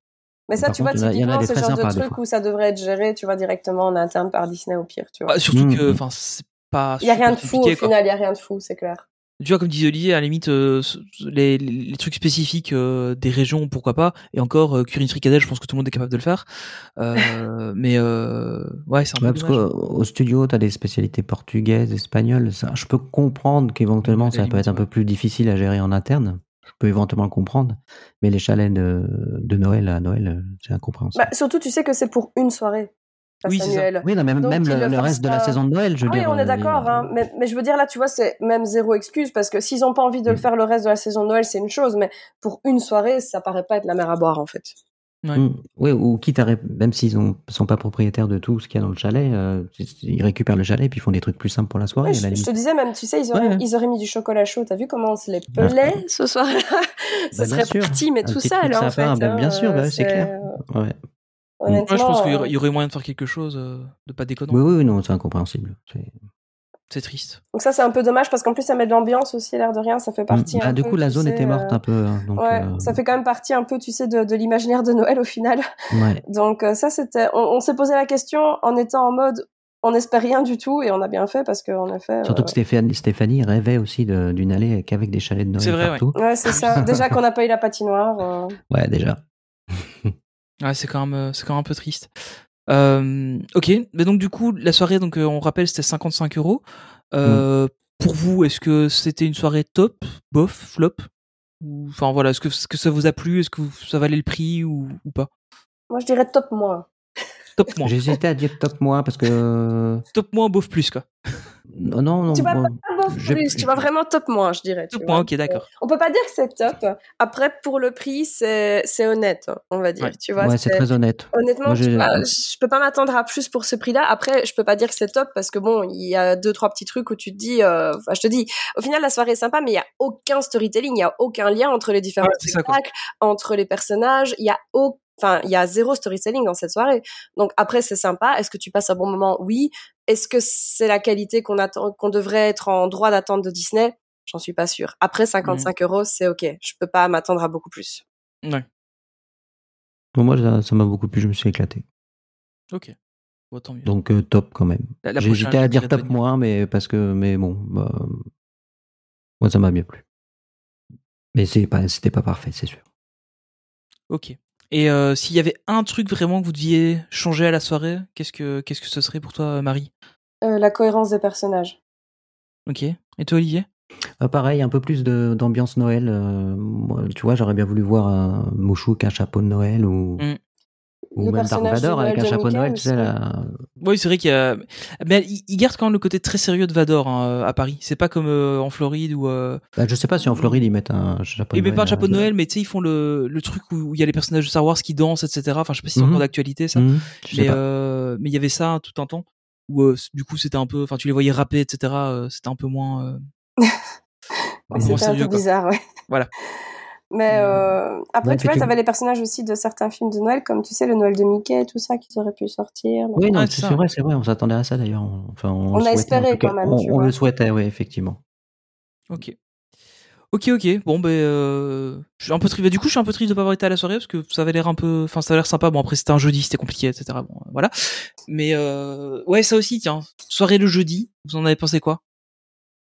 Speaker 8: Mais ça, Par tu contre, vois, typiquement, c'est genre de truc où ça devrait être géré, tu vois, directement en interne par Disney au pire, tu vois.
Speaker 1: Ah, surtout mm. que, enfin, c'est pas.
Speaker 8: Il y a rien de fou au final, il y a rien de fou, c'est clair.
Speaker 1: Tu vois, comme disait Olivier, à la limite, euh, les, les, trucs spécifiques euh, des régions, pourquoi pas. Et encore, euh, curie fricadelle, je pense que tout le monde est capable de le faire. Euh, mais ouais, c'est un ouais, euh,
Speaker 7: peu Parce qu'au studio, tu as des spécialités portugaises, espagnoles. Ça, je peux comprendre qu'éventuellement, ça limite, peut être un ouais. peu plus difficile à gérer en interne. Je peux éventuellement le comprendre. Mais les chalets de, de Noël à Noël, euh, c'est incompréhensible.
Speaker 8: Bah, surtout, tu sais que c'est pour une soirée.
Speaker 7: Oui,
Speaker 8: annuel.
Speaker 7: oui non, mais même, Donc, même le, le, reste pas... de la saison de Noël, je veux
Speaker 8: ah,
Speaker 7: dire.
Speaker 1: euh,
Speaker 7: euh,
Speaker 8: Oui, on est d'accord, les... hein. mais, mais, je veux dire, là, tu vois, c'est même zéro excuse, parce que s'ils n'ont pas envie de le faire le reste de la saison de Noël, c'est une chose, mais pour une soirée, ça paraît pas être la mer à boire, en fait.
Speaker 7: Ouais. Mmh. Oui, ou quitte à, ré... même s'ils ne sont pas propriétaires de tout ce qu'il y a dans le chalet, euh, ils récupèrent le chalet et puis ils font des trucs plus simples pour la soirée.
Speaker 8: Ouais, je,
Speaker 7: la
Speaker 8: je, te disais même, tu sais, ils auraient, ouais. ils auraient mis du chocolat chaud. T'as vu comment on se les pelait ah. ce soir-là Ce bah, serait petit, mais un tout ça, alors en fait.
Speaker 7: Hein, bien sûr, bah, c'est clair. Ouais.
Speaker 1: Moi, je pense qu'il y, y aurait moyen de faire quelque chose, euh, de pas déconner.
Speaker 7: Oui, oui, non, c'est incompréhensible.
Speaker 1: C'est triste.
Speaker 8: Donc ça, c'est un peu dommage parce qu'en plus, ça met de l'ambiance aussi, l'air de rien, ça fait partie. Mmh.
Speaker 7: Ah,
Speaker 8: un
Speaker 7: du
Speaker 8: peu,
Speaker 7: coup, la zone
Speaker 8: sais, euh,
Speaker 7: était morte hein, un peu. Donc,
Speaker 8: ouais, euh... ça fait quand même partie un peu, tu sais, de, de l'imaginaire de Noël au final.
Speaker 7: Ouais.
Speaker 8: donc euh, ça, c'était. On, on s'est posé la question en étant en mode. On n'espère rien du tout et on a bien fait parce qu'on a fait.
Speaker 7: Surtout euh... que Stéphanie, Stéphanie, rêvait aussi d'une allée qu'avec des chalets de Noël.
Speaker 1: C'est vrai,
Speaker 7: partout.
Speaker 8: ouais. ouais c'est ça. Déjà qu'on n'a pas eu la patinoire. euh,
Speaker 7: Ouais, déjà.
Speaker 1: Ouais, c'est quand même, c'est quand même un peu triste. Euh, ok, mais donc du coup, la soirée, donc euh, on rappelle, c'était 55 euros. Euh, mm. Pour vous, est-ce que c'était une soirée top, bof, flop Enfin voilà, est-ce que, est que ça vous a plu Est-ce que ça valait le prix ou, ou pas
Speaker 8: Moi, je dirais top moins.
Speaker 1: Top moins.
Speaker 7: J'hésitais à dire top moins parce que. euh,
Speaker 1: top moins, bof plus quoi.
Speaker 7: Non, non, non.
Speaker 8: Tu vois,
Speaker 7: bon,
Speaker 8: pas bof plus, tu vois vraiment top moins, je dirais.
Speaker 1: Top
Speaker 8: tu
Speaker 1: moins,
Speaker 8: vois.
Speaker 1: ok, d'accord.
Speaker 8: On peut pas dire que c'est top. Après, pour le prix, c'est honnête, on va dire.
Speaker 7: Ouais.
Speaker 8: Tu vois,
Speaker 7: ouais, c'est très honnête.
Speaker 8: Honnêtement, Moi, je... Vois, je peux pas m'attendre à plus pour ce prix-là. Après, je peux pas dire que c'est top parce que bon, il y a deux trois petits trucs où tu te dis, euh... enfin, je te dis, au final, la soirée est sympa, mais il y a aucun storytelling, il y a aucun lien entre les différents ouais, spectacles, ça, entre les personnages, il y a aucun Enfin, il y a zéro storytelling dans cette soirée. Donc après, c'est sympa. Est-ce que tu passes un bon moment Oui. Est-ce que c'est la qualité qu'on attend, qu'on devrait être en droit d'attendre de Disney J'en suis pas sûre. Après 55 mmh. euros, c'est ok. Je peux pas m'attendre à beaucoup plus.
Speaker 1: Ouais.
Speaker 7: Pour moi, ça m'a beaucoup plu. Je me suis éclaté.
Speaker 1: Ok. Bon, tant mieux.
Speaker 7: Donc euh, top quand même. J'hésitais à dire top moins, mais parce que mais bon, bah, moi ça m'a bien plu. Mais c'est pas, c'était pas parfait, c'est sûr.
Speaker 1: Ok. Et euh, s'il y avait un truc vraiment que vous deviez changer à la soirée, qu'est-ce que qu'est-ce que ce serait pour toi, Marie
Speaker 8: euh, La cohérence des personnages.
Speaker 1: Ok. Et toi, Olivier
Speaker 7: euh, Pareil, un peu plus d'ambiance Noël. euh, Moi, tu vois, j'aurais bien voulu voir un Mouchou avec un chapeau de Noël ou. Mm. Ou même Dark Vador avec un chapeau de Noël, tu sais, la...
Speaker 1: Oui, c'est vrai qu'il y a. Mais il, il garde quand même le côté très sérieux de Vador hein, à Paris. C'est pas comme euh, en Floride ou. Euh...
Speaker 7: Bah, je sais pas si en Floride ils mettent un chapeau
Speaker 1: ils
Speaker 7: de Noël. Ils mettent
Speaker 1: pas un chapeau de Noël, mais tu sais, ils font le, le truc où il y a les personnages de Star Wars qui dansent, etc. Enfin, je sais pas si c'est
Speaker 7: Mhm.
Speaker 1: encore mm -hmm. d'actualité ça. Mm
Speaker 7: Mmh,
Speaker 1: -hmm. mais euh, mais il y avait ça tout un temps où euh, du coup c'était un peu. Enfin, tu les voyais rapper, etc. c'était un peu moins. euh,
Speaker 8: c'était un peu bizarre, ouais.
Speaker 1: Voilà.
Speaker 8: Mais euh, après, ouais, tu vois, tu avais les personnages aussi de certains films de Noël, comme tu sais, le Noël de Mickey, tout ça, qui auraient pu sortir.
Speaker 7: Oui,
Speaker 1: Ah,
Speaker 7: non, c'est vrai, c'est vrai, on s'attendait à ça d'ailleurs. Enfin, on,
Speaker 8: on a espéré quand même.
Speaker 7: On,
Speaker 8: tu
Speaker 7: on
Speaker 8: vois.
Speaker 7: le souhaitait, oui, effectivement.
Speaker 1: Ok. Ok, ok. Bon, ben, bah, euh, je suis un peu triste. Du coup, je suis un peu triste de pas avoir été à la soirée parce que ça avait l'air un peu, enfin, ça avait l'air sympa. Bon, après, c'était un jeudi, c'était compliqué, etc. Bon, euh, voilà. Mais euh, ouais, ça aussi, tiens. Soirée le jeudi. Vous en avez pensé quoi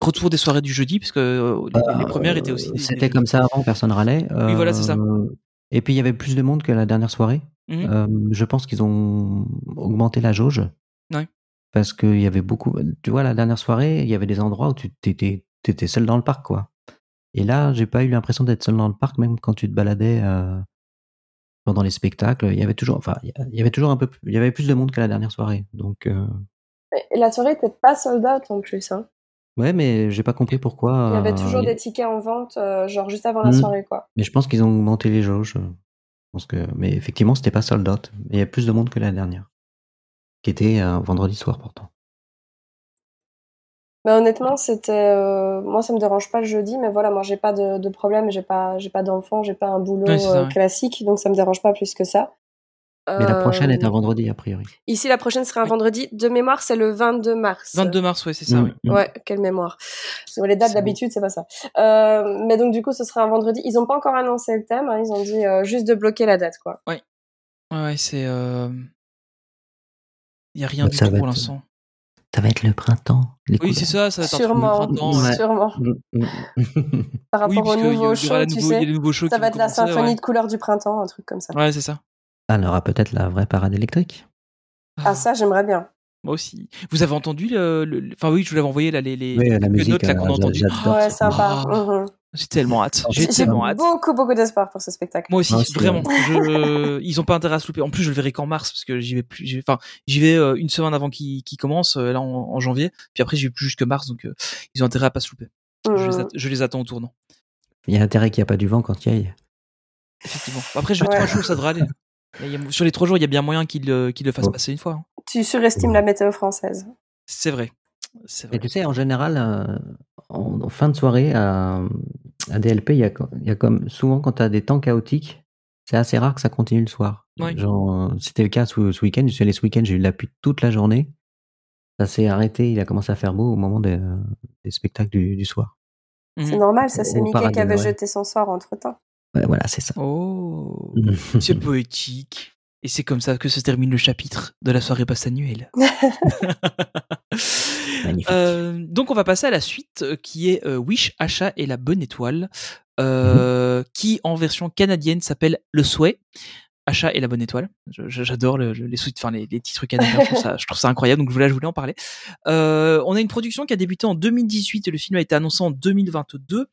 Speaker 1: retour des soirées du jeudi, parce que euh, les, bah, les, premières étaient aussi.
Speaker 7: C'était comme ça avant, personne râlait.
Speaker 1: Euh, oui, voilà, c'est ça. Mmh
Speaker 7: Et puis il y avait plus de monde que la dernière soirée. Mm -hmm. euh, je pense qu'ils ont augmenté la jauge.
Speaker 1: Ouais.
Speaker 7: Parce qu'il y avait beaucoup. Tu vois, la dernière soirée, il y avait des endroits où tu étais, étais, seul dans le parc, quoi. Et là, j'ai pas eu l'impression d'être seul dans le parc, même quand tu te baladais euh, pendant les spectacles, il y avait toujours, enfin, il y avait toujours un peu, il y avait plus de monde que la dernière soirée. Donc. Euh...
Speaker 8: Et la soirée n'était pas sold out en plus. Hein.
Speaker 7: Ouais, mais j'ai pas compris pourquoi.
Speaker 8: Il y avait toujours euh... des tickets en vente, euh, genre juste avant la
Speaker 7: Mm.
Speaker 8: mmh. soirée, quoi.
Speaker 7: Mais je pense qu'ils ont augmenté les jauges. euh, Je pense que, mais effectivement, c'était pas sold out. Il y a plus de monde que la dernière, qui était vendredi soir pourtant.
Speaker 8: Bah, honnêtement, c'était euh, moi ça me dérange pas le jeudi, mais voilà, moi j'ai pas de, de problème, j'ai pas j'ai pas d'enfant, j'ai pas un boulot oui, ça, euh, classique, donc ça me dérange pas plus que ça.
Speaker 7: Mais euh, la prochaine est un vendredi a priori.
Speaker 8: Ici la prochaine sera un vendredi. De mémoire, c'est le 22 mars.
Speaker 1: 22 mars, oui, c'est ça. Mmh.
Speaker 8: Oui. Ouais, quelle mémoire. Les dates d'habitude, Mm. c'est pas ça. Euh, mais donc du coup, ce sera un vendredi. Ils ont pas encore annoncé le thème. Hein, ils ont dit juste de bloquer la date, quoi.
Speaker 1: Oui. Ouais, c'est. Il y a rien bah, du tout pour l'instant
Speaker 7: ça va être le printemps.
Speaker 1: Les oui, c'est ça, ça va être
Speaker 8: sûrement,
Speaker 1: le printemps. Ouais.
Speaker 8: Sûrement.
Speaker 7: Mm,
Speaker 8: Par rapport oui, au nouveau show, nouveau, tu sais,
Speaker 1: shows
Speaker 8: ça va être la symphonie
Speaker 1: ouais.
Speaker 8: de couleurs du printemps, un truc comme ça.
Speaker 1: Ouais, c'est ça.
Speaker 7: Ah, on aura peut-être la vraie parade électrique.
Speaker 8: Ah, ah ça, j'aimerais bien.
Speaker 1: Moi aussi. Vous avez entendu le, le, le... Enfin oui, je vous l'avais envoyé là, les, les...
Speaker 7: Oui, la musique, euh,
Speaker 1: notes là qu'on a entendues.
Speaker 8: Ouais, sympa. Mhm.
Speaker 1: Oh, mmh. J'ai tellement hâte. J'ai tellement hâte.
Speaker 8: Beaucoup, beaucoup d'espoir pour ce spectacle.
Speaker 1: Moi aussi, ah, vraiment. Je... Ils ont pas intérêt à se louper. En plus, je le verrai qu'en mars parce que j'y vais plus. Enfin, j'y vais euh, une semaine avant qu'il qu commence, euh, là en, en, janvier. Puis après, j'y vais plus jusque mars, donc euh, ils ont intérêt à pas se louper. Mmh.
Speaker 8: Mhm.
Speaker 1: Je, les at... je, les attends au tournant.
Speaker 7: Il y a intérêt qu'il n'y a pas du vent quand il y aille.
Speaker 1: Effectivement. Après, je vais trois jours, ça devrait aller. Sur les trois jours, il y a bien moyen qu'ils qu le fassent oh. passer une fois.
Speaker 8: Tu surestimes ouais. la météo française.
Speaker 1: C'est vrai. vrai.
Speaker 7: Et tu sais, en général, euh, en, en, fin de soirée, à, à DLP, il y a, y a, comme souvent quand tu as des temps chaotiques, c'est assez rare que ça continue le soir.
Speaker 1: Ouais.
Speaker 7: Genre, euh, c'était le cas ce, ce week-end. Je suis allé ce week-end, j'ai eu de la pluie toute la journée. Ça s'est arrêté, il a commencé à faire beau au moment des, des spectacles du, du soir.
Speaker 1: Mm.
Speaker 8: C'est mmh. normal, ça c'est Mickey qui avait ouais. jeté son sort entre temps.
Speaker 7: Ouais, voilà, c'est ça.
Speaker 1: Oh, c'est poétique. Et c'est comme ça que se termine le chapitre de la soirée passe annuelle.
Speaker 7: Magnifique.
Speaker 1: Euh, donc on va passer à la suite qui est euh, Wish, Achat et la bonne étoile, euh, mmh. qui en version canadienne s'appelle Le Souhait. Achat et la bonne étoile. J'adore le, le, les, enfin, les, les, titres canadiens, je trouve, ça, je trouve ça incroyable, donc là, je voulais en parler. Euh, on a une production qui a débuté en 2018 et le film a été annoncé en 2022.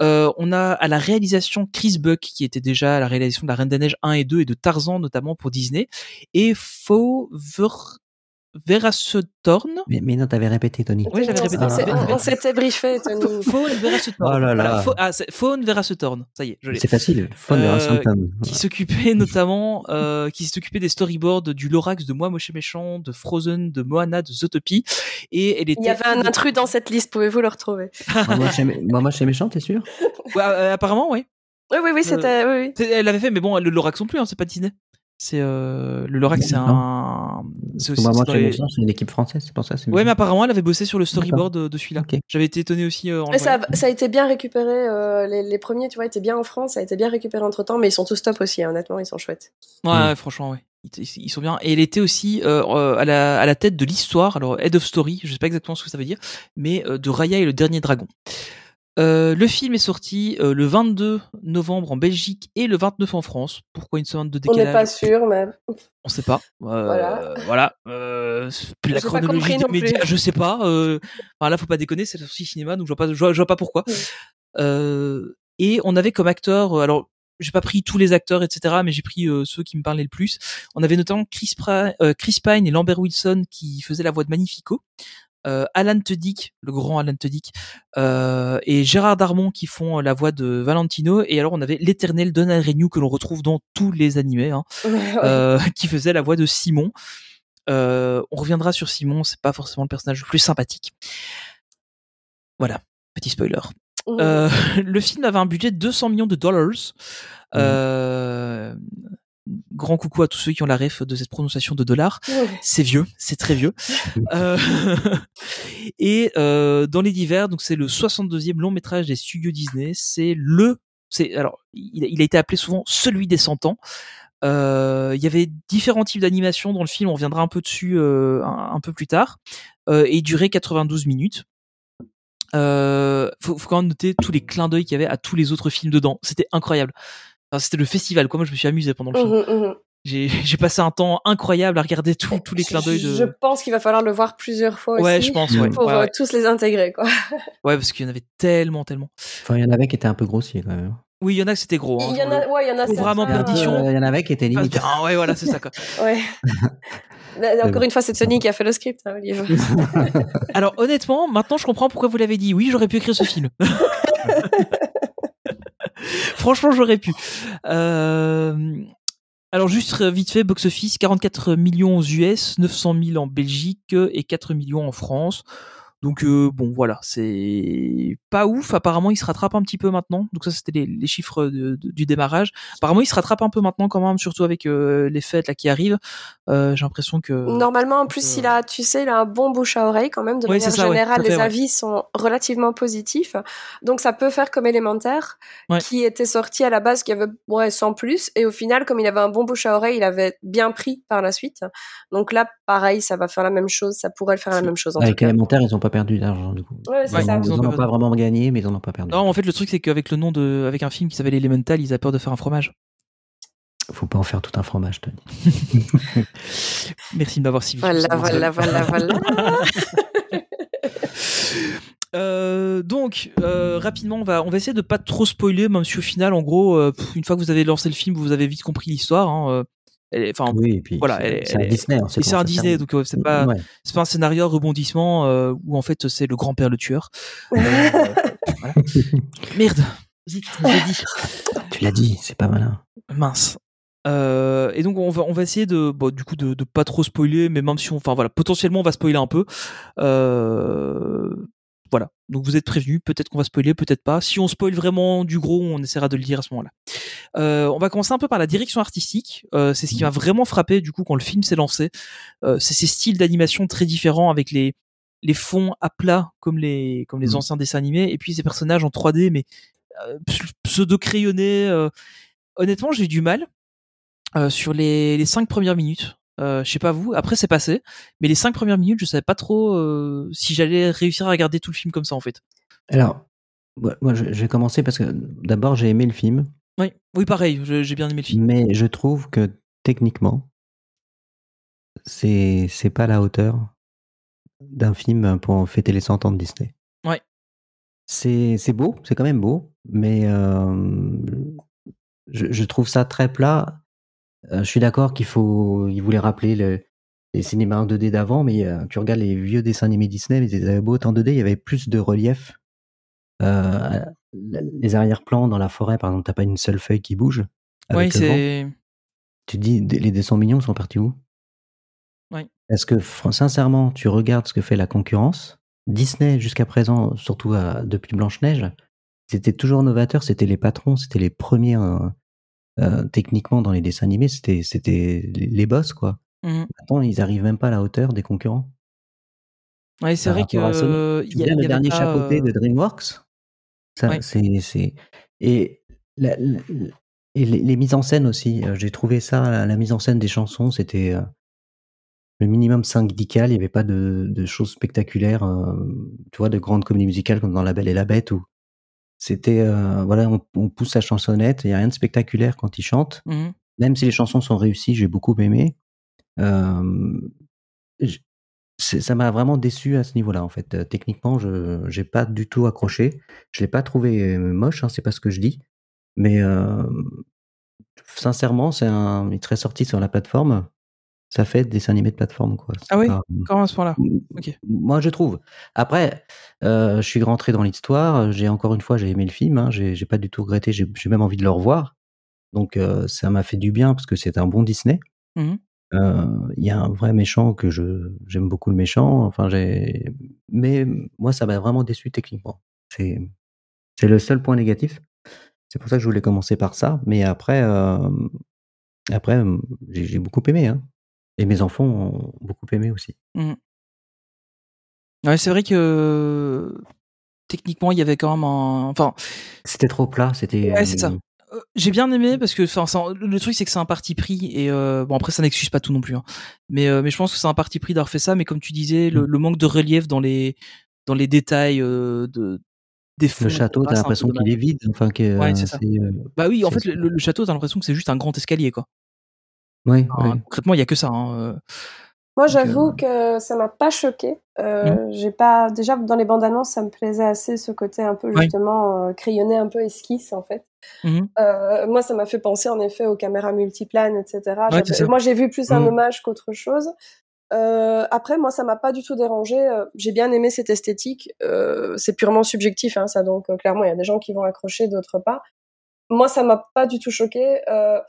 Speaker 1: Euh, on a à la réalisation Chris Buck, qui était déjà à la réalisation de La Reine des Neiges 1 et 2 et de Tarzan notamment pour Disney, et Faux Veracetorn.
Speaker 7: Mais, mais non, t'avais répété, Tony.
Speaker 1: Oui, j'avais répété.
Speaker 8: Ah. On s'était briefé, Tony.
Speaker 1: Faune Veracetorn.
Speaker 7: Oh là là.
Speaker 1: Faune ah, Veracetorn. Ça y est, je l'ai.
Speaker 7: C'est facile. Faune Veracetorn.
Speaker 1: Euh, qui s'occupait notamment, euh, qui s'occupait des storyboards du Lorax de Moi Moche et Méchant, de Frozen, de Moana, de Zootopie. Et elle était...
Speaker 8: Il y avait un intrus dans cette liste, pouvez-vous le retrouver
Speaker 7: Moi Moche et Méchant, t'es sûr
Speaker 1: ouais, euh, Apparemment, oui.
Speaker 8: Oui, oui,
Speaker 1: Euh,
Speaker 8: oui, c'était. Oui, oui.
Speaker 1: Elle l'avait fait, mais bon, le Lorax non plus, hein, c'est pas Disney. C'est euh, le Lorax, c'est un.
Speaker 7: C'est aussi. Bah, les... c'est une équipe française, c'est pour ça.
Speaker 1: Ouais, mais apparemment, elle avait bossé sur le storyboard de, de celui-là. Okay. J'avais été étonné aussi. Euh, en
Speaker 8: ça, ça, a été bien récupéré. Euh, les, les, premiers, tu vois, étaient bien en France, ça a été bien récupéré entre temps, mais ils sont tous top aussi, hein, honnêtement, ils sont chouettes.
Speaker 1: Ouais, ouais. ouais franchement, ouais. Ils, ils, sont bien. Et elle était aussi euh, à, la, à la tête de l'histoire, alors Head of Story, je sais pas exactement ce que ça veut dire, mais euh, de Raya et le dernier dragon. Euh, le film est sorti euh, le 22 novembre en Belgique et le 29 en France. Pourquoi une semaine de décalage
Speaker 8: On n'est pas sûr, mais.
Speaker 1: On sait pas. Euh, voilà. voilà. la chronologie
Speaker 8: des
Speaker 1: médias, je sais pas. Euh, Enfin, là, faut pas déconner, c'est sorti cinéma, donc je vois pas, je vois, je vois pas pourquoi. Oui. et on avait comme acteur, euh, alors j'ai pas pris tous les acteurs, etc., mais j'ai pris euh, ceux qui me parlaient le plus. On avait notamment Chris, pra euh, Chris Pine et Lambert Wilson qui faisaient la voix de Magnifico. Euh, Alan Tudyk, le grand Alan Tudyk, Euh, et Gérard Darmon qui font la voix de Valentino. Et alors on avait l'éternel Donald Renew que l'on retrouve dans tous les animés, hein, qui faisait la voix de Simon. Euh, on reviendra sur Simon, c'est pas forcément le personnage le plus sympathique. Voilà, petit spoiler.
Speaker 8: Mmh,
Speaker 1: Euh, le film avait un budget de 200 millions de dollars. Euh, grand coucou à tous ceux qui ont la ref de cette prononciation de dollars.
Speaker 8: mmh,
Speaker 1: Ouais. C'est vieux, c'est très vieux. euh, et euh, dans les divers, donc c'est le 62e long métrage des studios Disney. C'est le, c'est alors il, il, a été appelé souvent celui des 100 ans. Euh, Il y avait différents types d'animations dans le film. On reviendra un peu dessus un, un, peu plus tard. Euh, et il durait 92 minutes. Euh, faut, faut, quand même noter tous les clins d'œil qu'il y avait à tous les autres films dedans. C'était incroyable. Enfin, c'était le festival. Quoi. Moi, je me suis amusé pendant le
Speaker 8: Oh,
Speaker 1: film. Mmh, mmh. J'ai passé un temps incroyable à regarder tout, tous les clins d'œil. De...
Speaker 8: Je pense qu'il va falloir le voir plusieurs fois
Speaker 1: ouais,
Speaker 8: aussi
Speaker 1: je pense, ouais.
Speaker 8: pour euh,
Speaker 1: ouais, ouais.
Speaker 8: tous les intégrer. Quoi.
Speaker 1: Ouais, parce qu'il y en avait tellement, tellement.
Speaker 7: Enfin, il y en avait qui étaient un peu grossiers quand même. Euh,
Speaker 1: Oui, il y en a que c'était gros. Hein,
Speaker 8: il y en a, ouais, il y en a.
Speaker 1: Vraiment perdition.
Speaker 7: Il y en avait qui étaient limite.
Speaker 1: Ah ouais, voilà, c'est ça. Quoi.
Speaker 8: euh, ouais. Encore une fois, c'est Sony qui a fait le script, hein, Olive.
Speaker 1: Alors honnêtement, maintenant je comprends pourquoi vous l'avez dit. Oui, j'aurais pu écrire ce film. Franchement, j'aurais pu. Euh... Alors juste euh, vite fait, box-office, 44 millions aux US, 900 000 en Belgique et 4 millions en France. Donc euh, bon voilà, c'est pas ouf. Apparemment, il se rattrape un petit peu maintenant. Donc ça, c'était les, les chiffres de, de, du démarrage. Apparemment, il se rattrape un peu maintenant quand même, surtout avec euh, les fêtes là qui arrivent. Euh, J'ai l'impression que
Speaker 8: normalement, en plus, il a, tu sais, il a un bon bouche à oreille quand même. De
Speaker 1: ouais,
Speaker 8: manière
Speaker 1: ça,
Speaker 8: générale,
Speaker 1: ouais, fait,
Speaker 8: les
Speaker 1: ouais.
Speaker 8: avis sont relativement positifs. Donc ça peut faire comme élémentaire, qui était sorti à la base, qui avait ouais sans plus, et au final, comme il avait un bon bouche à oreille, il avait bien pris par la suite. Donc là, pareil, ça va faire la même chose. Ça pourrait le faire la même chose. En
Speaker 7: avec
Speaker 8: tout cas.
Speaker 7: élémentaire, ils ont pas perdu d'argent du coup.
Speaker 8: Ouais,
Speaker 7: ils
Speaker 8: c'est ça.
Speaker 7: n'en
Speaker 1: ils ont
Speaker 7: ont,
Speaker 1: pas
Speaker 7: pas
Speaker 1: perdu.
Speaker 7: vraiment gagné, mais ils n'en ont pas perdu.
Speaker 1: Non, en fait, le truc, c'est qu'avec le nom de, avec un film qui s'appelle Elemental, ils a peur de faire un fromage.
Speaker 7: Faut pas en faire tout un fromage, Tony.
Speaker 1: Merci de m'avoir si vite.
Speaker 8: Voilà, voilà, voilà, voilà.
Speaker 1: Euh, donc euh, rapidement on va on va essayer de pas trop spoiler même si au final en gros euh, pff, une fois que vous avez lancé le film vous avez vite compris l'histoire hein, euh, elle est- enfin
Speaker 7: Oui, et puis
Speaker 1: Voilà, elle est-
Speaker 7: c'est c'est un
Speaker 1: elle est-
Speaker 7: Disney. on sait
Speaker 1: et c'est
Speaker 7: comment
Speaker 1: un
Speaker 7: ça
Speaker 1: Disney
Speaker 7: termine. Mm,
Speaker 1: donc euh, c'est pas
Speaker 7: Ouais.
Speaker 1: c'est pas un scénario à rebondissement euh, où en fait c'est le grand-père le tueur Euh, Voilà. merde zut, j'ai dit
Speaker 7: Tu l'as dit, c'est pas malin.
Speaker 1: Mince. Euh, et donc on va on va essayer de bon, du coup de, de pas trop spoiler, mais même si on enfin voilà potentiellement on va spoiler un peu. Euh, voilà. Donc vous êtes prévenus. Peut-être qu'on va spoiler, peut-être pas. Si on spoil vraiment du gros, on essaiera de le dire à ce moment-là. Euh, on va commencer un peu par la direction artistique. Euh, c'est ce qui m'a vraiment frappé du coup quand le film s'est lancé. Euh, c'est ces styles d'animation très différents avec les les fonds à plat comme les comme les
Speaker 7: Mhm.
Speaker 1: anciens dessins animés et puis ces personnages en 3D mais euh, pseudo crayonnés. honnêtement, j'ai eu du mal euh, sur les, les cinq premières minutes. Euh, je sais pas vous, après c'est passé, mais les cinq premières minutes, je savais pas trop euh, si j'allais réussir à regarder tout le film comme ça en fait.
Speaker 7: Alors, moi, moi, je, je vais commencer parce que d'abord, j'ai aimé le film,
Speaker 1: Oui, oui pareil, je- j'ai bien aimé le film.
Speaker 7: mais je trouve que techniquement, c'est c'est pas à la hauteur d'un film pour fêter les 100 ans de Disney.
Speaker 1: Ouais.
Speaker 7: C'est c'est beau, c'est quand même beau, mais euh, je, je trouve ça très plat. Euh, je suis d'accord qu'il faut, il voulait rappeler le- les cinémas en 2D d'avant, mais euh, tu regardes les vieux dessins animés Disney, mais ils avaient beau être en 2D, il y avait plus de relief. Euh, la- les arrière-plans dans la forêt, par exemple, t'as pas une seule feuille qui bouge.
Speaker 1: Oui,
Speaker 7: Avec euh, le vent.
Speaker 1: c'est
Speaker 7: Tu te dis, les dessins mignons sont partis où
Speaker 1: Ouais.
Speaker 7: Est-ce que, fran- sincèrement, tu regardes ce que fait la concurrence Disney, jusqu'à présent, surtout à- depuis Blanche-Neige, c'était toujours novateur, c'était les patrons, c'était les premiers, euh, euh, techniquement, dans les dessins animés, c'était c'était les boss, quoi.
Speaker 1: Mhm.
Speaker 7: Maintenant, ils arrivent même pas à la hauteur des concurrents.
Speaker 1: ouais, c'est
Speaker 7: Par
Speaker 1: vrai que
Speaker 7: rapport à Sony.
Speaker 1: euh,
Speaker 7: Tu
Speaker 1: y a-
Speaker 7: viens
Speaker 1: y
Speaker 7: le
Speaker 1: avait
Speaker 7: dernier
Speaker 1: pas,
Speaker 7: chapeauté
Speaker 1: euh,
Speaker 7: de DreamWorks Ça,
Speaker 1: Ouais.
Speaker 7: c'est, c'est... Et, la- la- et les, les mises en scène aussi. euh, J'ai trouvé ça, la, la mise en scène des chansons, c'était euh, le minimum syndical. Il n'y avait pas de, de choses spectaculaires, euh, tu vois, de grandes comédies musicales comme dans La Belle et la Bête. Où c'était, euh, voilà, on, on pousse la chansonnette, il n'y a rien de spectaculaire quand ils chantent.
Speaker 1: mhm.
Speaker 7: Même si les chansons sont réussies, j'ai beaucoup aimé. Euh, j- c'est- ça m'a vraiment déçu à ce niveau-là, en fait. Euh, techniquement, je j'ai pas du tout accroché. Je l'ai pas trouvé euh, moche, hein, c'est pas ce que je dis. Mais euh, sincèrement, c'est un, il serait sorti sur la plateforme. Ça fait dessin animé de plateforme, quoi. C'est
Speaker 1: Ah oui
Speaker 7: pas- mmh,
Speaker 1: Encore à ce point-là. ok.
Speaker 7: Moi, je trouve. Après, euh, je suis rentré dans l'histoire. J'ai encore une fois, j'ai aimé le film. Hein, j'ai j'ai pas du tout regretté. J'ai j'ai même envie de le revoir. Donc, euh, ça m'a fait du bien parce que c'est un bon Disney.
Speaker 1: Mhm.
Speaker 7: Euh, il y a un vrai méchant que je j'aime beaucoup le méchant. Enfin, j'ai mais moi ça m'a vraiment déçu techniquement. C'est c'est le seul point négatif. C'est pour ça que je voulais commencer par ça. Mais après euh, après euh, j'ai j'ai beaucoup aimé hein. Et mes enfants ont beaucoup aimé aussi.
Speaker 1: Ouais, c'est vrai que euh, techniquement, il y avait quand même un. Enfin,
Speaker 7: C'était trop plat. C'était
Speaker 1: Ouais, c'est ça.
Speaker 7: euh,
Speaker 1: Euh, j'ai bien aimé parce que enfin ça- le truc c'est que c'est un parti pris et euh, bon après ça n'excuse pas tout non plus hein. mais euh, mais je pense que c'est un parti pris d'avoir fait ça mais comme tu disais le, le manque de relief dans les dans les détails euh, de des fonds,
Speaker 7: le château.
Speaker 1: etc.,
Speaker 7: T'as
Speaker 1: c'est un
Speaker 7: l'impression
Speaker 1: peu dommage.
Speaker 7: qu'il est vide. Enfin que
Speaker 1: Ouais,
Speaker 7: euh,
Speaker 1: c'est ça.
Speaker 7: euh,
Speaker 1: bah oui en
Speaker 7: c'est-
Speaker 1: fait le, le château t'as l'impression que c'est juste un grand escalier quoi
Speaker 7: ouais,
Speaker 1: Enfin,
Speaker 7: ouais.
Speaker 1: concrètement il y a que ça hein, euh.
Speaker 8: Moi,
Speaker 7: Donc,
Speaker 8: j'avoue que ça m'a pas choqué. Euh, J'ai pas déjà dans les bandes annonces, ça me plaisait assez ce côté un peu
Speaker 1: Ouais.
Speaker 8: justement euh, crayonné, un peu esquisse en fait. Mmh. Euh, moi, ça m'a fait penser en effet aux caméras multiplanes, etc. Ouais, moi, j'ai vu plus un hommage mmh. qu'autre chose. Euh, après, moi, ça m'a pas du tout dérangé. Euh, J'ai bien aimé cette esthétique. Euh, c'est purement subjectif, hein, ça. Donc, clairement, il y a des gens qui vont accrocher, d'autres pas. Moi, ça m'a pas du tout choqué. Euh,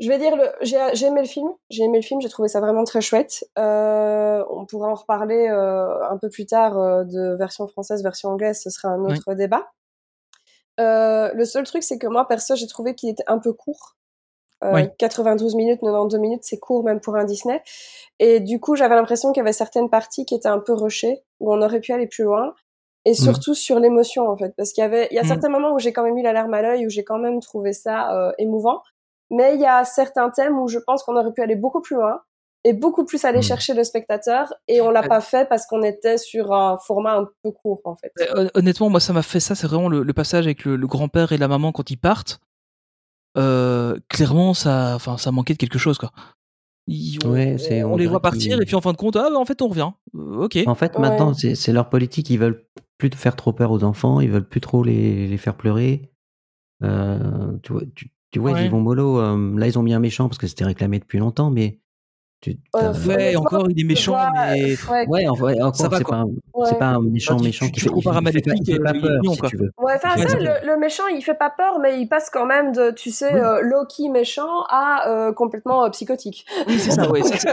Speaker 8: je vais dire, le... j'ai ai aimé le film. J'ai aimé le film. J'ai trouvé ça vraiment très chouette. Euh, on pourra en reparler euh, un peu plus tard de version française, version anglaise. Ce sera un autre ouais. débat. Euh, le seul truc, c'est que moi, perso, j'ai trouvé qu'il était un peu court. Euh, oui. 92 minutes, 92 minutes, c'est court même pour un Disney. Et du coup, j'avais l'impression qu'il y avait certaines parties qui étaient un peu rushées, où on aurait pu aller plus loin.
Speaker 7: Mm.
Speaker 8: Et surtout mmh. sur l'émotion, en fait. Parce qu'il y avait, il y a mmh. certains moments où j'ai quand même eu la larme à l'œil, où j'ai quand même trouvé ça euh, émouvant. Mais il y a certains thèmes où je pense qu'on aurait pu aller beaucoup plus loin et beaucoup plus
Speaker 7: Mm.
Speaker 8: aller chercher le spectateur et on l'a pas fait parce qu'on était sur un format un peu court en
Speaker 7: Euh,
Speaker 8: fait.
Speaker 1: Bah, Honnêtement, moi ça m'a fait ça, c'est vraiment le, le, passage avec le, le grand-père et la maman quand ils partent. Euh, clairement, ça, enfin, ça manquait de quelque chose quoi. Ils, on, ouais, on, on, les voit partir et puis en fin de compte, ah bah, en fait on revient. Euh, ok.
Speaker 7: En fait, maintenant ouais. c'est leur politique, ils veulent plus faire trop peur aux enfants, ils veulent plus trop les, les faire pleurer. Euh, tu vois, tu, tu vois ouais. ils vont mollo. là, ils ont mis un méchant parce que c'était réclamé depuis longtemps, mais
Speaker 1: tu, ouais, ouais, encore il est méchant, mais
Speaker 7: ouais, en vrai, encore c'est pas, un... ouais. pas,
Speaker 1: Bah,
Speaker 7: un méchant enfin, tu, méchant qui fait,
Speaker 1: trop
Speaker 7: paramétrique,
Speaker 1: il fait pas peur.
Speaker 8: Si tu veux. Ouais, enfin ça, le, le, méchant il fait pas peur, mais il passe quand même de, tu sais, oui. euh, Loki méchant à euh, complètement euh, psychotique.
Speaker 1: Oui, c'est ça, ouais. Ça,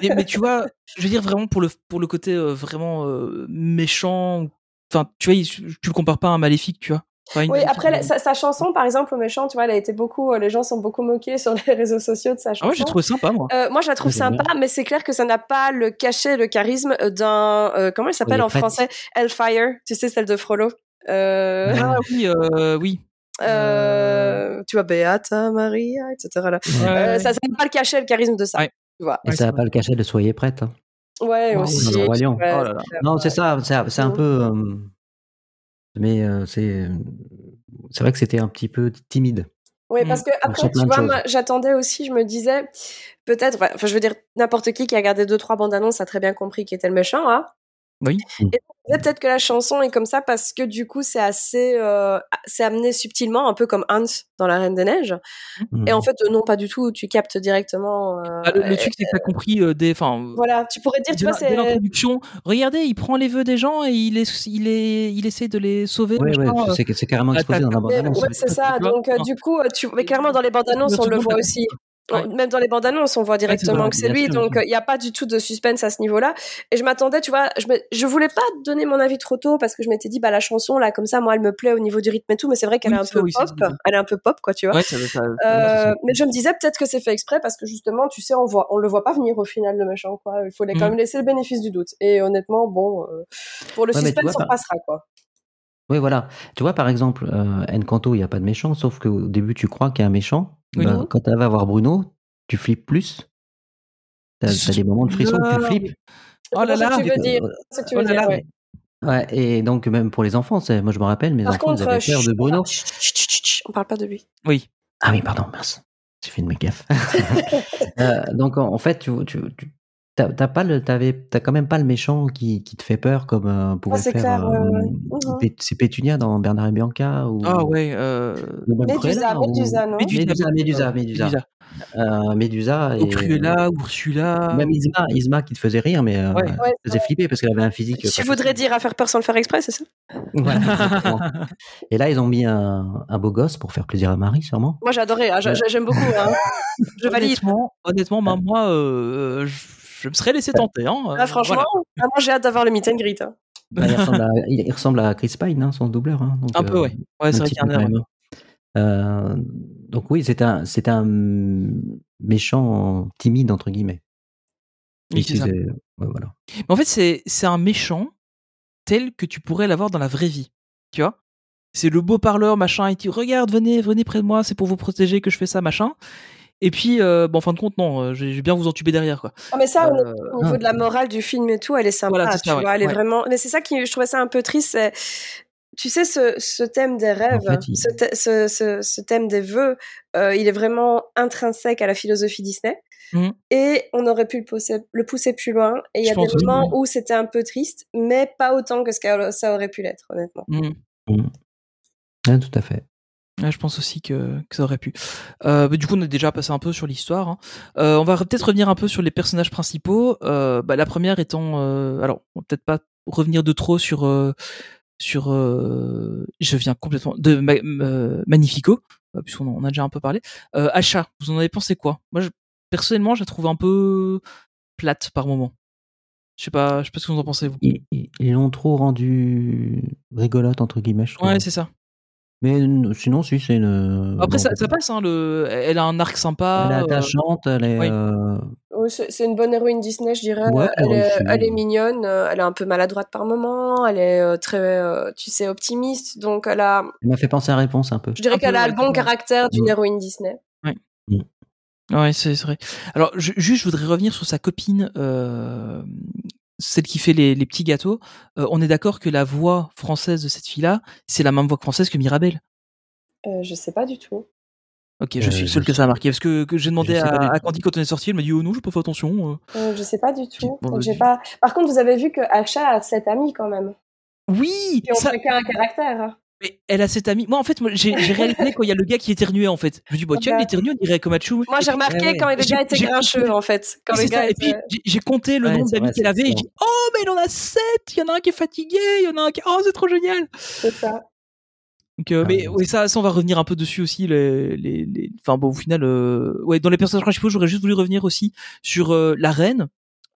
Speaker 1: mais, mais, tu vois, je veux dire vraiment pour le pour le côté euh, vraiment méchant, enfin tu vois, il, tu le compares pas à un maléfique, euh, tu vois.
Speaker 8: Enfin, oui, après la, sa, sa, chanson, par exemple, au méchant, tu vois, elle a été beaucoup, euh, les gens sont beaucoup moqués sur les réseaux sociaux de sa chanson.
Speaker 1: Ah ouais, j'ai trouvé sympa, moi.
Speaker 8: Euh, moi, je la trouve oui, sympa, bien. mais c'est clair que ça n'a pas le cachet, le charisme d'un, euh, comment il s'appelle oui, en prête. français, Hellfire, tu sais, celle de Frollo.
Speaker 1: Euh... Ah oui, oui.
Speaker 8: euh, Tu vois, Beata, Maria, etc. Là. Ouais. ça n'a pas le cachet, le charisme de ça. Ouais. Tu vois.
Speaker 7: Et ça n'a pas le cachet de Soyez prête. Hein.
Speaker 8: Ouais, aussi.
Speaker 7: Oh là là.
Speaker 8: euh,
Speaker 7: Non, c'est ça, c'est
Speaker 8: Mmh.
Speaker 7: un peu mais euh, c'est c'est vrai que c'était un petit peu timide.
Speaker 8: Oui, parce que après, tu vois, j'attendais aussi, je me disais, peut-être, enfin, je veux dire, n'importe qui qui a regardé deux, trois bandes annonces a très bien compris qui était le méchant, hein.
Speaker 1: Oui.
Speaker 8: Et peut-être que la chanson est comme ça parce que du coup, c'est assez, euh, c'est amené subtilement, un peu comme Hans dans La Reine des Neiges. Mmh. Et en fait, non, pas du tout. Tu captes directement. Euh,
Speaker 1: ah, le, le, truc, c'est que t'as compris euh, des, enfin. euh,
Speaker 8: Voilà, tu pourrais dire, tu
Speaker 1: la,
Speaker 8: vois, c'est euh,
Speaker 1: l'introduction. Regardez, il prend les vœux des gens et il est, il est, il essaie de les sauver. euh,
Speaker 7: Oui, ouais, c'est, c'est carrément
Speaker 8: euh,
Speaker 7: exposé dans la bande annonce.
Speaker 8: Ouais, c'est ça. Donc, euh, du coup, tu, mais clairement dans les bandes annonces, on le voit aussi. Ouais. Même dans les bandes annonces, on voit directement ouais, que c'est lui, donc euh, il n'y a pas du tout de suspense à ce niveau-là. Et je m'attendais, tu vois, je, me, je voulais pas donner mon avis trop tôt parce que je m'étais dit, bah la chanson là, comme ça, moi, elle me plaît au niveau du rythme et tout, mais c'est vrai qu'elle oui, est un peu oui, pop, est elle est un peu pop, quoi, tu vois.
Speaker 1: Ouais, ça, ça,
Speaker 8: euh, mais je me disais peut-être que c'est fait exprès parce que justement, tu sais, on voit, on le voit pas venir au final le méchant, quoi. Il faut les, mmh. quand même laisser le bénéfice du doute. Et honnêtement, bon, euh, pour le suspense, vois, on passera, quoi.
Speaker 7: Oui, voilà. Tu vois, par exemple, euh, Encanto, il n'y a pas de méchant, sauf qu'au début, tu crois qu'il y a un méchant. Oui, bah, quand tu vas voir Bruno, tu flippes plus. Tu as, as, des moments de frisson, tu flippes.
Speaker 8: Oh là là, ce que tu veux dire. Ce que tu veux oh là dire là. Ouais.
Speaker 7: Ouais, et donc, même pour les enfants, moi je me rappelle, mes Par enfants, contre, ils avaient
Speaker 8: euh,
Speaker 7: peur de Bruno.
Speaker 8: Chut, chut, chut, on parle pas de lui.
Speaker 1: Oui.
Speaker 7: Ah oui, pardon, mince. J'ai fait une mes gaffes. euh, donc, en, en fait, tu, tu, tu T'as pas le, t'as quand même pas le méchant qui, qui te fait peur comme euh, pouvait ah, faire euh, ouais. c'est Pétunia dans Bernard et Bianca ou.
Speaker 1: Ah ouais. Euh...
Speaker 8: Médusa, Médusa, non
Speaker 7: Médusa, Médusa, Médusa. Médusa. Médusa et...
Speaker 1: Ou Cruella, Ursula.
Speaker 7: Même Isma, Isma qui te faisait rire, mais ouais. elle ouais, faisait flipper parce qu'elle avait un physique. euh,
Speaker 8: Tu voudrais dire à faire peur sans le faire exprès, c'est ça
Speaker 7: Voilà. et là, ils ont mis un, un beau gosse pour faire plaisir à Marie, sûrement.
Speaker 8: Moi, j'ai adoré. Hein, j'aime beaucoup. Hein. je valide.
Speaker 1: Honnêtement, honnêtement bah, moi, euh, je je me serais laissé tenter. Hein.
Speaker 8: Ah, franchement, voilà. ah, moi j'ai hâte d'avoir le meet and greet. Hein.
Speaker 7: Bah, il, ressemble à, il, ressemble à, Chris Pine, hein, son doubleur. Donc,
Speaker 1: un peu, euh, ouais. ouais c'est vrai qu'il y a un air.
Speaker 7: Euh, donc oui, c'est un, c'est un méchant timide, entre guillemets.
Speaker 1: Oui, c'est ça.
Speaker 7: Ouais, voilà.
Speaker 1: Mais en fait, c'est, c'est un méchant tel que tu pourrais l'avoir dans la vraie vie. Tu vois C'est le beau parleur, machin, et tu regarde, venez, venez près de moi, c'est pour vous protéger que je fais ça, machin. Et puis, euh, bon, en fin de compte, non, euh, je vais bien vous entuber derrière. Quoi.
Speaker 8: Ah, mais ça, euh, au niveau de la morale du film et tout, elle est sympa. Voilà, est tu ça, vois, ouais, elle est ouais. vraiment. Mais c'est ça qui, je trouvais ça un peu triste. Tu sais, ce, ce, thème des rêves, en fait, il... ce, ce, ce, thème des vœux, euh, il est vraiment intrinsèque à la philosophie Disney. Mmh. Et on aurait pu le pousser, le pousser plus loin. Et il y a des moments oui. où c'était un peu triste,
Speaker 1: hmm.
Speaker 8: mais pas autant que ce que ça aurait pu l'être, honnêtement.
Speaker 1: Mmh.
Speaker 7: Mmh. Ah, tout à fait.
Speaker 1: Ouais, je pense aussi que, que ça aurait pu. Euh, mais du coup, on a déjà passé un peu sur l'histoire. hein. Euh, on va peut-être revenir un peu sur les personnages principaux. Euh, bah, la première étant, euh, alors, on va peut-être pas revenir de trop sur euh, sur. euh, je viens complètement de Ma- euh, Magnifico, euh, puisqu'on en on a déjà un peu parlé. Euh, Achat, vous en avez pensé quoi Moi, je- personnellement, je la trouve un peu plate par moment. Je sais pas, je sais pas ce que vous en pensez vous.
Speaker 7: Ils ils- ils l'ont trop rendu rigolote, entre guillemets, je trouve.
Speaker 1: Ouais, c'est ça.
Speaker 7: Mais n- sinon, si, c'est une.
Speaker 1: Après,
Speaker 7: bon,
Speaker 1: ça, ça passe. Hein, le, elle a un arc sympa.
Speaker 7: Bah, Elle est
Speaker 1: euh,
Speaker 7: attachante, elle est.
Speaker 1: oui.
Speaker 7: euh,
Speaker 8: Oui, c'est c'est une bonne héroïne Disney, je dirais.
Speaker 7: Ouais,
Speaker 8: elle,
Speaker 7: ouais,
Speaker 8: est,
Speaker 7: c'est-
Speaker 8: elle est mignonne, euh, elle est un peu maladroite par moment, elle est euh, très, euh, tu sais, optimiste. Donc, elle a,
Speaker 7: Elle m'a fait penser à réponse un peu.
Speaker 8: je dirais
Speaker 1: Un peu
Speaker 8: qu'elle a le bon
Speaker 1: maladroite.
Speaker 8: caractère d'une
Speaker 7: Ouais.
Speaker 8: héroïne Disney.
Speaker 1: Ouais, c'est c'est vrai. Alors, ju- juste, je voudrais revenir sur sa copine, euh, celle qui fait les, les petits gâteaux. Euh, on est d'accord que la voix française de cette fille-là, c'est la même voix française que Mirabelle.
Speaker 8: Euh, je sais pas du tout.
Speaker 1: Ok, je
Speaker 7: Euh,
Speaker 1: suis le
Speaker 7: je
Speaker 1: seul que
Speaker 7: sais-
Speaker 1: ça a marqué. Parce que, que j'ai demandé
Speaker 7: sais
Speaker 1: à,
Speaker 7: pas du
Speaker 1: à
Speaker 7: tout.
Speaker 1: Candy quand on est sorti, elle m'a dit Oh non, je peux faire attention. euh.
Speaker 8: Euh, je sais pas du tout.
Speaker 1: Bon,
Speaker 8: Donc, j'ai
Speaker 1: vas-y.
Speaker 8: pas... Par contre, vous avez vu que Asha a sept amis quand même.
Speaker 1: Oui
Speaker 8: Qui ont
Speaker 1: ça-
Speaker 8: chacun un caractère.
Speaker 1: mais Elle a cet ami. Moi, en fait, moi, j'ai j'ai réalisé quand il y a le gars qui éternuait, en fait. Je me dis Bah, tiens,
Speaker 8: Ouais.
Speaker 1: il éternue, on dirait comme Achou.
Speaker 8: Moi, j'ai
Speaker 7: Ouais,
Speaker 8: remarqué
Speaker 7: ouais.
Speaker 8: quand les
Speaker 1: J'ai-
Speaker 8: gars étaient
Speaker 1: j'ai-
Speaker 8: grincheux, en fait. Quand
Speaker 1: C'est
Speaker 8: les gars euh,
Speaker 1: ça. Et puis
Speaker 8: étaient-
Speaker 1: j'ai- j'ai compté le
Speaker 7: Ouais,
Speaker 1: nombre
Speaker 7: c'est
Speaker 1: d'amis
Speaker 7: vrai,
Speaker 1: qu'elle
Speaker 7: c'est
Speaker 1: avait et j'ai
Speaker 7: excellent.
Speaker 1: dit oh mais il en a sept. Il y en a un qui est fatigué, il y en a un qui oh c'est trop génial.
Speaker 8: c'est ça.
Speaker 1: Donc, euh,
Speaker 7: Ah
Speaker 1: mais
Speaker 7: ouais.
Speaker 1: oui, ça, ça, on va revenir un peu dessus aussi. Les, les, les- Enfin, bon, au final, euh, ouais, dans les personnages principaux, j'aurais juste voulu revenir aussi sur euh, la reine,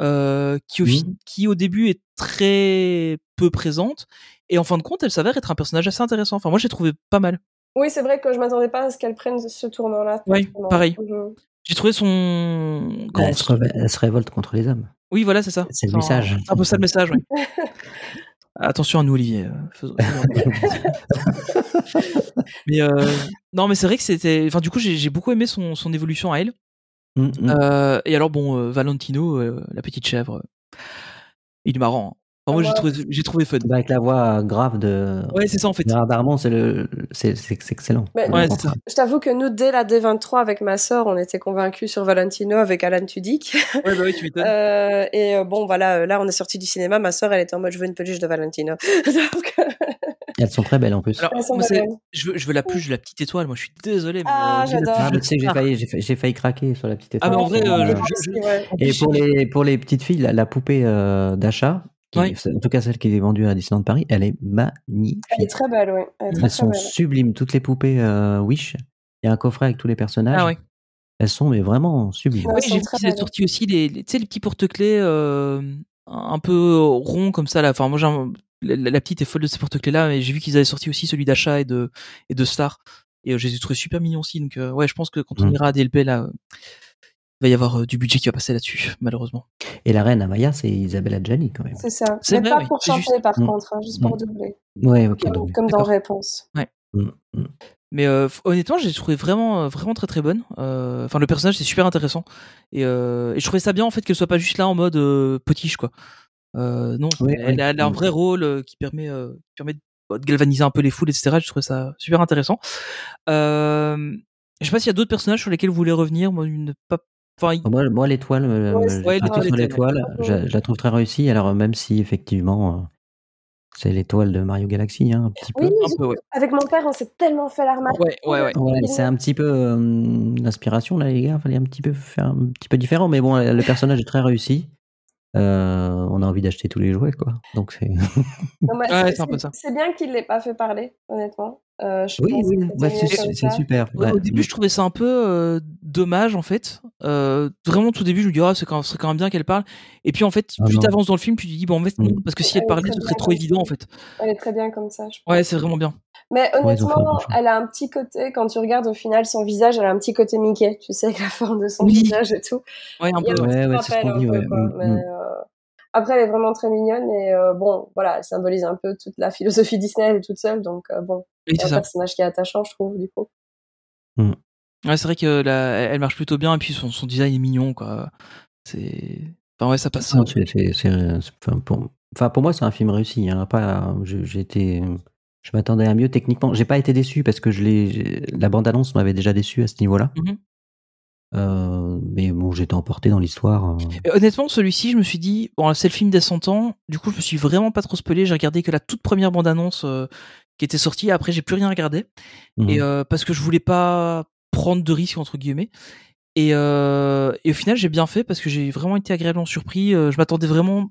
Speaker 1: euh, qui, au
Speaker 7: Mhm.
Speaker 1: fin- qui au début est très peu présente, et en fin de compte, elle s'avère être un personnage assez intéressant. Enfin, moi, j'ai trouvé pas mal.
Speaker 8: Oui, c'est vrai que je m'attendais pas à ce qu'elle prenne ce tournant-là.
Speaker 1: Ouais,
Speaker 8: forcément.
Speaker 1: pareil.
Speaker 8: Mhm.
Speaker 1: J'ai trouvé son.
Speaker 7: Elle, se réve- elle se révolte contre les hommes.
Speaker 1: Oui, voilà, c'est ça.
Speaker 7: C'est le
Speaker 1: un-
Speaker 7: message.
Speaker 1: C'est un peu ça le message. Ouais. Attention à nous, Olivier. euh, faisons- mais euh, non, mais c'est vrai que c'était. Enfin, du coup, j'ai j'ai beaucoup aimé son, son évolution à elle.
Speaker 7: Mm, mm.
Speaker 1: Euh, et alors, bon, euh, Valentino, euh, la petite chèvre, euh, il est marrant. hein. Enfin, moi,
Speaker 8: Ah
Speaker 1: j'ai
Speaker 8: ouais.
Speaker 1: trouvé, j'ai trouvé fun.
Speaker 7: Bah, avec la voix grave de
Speaker 1: Ouais, c'est ça en fait.
Speaker 7: Gérard Darmon, c'est le, c'est, c'est, c'est excellent.
Speaker 8: Mais-
Speaker 1: Ouais,
Speaker 7: Le
Speaker 1: c'est ça.
Speaker 7: contraste.
Speaker 8: Je t'avoue que nous, dès la D23 avec ma sœur, on était convaincus sur Valentino avec Alan Tudyk.
Speaker 1: Ouais, bah oui, tu m'étonnes.
Speaker 8: Euh, et euh, bon, voilà, euh, là, on est sorti du cinéma. Ma sœur, elle était en mode, je veux une peluche de Valentino. Donc, euh,
Speaker 7: Elles sont très belles en plus.
Speaker 1: Alors,
Speaker 8: elles sont
Speaker 1: moi, c'est-
Speaker 8: belles.
Speaker 1: je, veux, je veux la pluie, je veux la petite étoile. Moi, je suis désolé. mais,
Speaker 8: Ah,
Speaker 1: euh, j'ai la
Speaker 8: j'adore.
Speaker 1: pluie,
Speaker 7: Ah,
Speaker 1: je
Speaker 7: mais
Speaker 1: veux
Speaker 7: tu sais que j'ai
Speaker 1: ça.
Speaker 7: failli, j'ai, fa- j'ai failli craquer sur la petite
Speaker 1: Ah,
Speaker 7: étoile.
Speaker 1: mais en vrai,
Speaker 7: Euh,
Speaker 1: euh,
Speaker 8: Moi
Speaker 1: je-
Speaker 8: aussi, ouais.
Speaker 1: En
Speaker 7: Et
Speaker 1: plus,
Speaker 7: pour
Speaker 1: j'ai-
Speaker 7: les, pour les petites filles, la, la poupée euh, d'achat, qui-
Speaker 1: Ouais.
Speaker 7: en tout cas celle qui est vendue à Disneyland Paris, elle est magnifique.
Speaker 8: Elle est très belle, oui. Elle est très,
Speaker 7: Elles
Speaker 8: très
Speaker 7: sont
Speaker 8: belle.
Speaker 7: sublimes, toutes les poupées euh, Wish. Il y a un coffret avec tous les personnages.
Speaker 1: Ah ouais.
Speaker 7: Elles sont mais vraiment sublimes.
Speaker 8: Ouais.
Speaker 1: Oui,
Speaker 8: Elles sont
Speaker 1: j'ai vu
Speaker 8: très
Speaker 1: qu'ils avaient
Speaker 8: belles.
Speaker 1: sorti aussi les, les- tu sais, les petits porte-clés euh, un peu euh, ronds comme ça. Là. Enfin, moi, j'ai un- la, la petite est folle de ces porte-clés-là, mais j'ai vu qu'ils avaient sorti aussi celui d'achat et de, et de Star. Et euh, je les ai trouvés super mignons aussi. Donc, euh, ouais, je pense que quand on
Speaker 7: Mm.
Speaker 1: ira à DLP, là, euh, il va y avoir euh, du budget qui va passer là-dessus, malheureusement.
Speaker 7: Et la reine Amaya, c'est Isabella Gianni quand même.
Speaker 8: C'est ça.
Speaker 1: C'est
Speaker 8: Mais
Speaker 1: vrai,
Speaker 8: pas
Speaker 1: oui,
Speaker 8: pour
Speaker 1: c'est
Speaker 8: chanter,
Speaker 1: juste.
Speaker 8: par
Speaker 7: Mm.
Speaker 8: contre, hein, juste
Speaker 7: Mm.
Speaker 8: pour doubler.
Speaker 7: Ouais, ok.
Speaker 8: Comme,
Speaker 7: donc-
Speaker 8: comme dans
Speaker 1: D'accord.
Speaker 8: Réponse.
Speaker 7: Mm, mm.
Speaker 1: Mais euh, f- honnêtement, j'ai trouvé vraiment, euh, vraiment très très bonne. Euh, Enfin, le personnage c'est super intéressant et, euh, et je trouvais ça bien en fait qu'elle soit pas juste là en mode euh, potiche quoi. Euh, non,
Speaker 7: Oui,
Speaker 1: elle,
Speaker 7: oui.
Speaker 1: a, elle a un vrai rôle euh, qui permet, euh, qui permet de, bah, de galvaniser un peu les foules, etc. Je trouvais ça super intéressant. Euh, je sais pas s'il y a d'autres personnages sur lesquels vous voulez revenir. Moi, une pas. Enfin, il-
Speaker 7: Moi, moi l'étoile, euh,
Speaker 8: Ouais,
Speaker 7: me-
Speaker 8: c'est-
Speaker 7: j'ai
Speaker 1: Ouais,
Speaker 7: craqué
Speaker 1: l'étoile
Speaker 7: sur
Speaker 1: était-
Speaker 7: l'étoile, je, je la trouve très réussie. Alors, même si effectivement, euh, c'est l'étoile de Mario Galaxy, hein, un petit peu.
Speaker 8: Oui,
Speaker 1: un peu, ouais.
Speaker 8: avec mon père, on s'est tellement fait l'arme.
Speaker 1: Ouais, ouais, ouais.
Speaker 7: Ah Ouais, c'est un petit peu euh, l'inspiration, là, les gars. Fallait un petit peu faire un petit peu différent, mais bon, le personnage est très réussi. Euh, on a envie d'acheter tous les jouets, quoi. Donc, c'est.
Speaker 1: Ouais, c'est un peu ça.
Speaker 8: C'est bien qu'il ne l'ait pas fait parler, honnêtement. Euh, je
Speaker 7: Oui,
Speaker 8: pense
Speaker 7: oui,
Speaker 8: que
Speaker 7: ouais,
Speaker 8: c'était mieux
Speaker 7: c'est
Speaker 8: comme
Speaker 7: c'est
Speaker 8: ça.
Speaker 7: super.
Speaker 1: Au-
Speaker 7: ouais. mm.
Speaker 1: Au début, je trouvais ça un peu euh, dommage en fait. Euh, vraiment, tout début, je me dis, ah, c'est quand, ce serait quand même bien qu'elle parle. Et puis, en fait,
Speaker 7: Ah,
Speaker 1: plus
Speaker 7: non.
Speaker 1: t'avances dans le film, tu te dis, bon, en fait, non,
Speaker 7: Mm.
Speaker 1: parce que si elle
Speaker 8: Ouais,
Speaker 1: parlait,
Speaker 8: très
Speaker 1: ce serait
Speaker 8: bien,
Speaker 1: trop
Speaker 8: oui.
Speaker 1: évident en fait.
Speaker 8: Elle est très bien comme ça, je pense.
Speaker 1: Ouais, c'est vraiment bien.
Speaker 8: Mais
Speaker 7: Ouais, ils ont fait un bon
Speaker 8: honnêtement,
Speaker 7: choix.
Speaker 8: elle a un petit côté, quand tu regardes au final son visage, elle a un petit côté Mickey, tu sais, avec la forme de son
Speaker 1: Oui.
Speaker 8: visage et tout.
Speaker 1: Ouais, un
Speaker 8: Il y a
Speaker 1: peu.
Speaker 8: un
Speaker 1: ouais.
Speaker 7: ouais,
Speaker 8: petit
Speaker 7: ouais, c'est ce qu'on
Speaker 8: rappel
Speaker 7: dit,
Speaker 8: un peu,
Speaker 7: ouais.
Speaker 8: quoi,
Speaker 7: Mm,
Speaker 8: mais,
Speaker 7: mm.
Speaker 8: euh, Après, elle est vraiment très mignonne et euh, bon, voilà, elle symbolise un peu toute la philosophie Disney, elle est toute seule, donc euh, bon,
Speaker 1: Oui,
Speaker 8: c'est
Speaker 1: c'est
Speaker 8: un
Speaker 1: ça.
Speaker 8: personnage qui est attachant, je trouve, du coup.
Speaker 1: Ouais, c'est vrai que la- elle marche plutôt bien et puis son, son design est mignon quoi. C'est. Enfin, ouais, ça passe.
Speaker 7: Non, c'est- c'est- c'est- c'est- enfin, pour, enfin, pour moi, c'est un film réussi. Hein, pas, je, j'ai été- je m'attendais à mieux techniquement. J'ai pas été déçu parce que je l'ai, j'ai- la bande-annonce m'avait déjà déçu à ce niveau-là.
Speaker 1: Mhm.
Speaker 7: Euh, mais bon, j'étais emporté dans l'histoire. euh.
Speaker 1: Et honnêtement, celui-ci, je me suis dit, bon, c'est le film des 100 ans. Du coup, je me suis vraiment pas trop spoilé. J'ai regardé que la toute première bande-annonce euh, qui était sorti. Après, j'ai plus rien regardé mmh. et euh, parce que je voulais pas prendre de risques entre guillemets. Et, euh, et au final, j'ai bien fait parce que j'ai vraiment été agréablement surpris. Je m'attendais vraiment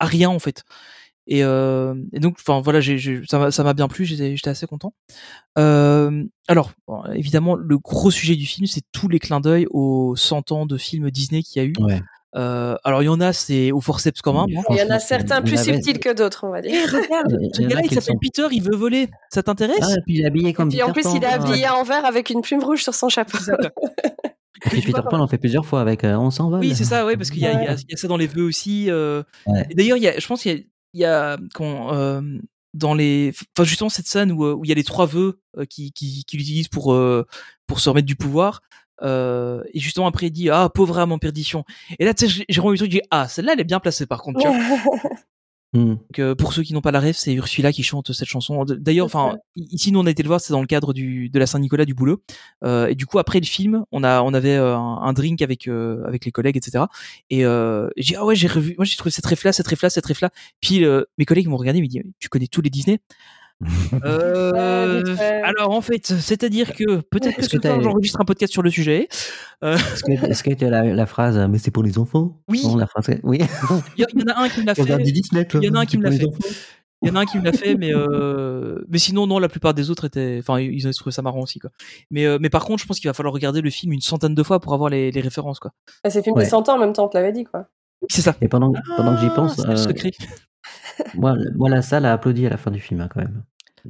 Speaker 1: à rien en fait. Et, euh, et, donc, enfin voilà, j ai, j ai, ça m'a bien plu, j'étais assez content. Euh, alors, bon, évidemment, le gros sujet du film, c'est tous les clins d'œil aux 100 ans de films Disney qu'il y a eu.
Speaker 7: Mmh. Ouais.
Speaker 1: Euh, alors il y en a, c'est au forceps quand même.
Speaker 8: Il y en a certains plus subtils que d'autres, on va dire.
Speaker 1: regarde, ce gars-là, il s'appelle Peter, il veut voler. Ça t'intéresse ah,
Speaker 7: Puis il est habillé comme.
Speaker 8: Et puis, en plus,
Speaker 7: Pan,
Speaker 8: il est habillé ouais. en vert avec une plume rouge sur son chapeau.
Speaker 7: Et puis Peter Pan en fait plusieurs fois avec euh, On s'en va.
Speaker 1: Oui, c'est ça, ouais, parce qu'il y, ouais. y, y, a ça dans les vœux aussi. euh. D'ailleurs, je pense qu'il y a il y a quand euh, dans les enfin justement cette scène où, où il y a les trois vœux euh, qui qui, qui l'utilisent pour euh, pour se remettre du pouvoir euh, et justement après il dit ah pauvre âme en perdition et là tu sais j'ai revu le truc j'ai ah celle-là elle est bien placée par contre tu vois
Speaker 7: mm.
Speaker 1: Donc, pour ceux qui n'ont pas la rêve, c'est Ursula qui chante cette chanson. D'ailleurs, enfin, ici nous on a été le voir, c'est dans le cadre du, de la Saint-Nicolas du boulot. Euh, et du coup après le film, on a on avait euh, un, un drink avec euh, avec les collègues, etc. Et j'ai ah ouais j'ai revu, moi j'ai trouvé cette rêve là, cette rêve là, cette rêve là. Puis euh, mes collègues m'ont regardé, ils m'ont dit tu connais tous les Disney. euh, alors en fait, c'est-à-dire que peut-être que, que, que j'enregistre un podcast sur le sujet.
Speaker 7: Euh... Est-ce que est-ce que as la, la, phrase euh, mais c'est pour les enfants
Speaker 1: Oui.
Speaker 7: Non, la phrase, oui.
Speaker 1: Il y, en a un qui me l'a fait. Il y en a un qui me l'a fait. Il y en a un qui me l'a fait, mais euh... mais sinon non, la plupart des autres étaient, enfin ils ont trouvé ça marrant aussi quoi. Mais euh... mais par contre, je pense qu'il va falloir regarder le film une centaine de fois pour avoir les, les références quoi.
Speaker 8: Bah, c'est film ouais. des 100 ans en même temps, on te l'avait dit quoi.
Speaker 1: C'est ça.
Speaker 7: Et pendant pendant que j'y pense, euh,
Speaker 1: ah, secret.
Speaker 7: moi, moi, la salle a applaudi à la fin du film hein, quand même.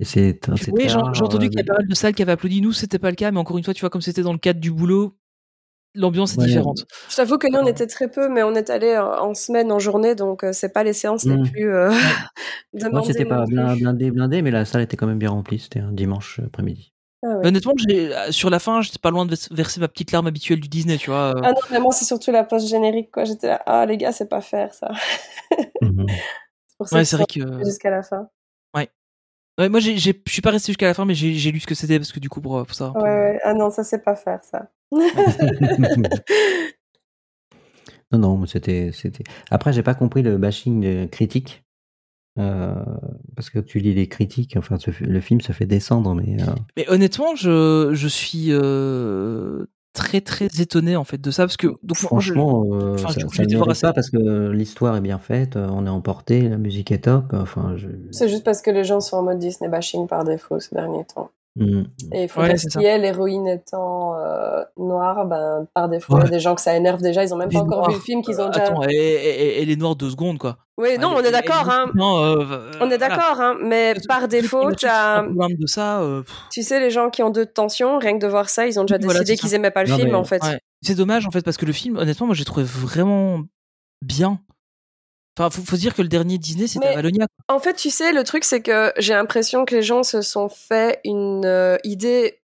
Speaker 1: C'est, oui, j'ai entendu euh, qu'il y a pas mal de salles qui avaient applaudi. Nous, c'était pas le cas, mais encore une fois, tu vois, comme c'était dans le cadre du boulot, l'ambiance est ouais, différente.
Speaker 8: Je t'avoue que nous, on était très peu, mais on est allé en semaine, en journée, donc c'est pas les séances mmh. les plus euh,
Speaker 7: Moi, c'était pas
Speaker 1: hein.
Speaker 7: blindé, blindé, mais la salle était quand même bien remplie. C'était un dimanche après-midi.
Speaker 8: euh,
Speaker 1: Ah ouais. Honnêtement, sur la fin, j'étais pas loin de verser ma petite larme habituelle du Disney, tu vois. euh.
Speaker 8: Ah non, mais moi, c'est surtout la post générique, quoi. J'étais là, ah les gars, c'est pas faire ça.
Speaker 7: Mmh.
Speaker 8: Pour ouais, c'est vrai que jusqu'à la fin.
Speaker 1: Ouais. euh, ouais moi, je suis pas resté jusqu'à la fin, mais j'ai lu ce que c'était parce que du coup, pour, pour ça.
Speaker 8: Ouais, ouais, Ah non, ça c'est pas faire ça.
Speaker 7: non, non, c'était, c'était. Après, j'ai pas compris le bashing critique. Euh, parce que tu lis les critiques, enfin le film se fait descendre, mais. Euh...
Speaker 1: Mais honnêtement, je, je suis euh très très étonné en fait de ça parce que donc,
Speaker 7: franchement je, euh, enfin, ça, je, ça je voir ça parce que l'histoire est bien faite on est emporté la musique est top enfin je...
Speaker 8: c'est juste parce que les gens sont en mode Disney bashing par défaut ces derniers temps
Speaker 7: mmh.
Speaker 8: et il faut ouais, si l'héroïne étant euh, noire ben, par défaut ouais. il y a des gens que ça énerve déjà ils ont même les pas encore noirs. vu le film qu'ils ont euh, déjà
Speaker 1: attends, et, et, et, les noirs deux secondes quoi
Speaker 8: oui non ouais, on, est d'accord, hein.
Speaker 1: non,
Speaker 8: on est d'accord voilà. hein, mais par défaut as...
Speaker 1: de ça euh,
Speaker 8: tu sais les gens qui ont deux tensions rien que de voir ça ils ont déjà décidé voilà, qu'ils aimaient pas le non, film mais... en fait ouais.
Speaker 1: c'est dommage en fait parce que le film honnêtement moi j'ai trouvé vraiment bien Enfin, faut, faut dire que le dernier Disney, c'était Avalonia.
Speaker 8: En fait, tu sais, le truc, c'est que j'ai l'impression que les gens se sont fait une euh, idée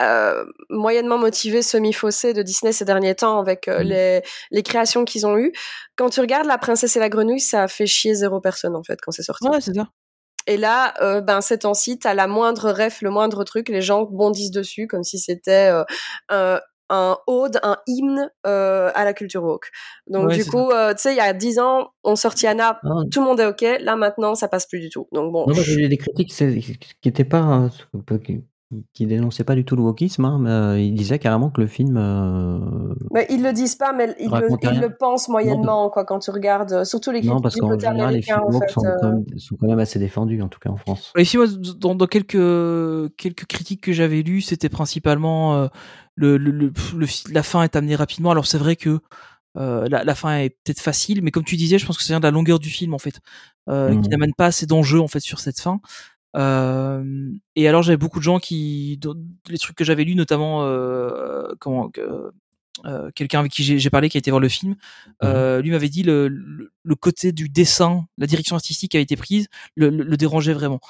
Speaker 8: euh, moyennement motivée, semi-faussée de Disney ces derniers temps avec euh, mmh. les, les, créations qu'ils ont eues. Quand tu regardes La Princesse et la Grenouille, ça a fait chier zéro personne, en fait, quand c'est sorti.
Speaker 1: Ouais, c'est ça.
Speaker 8: Et là, euh, ben, ces temps-ci, t'as la moindre ref, le moindre truc, les gens bondissent dessus comme si c'était euh, un, un ode, un hymne euh, à la culture woke. Donc
Speaker 1: ouais,
Speaker 8: du coup, euh, tu sais, il y a dix ans, on sortit Anna, ah. tout le monde est ok. Là maintenant, ça passe plus du tout. Donc
Speaker 1: Oh,
Speaker 8: bon.
Speaker 7: Non, j'ai eu des critiques qui n'étaient pas, hein, qui, qui dénonçaient pas du tout le wokisme. Hein, mais ils disaient carrément que le film. euh,
Speaker 8: Mais ils le disent pas, mais ils, le, ils le, pensent moyennement non, quoi quand tu regardes, euh, surtout les
Speaker 7: critiques. Non, parce qu'en général, les films woke sont,
Speaker 1: euh?
Speaker 8: euh,
Speaker 7: sont, quand même assez défendus en tout cas en France.
Speaker 1: Ici, moi, dans, dans, quelques quelques critiques que j'avais lues, c'était principalement euh, le, le, le, le, la fin est amenée rapidement. Alors c'est vrai que euh, la, la, fin est peut-être facile, mais comme tu disais, je pense que c'est de la longueur du film en fait, euh, mmh. qui n'amène pas assez d'enjeux en fait sur cette fin. Euh, et alors j'avais beaucoup de gens qui, les trucs que j'avais lus, notamment euh, comment euh, quelqu'un avec qui j'ai parlé qui a été voir le film, mmh.
Speaker 7: Mhm.
Speaker 1: lui m'avait dit le, le, côté du dessin, la direction artistique a été prise, le, dérangeait vraiment.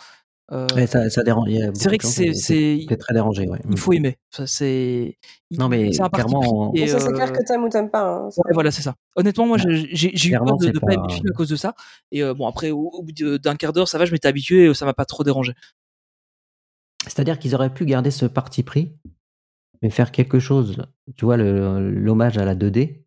Speaker 7: Euh, ouais, ça, ça dérange.
Speaker 1: C'est vrai que c'est
Speaker 7: c'est très dérangé. Ouais. Mm.
Speaker 1: Il faut aimer. Ça c'est.
Speaker 7: Non mais clairement.
Speaker 8: Euh... c'est clair que t'aimes ou t'aimes pas. Hein,
Speaker 1: ouais, voilà c'est ça. Honnêtement moi j'ai eu peur de, de pas, pas aimer le film à cause de ça. Et euh, bon après au, au bout d'un quart d'heure ça va je m'étais habitué et ça m'a pas trop dérangé.
Speaker 7: C'est-à-dire qu'ils auraient pu garder ce parti pris, mais faire quelque chose. Tu vois l'hommage à la 2D,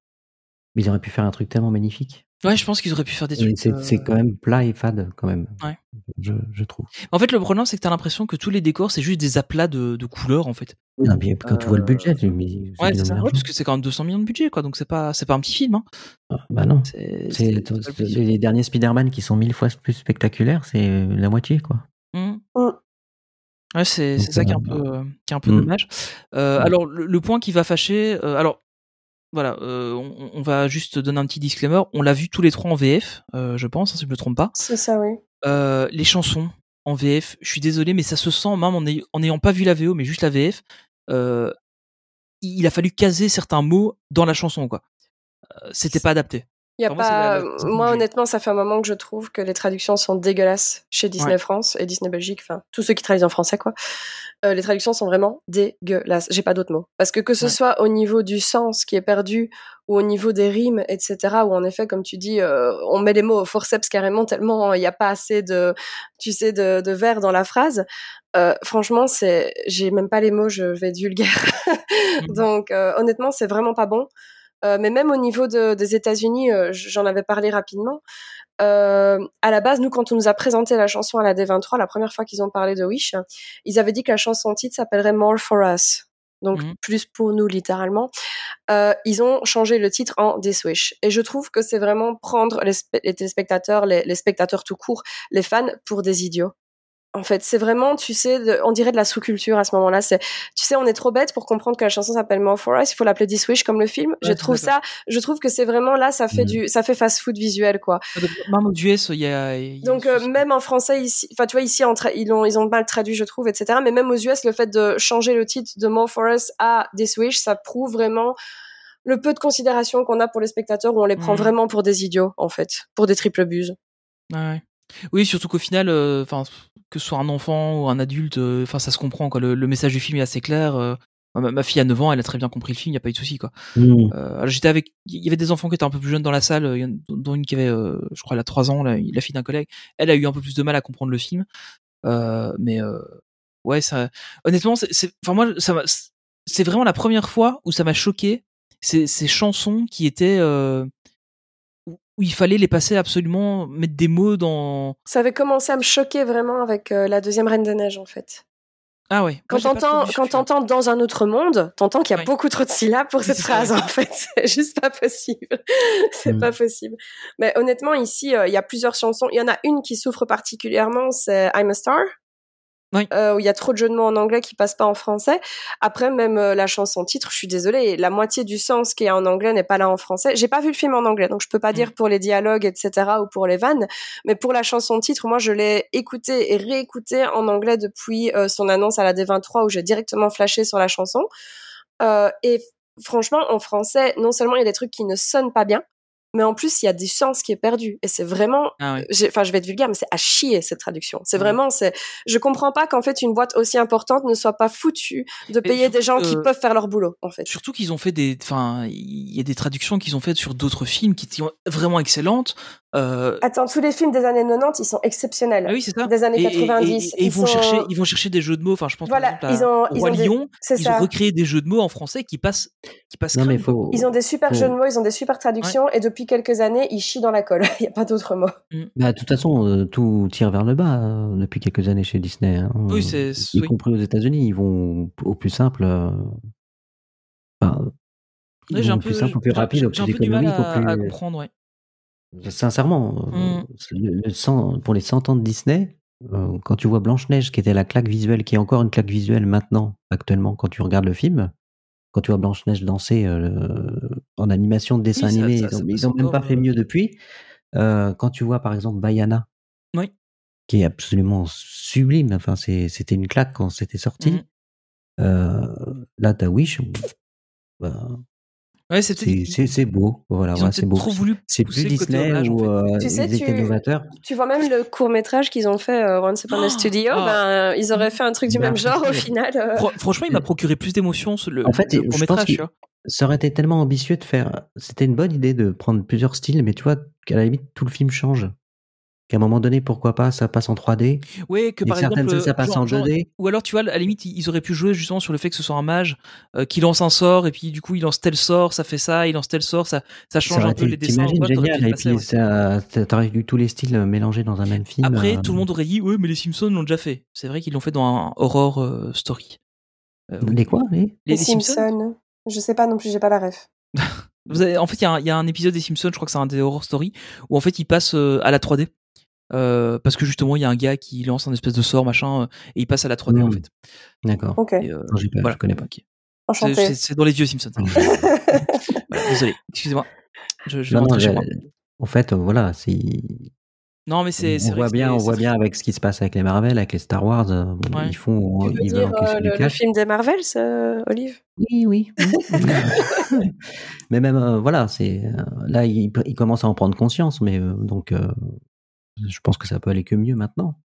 Speaker 7: mais ils auraient pu faire un truc tellement magnifique.
Speaker 1: Ouais, je pense qu'ils auraient pu faire des trucs.
Speaker 7: C'est, euh... quand même plat et fade, quand même.
Speaker 1: Ouais.
Speaker 7: Je, je, trouve.
Speaker 1: En fait, le problème, c'est que t'as l'impression que tous les décors, c'est juste des aplats de, de, couleurs, en fait.
Speaker 7: Non, mais quand euh... tu vois le budget, tu mis,
Speaker 1: Ouais, c'est ça. Ouais, parce que c'est quand même 200 millions de budget, quoi. Donc, c'est pas, c'est pas un petit film. Hein.
Speaker 7: Ah, bah non. C'est, les derniers Spider-Man qui sont mille fois plus spectaculaires, c'est euh, la moitié, quoi.
Speaker 1: Mmh. Mmh. Ouais, c'est, ça qui est un peu, euh, qui est un peu mmh. dommage. Alors, le, le, point qui va fâcher. euh, alors, voilà, euh, on, on, va juste donner un petit disclaimer. On l'a vu tous les trois en VF, euh, je pense, hein, si je ne me trompe pas.
Speaker 8: C'est ça, oui.
Speaker 1: Euh, les chansons en VF, je suis désolé, mais ça se sent, même en n'ayant pas vu la VO, mais juste la VF, il a fallu caser certains mots dans la chanson, quoi. Euh, C'était pas adapté.
Speaker 8: Y a Vraiment, pas... La, la, Moi, honnêtement, ça fait un moment que je trouve que les traductions sont dégueulasses chez Disney ouais. France et Disney Belgique, enfin, tous ceux qui traduisent en français, quoi. Euh, les traductions sont vraiment dégueulasses. J'ai pas d'autres mots. Parce que que ce ouais. soit au niveau du sens qui est perdu ou au niveau des rimes, etc., où en effet, comme tu dis, euh, on met les mots au forceps carrément tellement il n'y a pas assez de, tu sais, de, de vers dans la phrase. Euh, franchement, c'est, j'ai même pas les mots, je vais être vulgaire. Donc, euh, honnêtement, c'est vraiment pas bon. Euh, mais même au niveau de, des États-Unis, euh, j'en avais parlé rapidement. Euh, à la base, nous, quand on nous a présenté la chanson à la D23, la première fois qu'ils ont parlé de Wish, ils avaient dit que la chanson titre s'appellerait More for Us. Donc, mm -hmm. plus pour nous, littéralement. Euh, ils ont changé le titre en This Wish. Et je trouve que c'est vraiment prendre les, les téléspectateurs, les, les spectateurs tout court, les fans, pour des idiots en fait. C'est vraiment, tu sais, de, on dirait de la sous-culture à ce moment-là. C'est, tu sais, on est trop bête pour comprendre que la chanson s'appelle More for Us. Il faut l'appeler This Wish comme le film. Ouais, je trouve ça, je trouve que c'est vraiment là, ça fait mmh. du, ça fait fast-food visuel, quoi.
Speaker 1: Même aux US, il y a. Y
Speaker 8: a Donc euh, même en français ici, enfin tu vois ici, ils ont, ils ont mal traduit, je trouve, etc. Mais même aux US, le fait de changer le titre de More for Us à This Wish, ça prouve vraiment le peu de considération qu'on a pour les spectateurs où on les prend mmh. vraiment pour des idiots, en fait, pour des triples buses.
Speaker 1: Ouais. Oui, surtout qu'au final, enfin, euh, que ce soit un enfant ou un adulte, enfin, euh, ça se comprend. Quoi. Le, le, message du film est assez clair. Euh, ma, ma, fille à 9 ans, elle a très bien compris le film, il n'y a pas eu de souci. Quoi. Mmh. j'étais avec, il y avait des enfants qui étaient un peu plus jeunes dans la salle, euh, dont une qui avait, euh, je crois, elle a 3 ans, la, la fille d'un collègue. Elle a eu un peu plus de mal à comprendre le film. Euh, mais ouais, ça, honnêtement, c'est, enfin, moi, ça c'est vraiment la première fois où ça m'a choqué ces, ces, chansons qui étaient euh, où il fallait les passer absolument, mettre des mots dans.
Speaker 8: Ça avait commencé à me choquer vraiment avec euh, la deuxième Reine des Neiges en fait.
Speaker 1: Ah ouais.
Speaker 8: Quand t'entends, quand t'entends dans un autre monde, t'entends qu'il y a ouais. beaucoup trop de syllabes pour cette phrase en fait. C'est juste pas possible. c'est mmh. pas possible. Mais honnêtement ici, il euh, y a plusieurs chansons. Il y en a une qui souffre particulièrement, c'est I'm a Star.
Speaker 1: Oui.
Speaker 8: Euh, où il y a trop de jeux de mots en anglais qui passent pas en français. Après, même euh, la chanson titre, je suis désolée, la moitié du sens qui est en anglais n'est pas là en français. J'ai pas vu le film en anglais, donc je peux pas mmh. dire pour les dialogues, etc., ou pour les vannes, mais pour la chanson titre, moi, je l'ai écoutée et réécoutée en anglais depuis euh, son annonce à la D23 où j'ai directement flashé sur la chanson. Euh, et franchement, en français, non seulement il y a des trucs qui ne sonnent pas bien, mais en plus il y a du sens qui est perdu et c'est vraiment
Speaker 1: ah oui.
Speaker 8: enfin je vais être vulgaire mais c'est à chier cette traduction
Speaker 1: Mmh.
Speaker 8: c'est oui. vraiment c'est je comprends pas qu'en fait une boîte aussi importante ne soit pas foutue de mais payer des gens euh... qui peuvent faire leur boulot en fait
Speaker 1: surtout qu'ils ont fait des enfin il y a des traductions qu'ils ont faites sur d'autres films qui étaient vraiment excellentes euh...
Speaker 8: attends tous les films des années 90 ils sont exceptionnels
Speaker 1: ah oui, ça.
Speaker 8: des années et, 90
Speaker 1: et, et, ils, vont sont... chercher ils vont chercher des jeux de mots enfin je pense
Speaker 8: voilà,
Speaker 1: par exemple, à,
Speaker 8: ils ont,
Speaker 1: Roi
Speaker 8: ils ont
Speaker 1: Lyon
Speaker 8: des...
Speaker 1: ils
Speaker 8: ça.
Speaker 1: ont recréé des jeux de mots en français qui passent qui passent
Speaker 7: non, mais faut...
Speaker 8: ils ont des super faut... jeux de
Speaker 1: Mm.
Speaker 8: mots ils ont des super traductions ouais. et depuis quelques années, il chie dans la colle. il n'y a pas d'autre mot.
Speaker 7: Bah, de toute façon, euh, tout tire vers le bas euh, depuis quelques années chez Disney. Hein.
Speaker 1: Oui, c'est.
Speaker 7: Y
Speaker 1: oui.
Speaker 7: compris aux États-Unis, ils vont au plus simple. Euh... Enfin,
Speaker 1: ouais,
Speaker 7: ils vont au plus simple, au plus rapide, au plus économique,
Speaker 1: à,
Speaker 7: au plus.
Speaker 1: À comprendre, ouais.
Speaker 7: Sincèrement, mm. le, le 100, pour les 100 ans de Disney, euh, quand tu vois Blanche-Neige, qui était la claque visuelle, qui est encore une claque visuelle maintenant, actuellement, quand tu regardes le film, quand tu vois Blanche-Neige danser euh, en animation de dessin oui, animé, ça, ça, ils n'ont même pas fait mieux depuis. Euh, quand tu vois par exemple Bayana,
Speaker 1: oui.
Speaker 7: qui est absolument sublime, enfin, c'était une claque quand c'était sorti.
Speaker 1: Mmh.
Speaker 7: Mm -hmm. euh, là, t'as Wish, bah,
Speaker 1: ouais,
Speaker 7: c'est beau. Voilà,
Speaker 1: ouais,
Speaker 7: c'est beau.
Speaker 8: Euh.
Speaker 1: C'est
Speaker 7: plus Disney euh, hommage, où en fait. tu sais, ils étaient
Speaker 8: tu,
Speaker 7: novateurs.
Speaker 8: Tu vois même le court métrage qu'ils ont fait uh, Once Upon a oh, Studio, oh. Ben, ils auraient fait un truc du bah, même genre au final.
Speaker 1: Euh... Franchement, il m'a procuré plus d'émotions le,
Speaker 7: en fait,
Speaker 1: le court métrage. Je pense
Speaker 7: ça aurait été tellement ambitieux de faire. C'était une bonne idée de prendre plusieurs styles, mais tu vois, à la limite, tout le film change. qu'à un moment donné, pourquoi pas, ça passe en 3D.
Speaker 1: Oui, que par
Speaker 7: certaines
Speaker 1: exemple, euh,
Speaker 7: scènes, ça passe
Speaker 1: genre-
Speaker 7: en
Speaker 1: genre-
Speaker 7: 2D.
Speaker 1: Ou alors, tu vois, à la limite, ils auraient pu jouer justement sur le fait que ce soit un mage euh, qui lance un sort et puis du coup, il lance tel sort, ça fait ça, il lance tel sort, ça, ça
Speaker 7: Ça
Speaker 1: change
Speaker 7: aurait
Speaker 1: un peu
Speaker 7: été-
Speaker 1: les dessins.
Speaker 7: t'imagines,
Speaker 1: ou quoi, t'aurais pu
Speaker 7: génial.
Speaker 1: le
Speaker 7: Et
Speaker 1: passer,
Speaker 7: puis,
Speaker 1: ouais.
Speaker 7: ça- ça- t'aurais eu tous les styles euh, mélangés dans un même film.
Speaker 1: Après,
Speaker 7: euh,
Speaker 1: tout le monde aurait dit, oui, mais les Simpsons l'ont déjà fait. C'est vrai qu'ils l'ont fait dans un horror euh, story. Euh,
Speaker 7: Les quoi les
Speaker 1: les, les
Speaker 8: Simpsons. Je sais pas non plus, j'ai pas la ref.
Speaker 1: Vous avez- en fait, il y, a un- il y a un épisode des Simpsons, je crois que c'est un des horror story, où en fait ils passent euh, à la 3D. Euh, parce que justement, il y a un gars qui lance un espèce de sort, machin, euh, et il passe à la 3D en
Speaker 7: Mm.
Speaker 1: fait.
Speaker 7: D'accord.
Speaker 8: Ok,
Speaker 1: Et, euh,
Speaker 7: Non, j'ai pas-
Speaker 1: voilà.
Speaker 7: je connais pas.
Speaker 1: Ok. C'est-
Speaker 8: enchantée.
Speaker 1: C'est c'est dans les vieux Simpsons.
Speaker 7: Hmm.
Speaker 1: Voilà, désolé, excusez-moi. Je, je vais
Speaker 7: Non, non,
Speaker 1: rentrer chez
Speaker 7: j'ai-
Speaker 1: moi.
Speaker 7: en fait, euh, voilà, c'est
Speaker 1: Non, mais c'est c'est
Speaker 7: on
Speaker 1: vrai
Speaker 7: voit
Speaker 1: que
Speaker 7: bien,
Speaker 1: c'est-
Speaker 7: on
Speaker 1: c'est
Speaker 7: voit
Speaker 1: très-
Speaker 7: bien avec ce qui se passe avec les Marvel, avec les Star Wars, euh, bon,
Speaker 1: Ouais.
Speaker 7: ils font,
Speaker 8: Tu veux
Speaker 7: ils veulent
Speaker 8: dire
Speaker 7: encaisser
Speaker 8: euh,
Speaker 7: du
Speaker 8: le, le
Speaker 7: cash.
Speaker 8: film des Marvels, euh, Olive
Speaker 7: Oui, oui. Mmh. oui. mais même, euh, voilà, c'est euh, là, ils, ils commencent à en prendre conscience, mais euh, donc, euh, je pense que ça peut aller que mieux maintenant.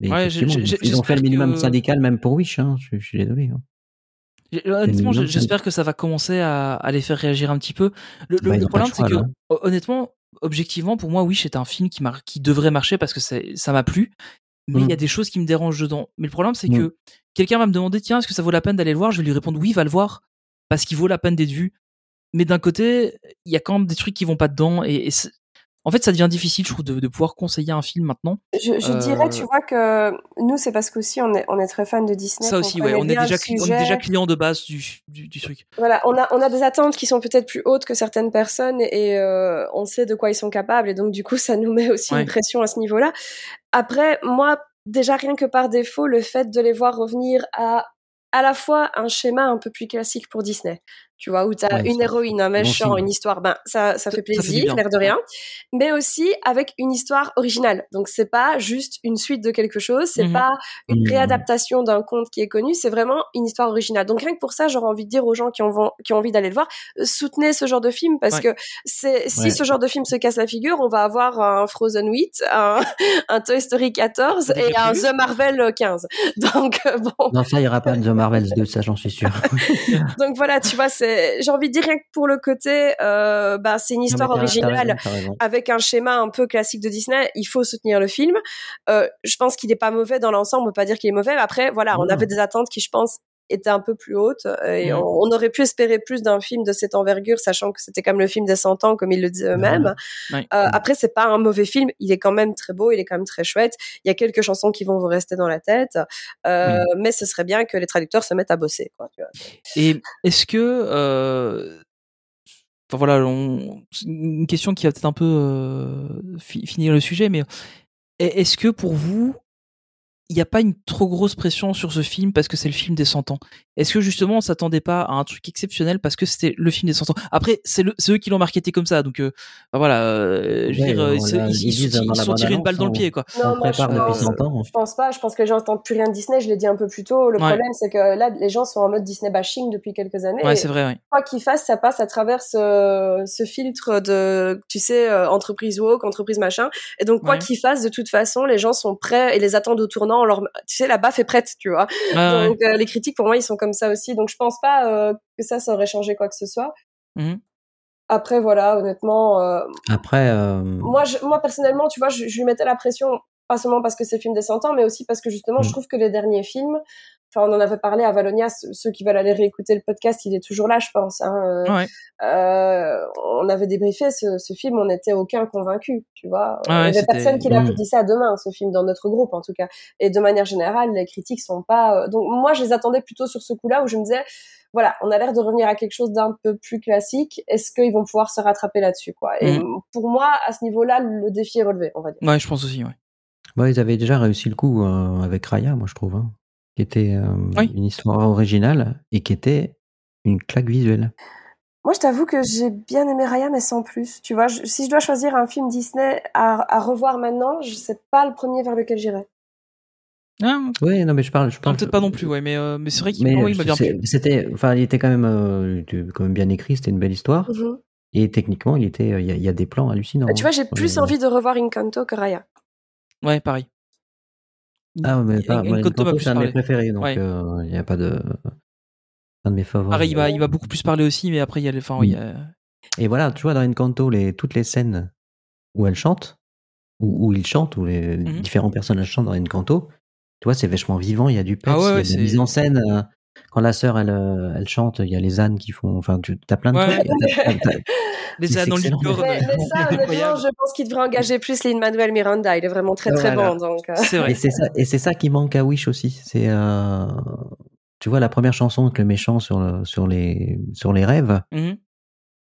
Speaker 7: Mais
Speaker 1: Ouais,
Speaker 7: effectivement,
Speaker 1: j'ai- j'ai-
Speaker 7: ils ont fait
Speaker 1: j'espère
Speaker 7: le minimum
Speaker 1: que-
Speaker 7: syndical même pour Wish. hein, je, je suis désolé. hein.
Speaker 1: J'ai- euh, Honnêtement,
Speaker 7: minimum,
Speaker 1: j'ai-
Speaker 7: ça-
Speaker 1: j'espère que ça va commencer à, à les faire réagir un petit peu. Le, le-
Speaker 7: Bah, ils
Speaker 1: le
Speaker 7: ont pas
Speaker 1: problème,
Speaker 7: le
Speaker 1: c'est que,
Speaker 7: choix,
Speaker 1: hon- honnêtement, objectivement, pour moi, Wish est un film qui, mar- qui devrait marcher parce que c'est- ça m'a plu. Mais il
Speaker 7: Mmh.
Speaker 1: y a des choses qui me dérangent dedans. Mais le problème, c'est que quelqu'un va me demander tiens, est-ce que ça vaut la peine d'aller le voir Je vais lui répondre oui, va le voir parce qu'il vaut la peine d'être vu. Mais d'un côté, il y a quand même des trucs qui vont pas dedans. Et, et c'est- en fait, ça devient difficile, je trouve, de, de pouvoir conseiller un film maintenant.
Speaker 8: Je, je
Speaker 1: Euh,
Speaker 8: dirais, tu vois, que nous, c'est parce qu'aussi, on est, on est très fan de Disney.
Speaker 1: ça
Speaker 8: qu'on
Speaker 1: aussi,
Speaker 8: connaît
Speaker 1: ouais, on est,
Speaker 8: bien
Speaker 1: déjà,
Speaker 8: le
Speaker 1: cli- on est
Speaker 8: sujet.
Speaker 1: déjà client de base du- du- du truc.
Speaker 8: Voilà, on a, on a des attentes qui sont peut-être plus hautes que certaines personnes et euh, on sait de quoi ils sont capables et donc du coup ça nous met aussi
Speaker 1: Ouais.
Speaker 8: une pression à ce niveau-là. Après, moi, déjà rien que par défaut, le fait de les voir revenir à à la fois un schéma un peu plus classique pour Disney, tu vois, où tu as
Speaker 7: Ouais,
Speaker 8: une
Speaker 7: c'est-
Speaker 8: héroïne, un
Speaker 7: bon
Speaker 8: méchant,
Speaker 7: signe.
Speaker 8: une histoire, ben ça,
Speaker 1: Ça
Speaker 8: ça fait
Speaker 1: fait du
Speaker 8: plaisir,
Speaker 1: bien.
Speaker 8: l'air de rien, mais aussi avec une histoire originale. Donc c'est pas juste une suite de quelque chose, c'est
Speaker 1: Mhm.
Speaker 8: pas une
Speaker 7: Mhm.
Speaker 8: réadaptation d'un conte qui est connu, c'est vraiment une histoire originale. Donc rien que pour ça, j'aurais envie de dire aux gens qui ont, van- qui ont envie d'aller le voir, euh, soutenez ce genre de film parce
Speaker 1: Ouais.
Speaker 8: que c'est, si
Speaker 7: Ouais.
Speaker 8: ce genre de film se casse la figure, on va avoir un Frozen 8, un, un Toy Story 14
Speaker 1: Déjà
Speaker 8: et un
Speaker 1: prévu
Speaker 8: The Marvel 15. Donc euh,
Speaker 1: Oh.
Speaker 8: bon,
Speaker 7: Non, ça, il y aura pas de Marvels 2, ça, j'en suis sûr.
Speaker 8: donc voilà, tu vois, c'est, j'ai envie de dire rien que pour le côté, euh, bah, c'est une
Speaker 7: Non, mais t'as-
Speaker 8: histoire
Speaker 7: t'as
Speaker 8: originale.
Speaker 7: raison, t'as raison.
Speaker 8: avec un schéma un peu classique de Disney, il faut soutenir le film. Euh, je pense qu'il n'est pas mauvais dans l'ensemble, on peut pas dire qu'il est mauvais. mais Après, voilà, on
Speaker 7: Non.
Speaker 8: avait des attentes qui, je pense, étaient un peu plus hautes euh, et
Speaker 1: Mhm.
Speaker 8: on, on aurait pu espérer plus d'un film de cette envergure, sachant que c'était comme le film des 100 ans, comme ils le disent
Speaker 7: Bah
Speaker 8: eux-mêmes.
Speaker 1: Ouais.
Speaker 8: Euh, après, c'est pas un mauvais film, il est quand même très beau, il est quand même très chouette. Il y a quelques chansons qui vont vous rester dans la tête, euh, mais ce serait bien que les traducteurs se mettent à bosser. Quoi, tu vois.
Speaker 1: Et est-ce que. euh, Enfin voilà, on- c'est une question qui va peut-être un peu euh, fi- finir le sujet, mais est- est-ce que pour vous, il n'y a pas une trop grosse pression sur ce film parce que c'est le film des 100 ans Est-ce que justement on s'attendait pas à un truc exceptionnel parce que c'était le film des 100 ans Après, c'est le- c'est eux qui l'ont marketé comme ça, donc euh, enfin, voilà, euh, je veux
Speaker 7: Ouais,
Speaker 1: dire, euh,
Speaker 7: on
Speaker 1: ils se-
Speaker 7: l'a-
Speaker 1: ils
Speaker 7: ils
Speaker 1: ils se
Speaker 7: disent dans
Speaker 1: ils se
Speaker 7: la
Speaker 1: sont tirés une
Speaker 7: bande-annonce, hein.
Speaker 1: balle dans le
Speaker 7: on-
Speaker 1: pied, quoi.
Speaker 8: Non,
Speaker 7: On
Speaker 8: moi,
Speaker 7: prépare
Speaker 8: je
Speaker 7: depuis
Speaker 8: pense-
Speaker 7: 100 ans.
Speaker 8: Je pense pas. Je pense que les gens n'entendent plus rien de Disney. Je l'ai dit un peu plus tôt. Le
Speaker 1: Ouais.
Speaker 8: problème, c'est que là, les gens sont en mode Disney bashing depuis quelques années.
Speaker 1: Ouais,
Speaker 8: Et
Speaker 1: c'est vrai, ouais.
Speaker 8: quoi qu'ils fassent, ça passe à travers ce, ce filtre de, tu sais, euh, entreprise woke, entreprise machin. Et donc, quoi
Speaker 1: Ouais.
Speaker 8: qu'ils fassent, de toute façon, les gens sont prêts et les attendent au tournant. On Leur, tu sais, la baffe est prête, tu vois.
Speaker 1: Ah, ouais.
Speaker 8: donc, euh, les critiques, pour moi, ils sont comme ça aussi. Donc, je pense pas euh, que ça, ça aurait changé quoi que ce soit.
Speaker 1: Mhm.
Speaker 8: Après, voilà, honnêtement, euh,
Speaker 7: Après, euh,
Speaker 8: moi, je, moi personnellement, tu vois, je, je lui mettais la pression, pas seulement parce que c'est film des 100 ans, mais aussi parce que justement, je
Speaker 7: Mm.
Speaker 8: trouve que les derniers films, enfin, on en avait parlé à Valonia, ceux ceux qui veulent aller réécouter le podcast, il est toujours là, je pense. Hein, euh,
Speaker 1: Ouais.
Speaker 8: euh, on avait débriefé ce, ce film, on n'était aucun convaincu, tu vois.
Speaker 1: Ah ouais,
Speaker 8: il y avait
Speaker 1: c'était-
Speaker 8: personne qui
Speaker 7: Mm.
Speaker 8: l'applaudissait à demain, ce film, dans notre groupe en tout cas. Et de manière générale, les critiques sont pas. euh, Donc moi, je les attendais plutôt sur ce coup-là où je me disais, voilà, on a l'air de revenir à quelque chose d'un peu plus classique. Est-ce qu'ils vont pouvoir se rattraper là-dessus, quoi Et
Speaker 1: Mmh.
Speaker 8: pour moi, à ce niveau-là, le défi est relevé, on va dire.
Speaker 1: Ouais, je pense aussi, ouais.
Speaker 7: bah, ils avaient déjà réussi le coup euh, avec Raya, moi je trouve, hein, qui était euh,
Speaker 1: Oui.
Speaker 7: une histoire originale et qui était une claque visuelle.
Speaker 8: Moi, je t'avoue que j'ai bien aimé Raya, mais sans plus. Tu vois, je- si je dois choisir un film Disney à, à revoir maintenant, je sais pas le premier vers lequel j'irai.
Speaker 1: Ah,
Speaker 7: Oui, non mais je parle, je
Speaker 1: non,
Speaker 7: parle
Speaker 1: peut-être pas non plus, ouais, mais, euh, mais c'est vrai qu'il
Speaker 7: Mais
Speaker 1: non, il m'a bien
Speaker 7: c'est-
Speaker 1: plu.
Speaker 7: c'était, enfin, il était quand même, euh, quand même bien écrit, c'était une belle histoire.
Speaker 8: Mhm. Bah,
Speaker 7: Et techniquement, il était, euh, il y, a- il y a des plans hallucinants.
Speaker 8: Tu vois, j'ai
Speaker 7: hein.
Speaker 8: plus
Speaker 7: Euh,
Speaker 8: envie de revoir Encanto que Raya.
Speaker 1: Ouais, pareil.
Speaker 7: Ah, mais pas,
Speaker 1: Encanto m'a
Speaker 7: moi, Encanto,
Speaker 1: plus
Speaker 7: c'est un de mes
Speaker 1: parlé.
Speaker 7: préférés, donc
Speaker 1: Ouais.
Speaker 7: euh, il n'y a pas de, un de mes favoris.
Speaker 1: Pareil, il m'a, bah, il m'a beaucoup plus parlé aussi, mais après, il y a les. Enfin, oui,
Speaker 7: Mm.
Speaker 1: euh,
Speaker 7: Et voilà, tu vois, dans Encanto, les, toutes les scènes où elle chante, où, où ils chantent, où les
Speaker 1: Mhm.
Speaker 7: mm -hmm. différents personnages chantent dans Encanto, tu vois, c'est vachement vivant, il y a du peps,
Speaker 1: Ah ouais,
Speaker 7: il y a
Speaker 1: ouais,
Speaker 7: de
Speaker 1: c'est-
Speaker 7: la mise en scène. euh, Quand la sœur, elle, euh, elle chante, il y a les ânes qui font. Enfin, tu as plein de
Speaker 1: Ouais.
Speaker 7: trucs. T'as- t'as- t'as-
Speaker 1: Les
Speaker 7: C'est
Speaker 1: ânes en
Speaker 7: excellent.
Speaker 1: licorne.
Speaker 8: Mais, mais ça, honnêtement,
Speaker 1: Incroyable.
Speaker 8: je pense qu'il devrait engager plus Lin-Manuel Miranda. Il est vraiment très très
Speaker 7: Voilà.
Speaker 8: bon. Donc, euh,
Speaker 1: C'est vrai.
Speaker 7: Et c'est ça, et c'est ça qui manque à Wish aussi. C'est, euh, tu vois, la première chanson avec le méchant sur le- sur les sur les rêves,
Speaker 1: Mhm.